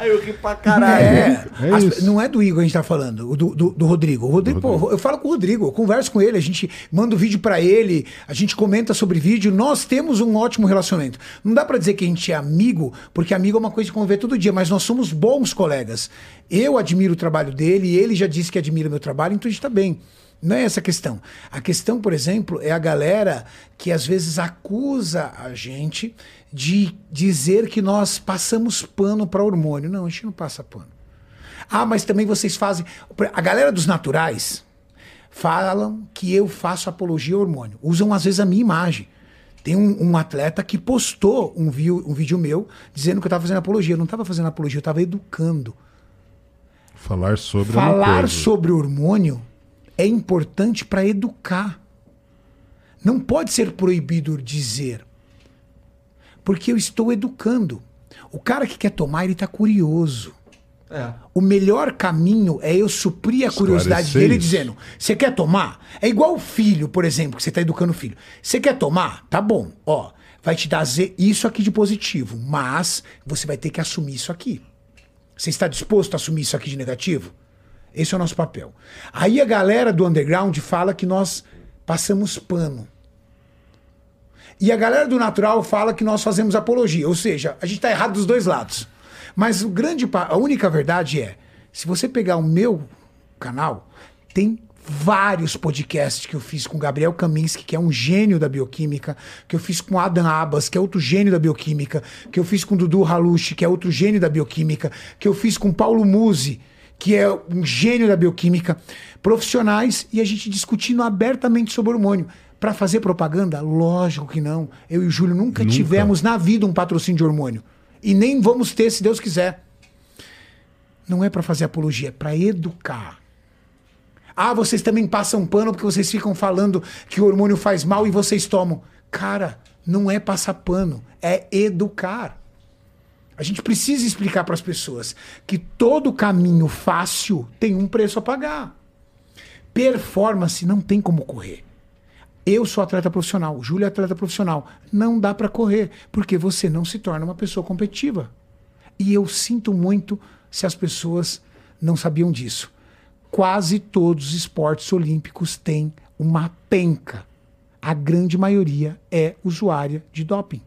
aí eu ri pra caralho. É, É as- isso. não é do Igor a gente tá falando, o do, do, do Rodrigo. O Rodrigo, pô, eu falo com o Rodrigo, eu converso com ele, a gente manda o vídeo pra ele, a gente comenta sobre vídeo, nós temos um ótimo relacionamento. Não dá pra dizer que a gente é amigo, porque amigo é uma coisa que conviver todo dia, mas nós somos bons colegas. Eu admiro o trabalho dele, e ele já disse que admira meu trabalho, então a gente tá bem. Não é essa a questão. A questão, por exemplo, é a galera que às vezes acusa a gente de dizer que nós passamos pano para hormônio. Não, a gente não passa pano. Ah, mas também vocês fazem. A galera dos naturais falam que eu faço apologia ao hormônio. Usam às vezes a minha imagem. Tem um, um atleta que postou um, vi- um vídeo meu dizendo que eu estava fazendo apologia. Eu não estava fazendo apologia, eu estava educando. Falar sobre é uma Falar coisa. sobre hormônio é importante para educar. Não pode ser proibido dizer. Porque eu estou educando. O cara que quer tomar, ele está curioso. O melhor caminho é eu suprir a curiosidade Esclarecer dele isso. dizendo: você quer tomar? É igual o filho, por exemplo, que você está educando o filho. Você quer tomar? Tá bom, ó. Vai te dar ze- isso aqui de positivo, mas você vai ter que assumir isso aqui. Você está disposto a assumir isso aqui de negativo? Esse é o nosso papel. Aí a galera do underground fala que nós passamos pano. E a galera do natural fala que nós fazemos apologia, ou seja, a gente tá errado dos dois lados. Mas o grande pa- a única verdade é, se você pegar o meu canal, tem vários podcasts que eu fiz com Gabriel Kaminski, que é um gênio da bioquímica, que eu fiz com Adam Abbas, que é outro gênio da bioquímica, que eu fiz com Dudu Halushi, que é outro gênio da bioquímica, que eu fiz com Paulo Musi, que é um gênio da bioquímica, profissionais e a gente discutindo abertamente sobre hormônio. Pra fazer propaganda? Lógico que não. Eu e o Júlio nunca, Nunca. tivemos na vida um patrocínio de hormônio. E nem vamos ter, se Deus quiser. Não é pra fazer apologia, é pra educar. Ah, vocês também passam pano porque vocês ficam falando que o hormônio faz mal e vocês tomam. Cara, não é passar pano, é educar. A gente precisa explicar para as pessoas que todo caminho fácil tem um preço a pagar. Performance não tem como correr. Eu sou atleta profissional, o Júlio é atleta profissional. Não dá para correr, porque você não se torna uma pessoa competitiva. E eu sinto muito se as pessoas não sabiam disso. Quase todos os esportes olímpicos têm uma penca. A grande maioria é usuária de doping.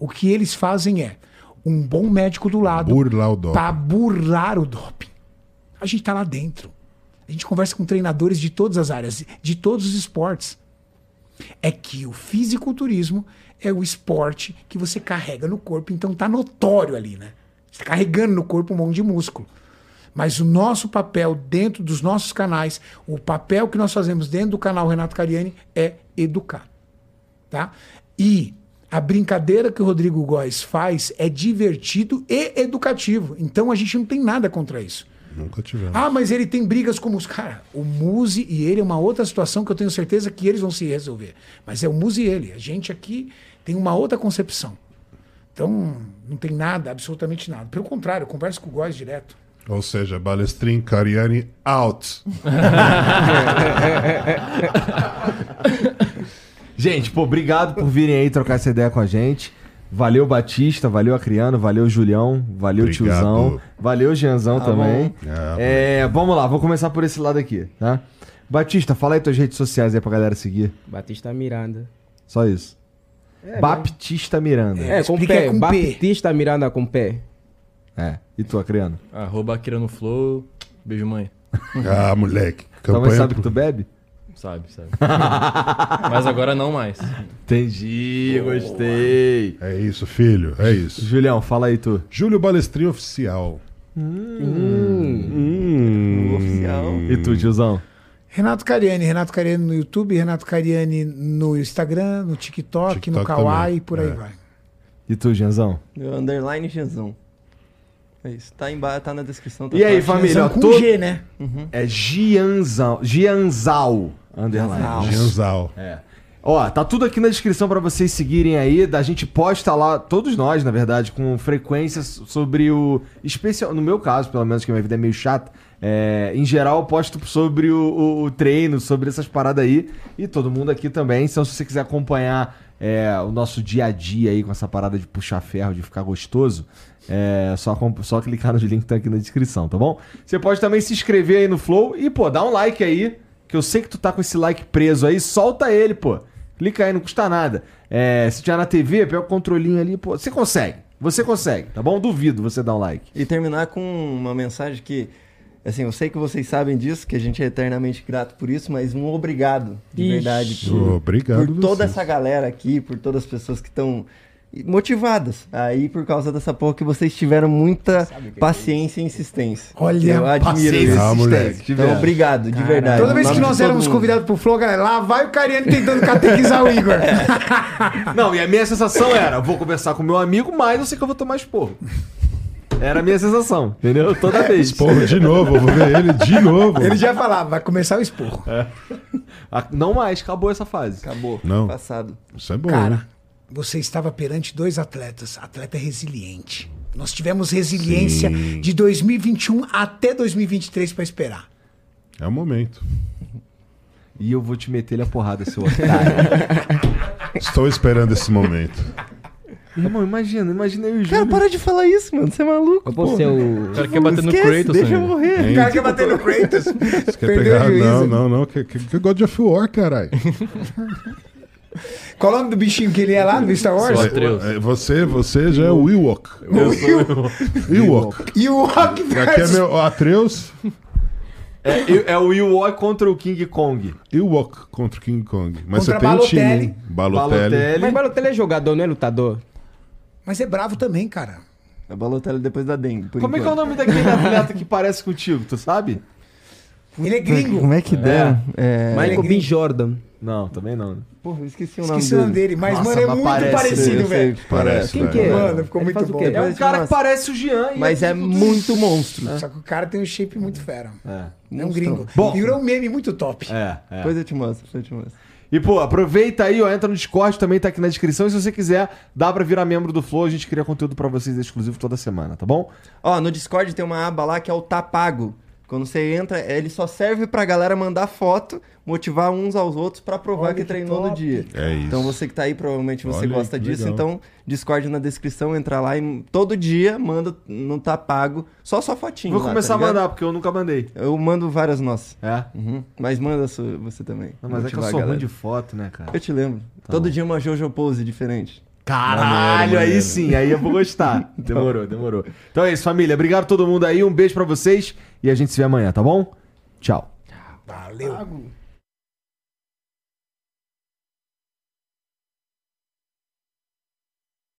O que eles fazem é um bom médico do lado Burlar o doping. para burlar o doping. A gente tá lá dentro. A gente conversa com treinadores de todas as áreas, de todos os esportes. É que o fisiculturismo é o esporte que você carrega no corpo, então tá notório ali, né? Você tá carregando no corpo um monte de músculo. Mas o nosso papel dentro dos nossos canais, o papel que nós fazemos dentro do canal Renato Cariani é educar tá? E a brincadeira que o Rodrigo Góes faz é divertido e educativo. Então a gente não tem nada contra isso. Nunca tivemos. Ah, mas ele tem brigas com os cara. O Muzi e ele é uma outra situação que eu tenho certeza que eles vão se resolver. Mas é o Muzi e ele. A gente aqui tem uma outra concepção. Então, não tem nada, absolutamente nada. Pelo contrário, eu converso com o Góes direto. Ou seja, Balestrin, Cariani, out. Gente, pô, obrigado por virem aí trocar essa ideia com a gente. Valeu, Batista, valeu, Acriano, valeu, Julião, valeu, Obrigado. Tiozão, valeu, Jeanzão também. bom. Ah, É, vamos lá, vou começar por esse lado aqui, tá? Batista, fala aí tuas redes sociais aí pra galera seguir. Batista Miranda. Só isso. Baptista Miranda. É. É, com Explica, é pé. com P. Batista Miranda com pé. É. E tu, Acriano? Arroba Akira no Flow. Beijo, mãe. Ah, moleque. Tua mãe Campanha sabe que pro- tu bebe? Sabe, sabe. Mas agora não mais. Entendi, gostei. É isso, filho. É isso. Julião, fala aí tu. Júlio Balestrinho Oficial. Hum. O oficial. E tu, tiozão? Renato Cariani, Renato Cariani no YouTube, Renato Cariani no Instagram, no TikTok, no TikTok Kawaii, também, por aí é. vai. E tu, Genzão? Meu underline Genzão. É isso. Tá, embaixo, tá na descrição. Tá E aí, fácil. família? ó, com todo- G, né? É Gianzão. Gianzal. Underline. Genzal. É. Ó, tá tudo aqui na descrição pra vocês seguirem aí. A gente posta lá, todos nós, na verdade, com frequência so- sobre o. Especial, no meu caso, pelo menos, que a minha vida é meio chata. é, em geral, eu posto sobre o, o- o treino, sobre essas paradas aí. E todo mundo aqui também. Então, se você quiser acompanhar é, o nosso dia a dia aí com essa parada de puxar ferro, de ficar gostoso, é só, com- só clicar nos links que tá aqui na descrição, tá bom? Você pode também se inscrever aí no Flow e, pô, dá um like aí, que eu sei que tu tá com esse like preso aí, solta ele, pô. Clica aí, não custa nada. É, se tiver na TV, pega o controlinho ali, pô. Você consegue, você consegue, tá bom? Duvido você dar um like. E terminar com uma mensagem que, assim, eu sei que vocês sabem disso, que a gente é eternamente grato por isso, mas um obrigado, de Ixi. verdade. Obrigado. por toda vocês. essa galera aqui, por todas as pessoas que estão motivadas aí por causa dessa porra que vocês tiveram muita paciência e insistência. Olha, eu admiro. paciência. isso. Ah, moleque. Então, obrigado, de verdade. Toda Em vez que nome de nós todo éramos mundo. convidados pro Flow, galera, lá vai o Cariani tentando catequizar o Igor. É. Não, e a minha sensação era, eu vou conversar com meu amigo, mas eu sei que eu vou tomar esporro. Era a minha sensação, entendeu? Toda vez. Porra, de novo, eu vou ver ele de novo. Ele já falava, vai começar o expor. Ah, Não mais, acabou essa fase. Acabou. Não. Passado. Isso é bom, né? Cara, você estava perante dois atletas. Atleta resiliente. Nós tivemos resiliência de 2021 até 2023 para esperar. É o momento. E eu vou te meter ele a porrada, seu otário. Estou esperando esse momento. Irmão, imagina, imagina eu e o Cara, Júlio. para de falar isso, mano. Você é maluco. Eu posso ser o. O cara quer bater no Esquece, Kratos, Deixa eu né? morrer. Hein? quer bater no Kratos? Você quer Perdeu o pegar? juízo. Não, não, não. Que, que, que God of War, caralho. Qual o nome do bichinho que ele é lá no Star Wars? Só Atreus. É, Você, você já é o Ewok. Ewok. E o Rock Aqui é versus- meu Atreus, É, eu- é o Ewok contra o King Kong. Ewok contra o King Kong. Mas Contra você tem um time. Balotelli. hein? Balotelli. Mas Balotelli é jogador, não é lutador. Mas é bravo também, cara. A Balotelli depois da dengue. por Como é que é o enquanto. nome daquele atleta que parece contigo, tu sabe? Ele é gringo. Como é que deram? É. Michael B. Jordan. Não, também não. né? Porra, eu esqueci é o nome Esqueci o nome dele, mas, Nossa, mano, é mas muito parece, Eu parecido, sei velho. que Parece, Quem que velho. é? Mano, ficou Ele muito faz o bom. quê? É velho. um Parece cara que demais. parece o Jean. e Mas é tudo muito monstro. É. Só que o cara tem um shape muito fera. É, um Monstrão. gringo. Bom. E virou um meme muito top. É, é. Depois eu te mostro, depois eu te mostro. E, pô, aproveita aí, ó, entra no Discord, também tá aqui na descrição. E se você quiser, dá pra virar membro do Flow. A gente cria conteúdo pra vocês exclusivo toda semana, tá bom? Ó, no Discord tem uma aba lá que é o Tá Pago. Quando você entra, ele só serve pra galera mandar foto, motivar uns aos outros pra provar que, treinou no dia. É isso. Então você que tá aí, provavelmente você Olha aí, gosta que disso. legal. Então, Discord na descrição, entra lá e todo dia manda no Tá Pago, só sua fotinho. Vou lá, começar tá a ligado? mandar, porque eu nunca mandei. Eu mando várias nossas. É? Uhum. Mas manda a sua, você também. Não, mas é que eu Motivar a sou ruim galera. de foto, né, cara? Eu te lembro. Todo dia uma Jojo Pose diferente. Caralho, aí sim, aí eu vou gostar. Demorou, demorou. Então é isso, família. Obrigado a todo mundo aí. Um beijo pra vocês e a gente se vê amanhã, tá bom? Tchau. Valeu.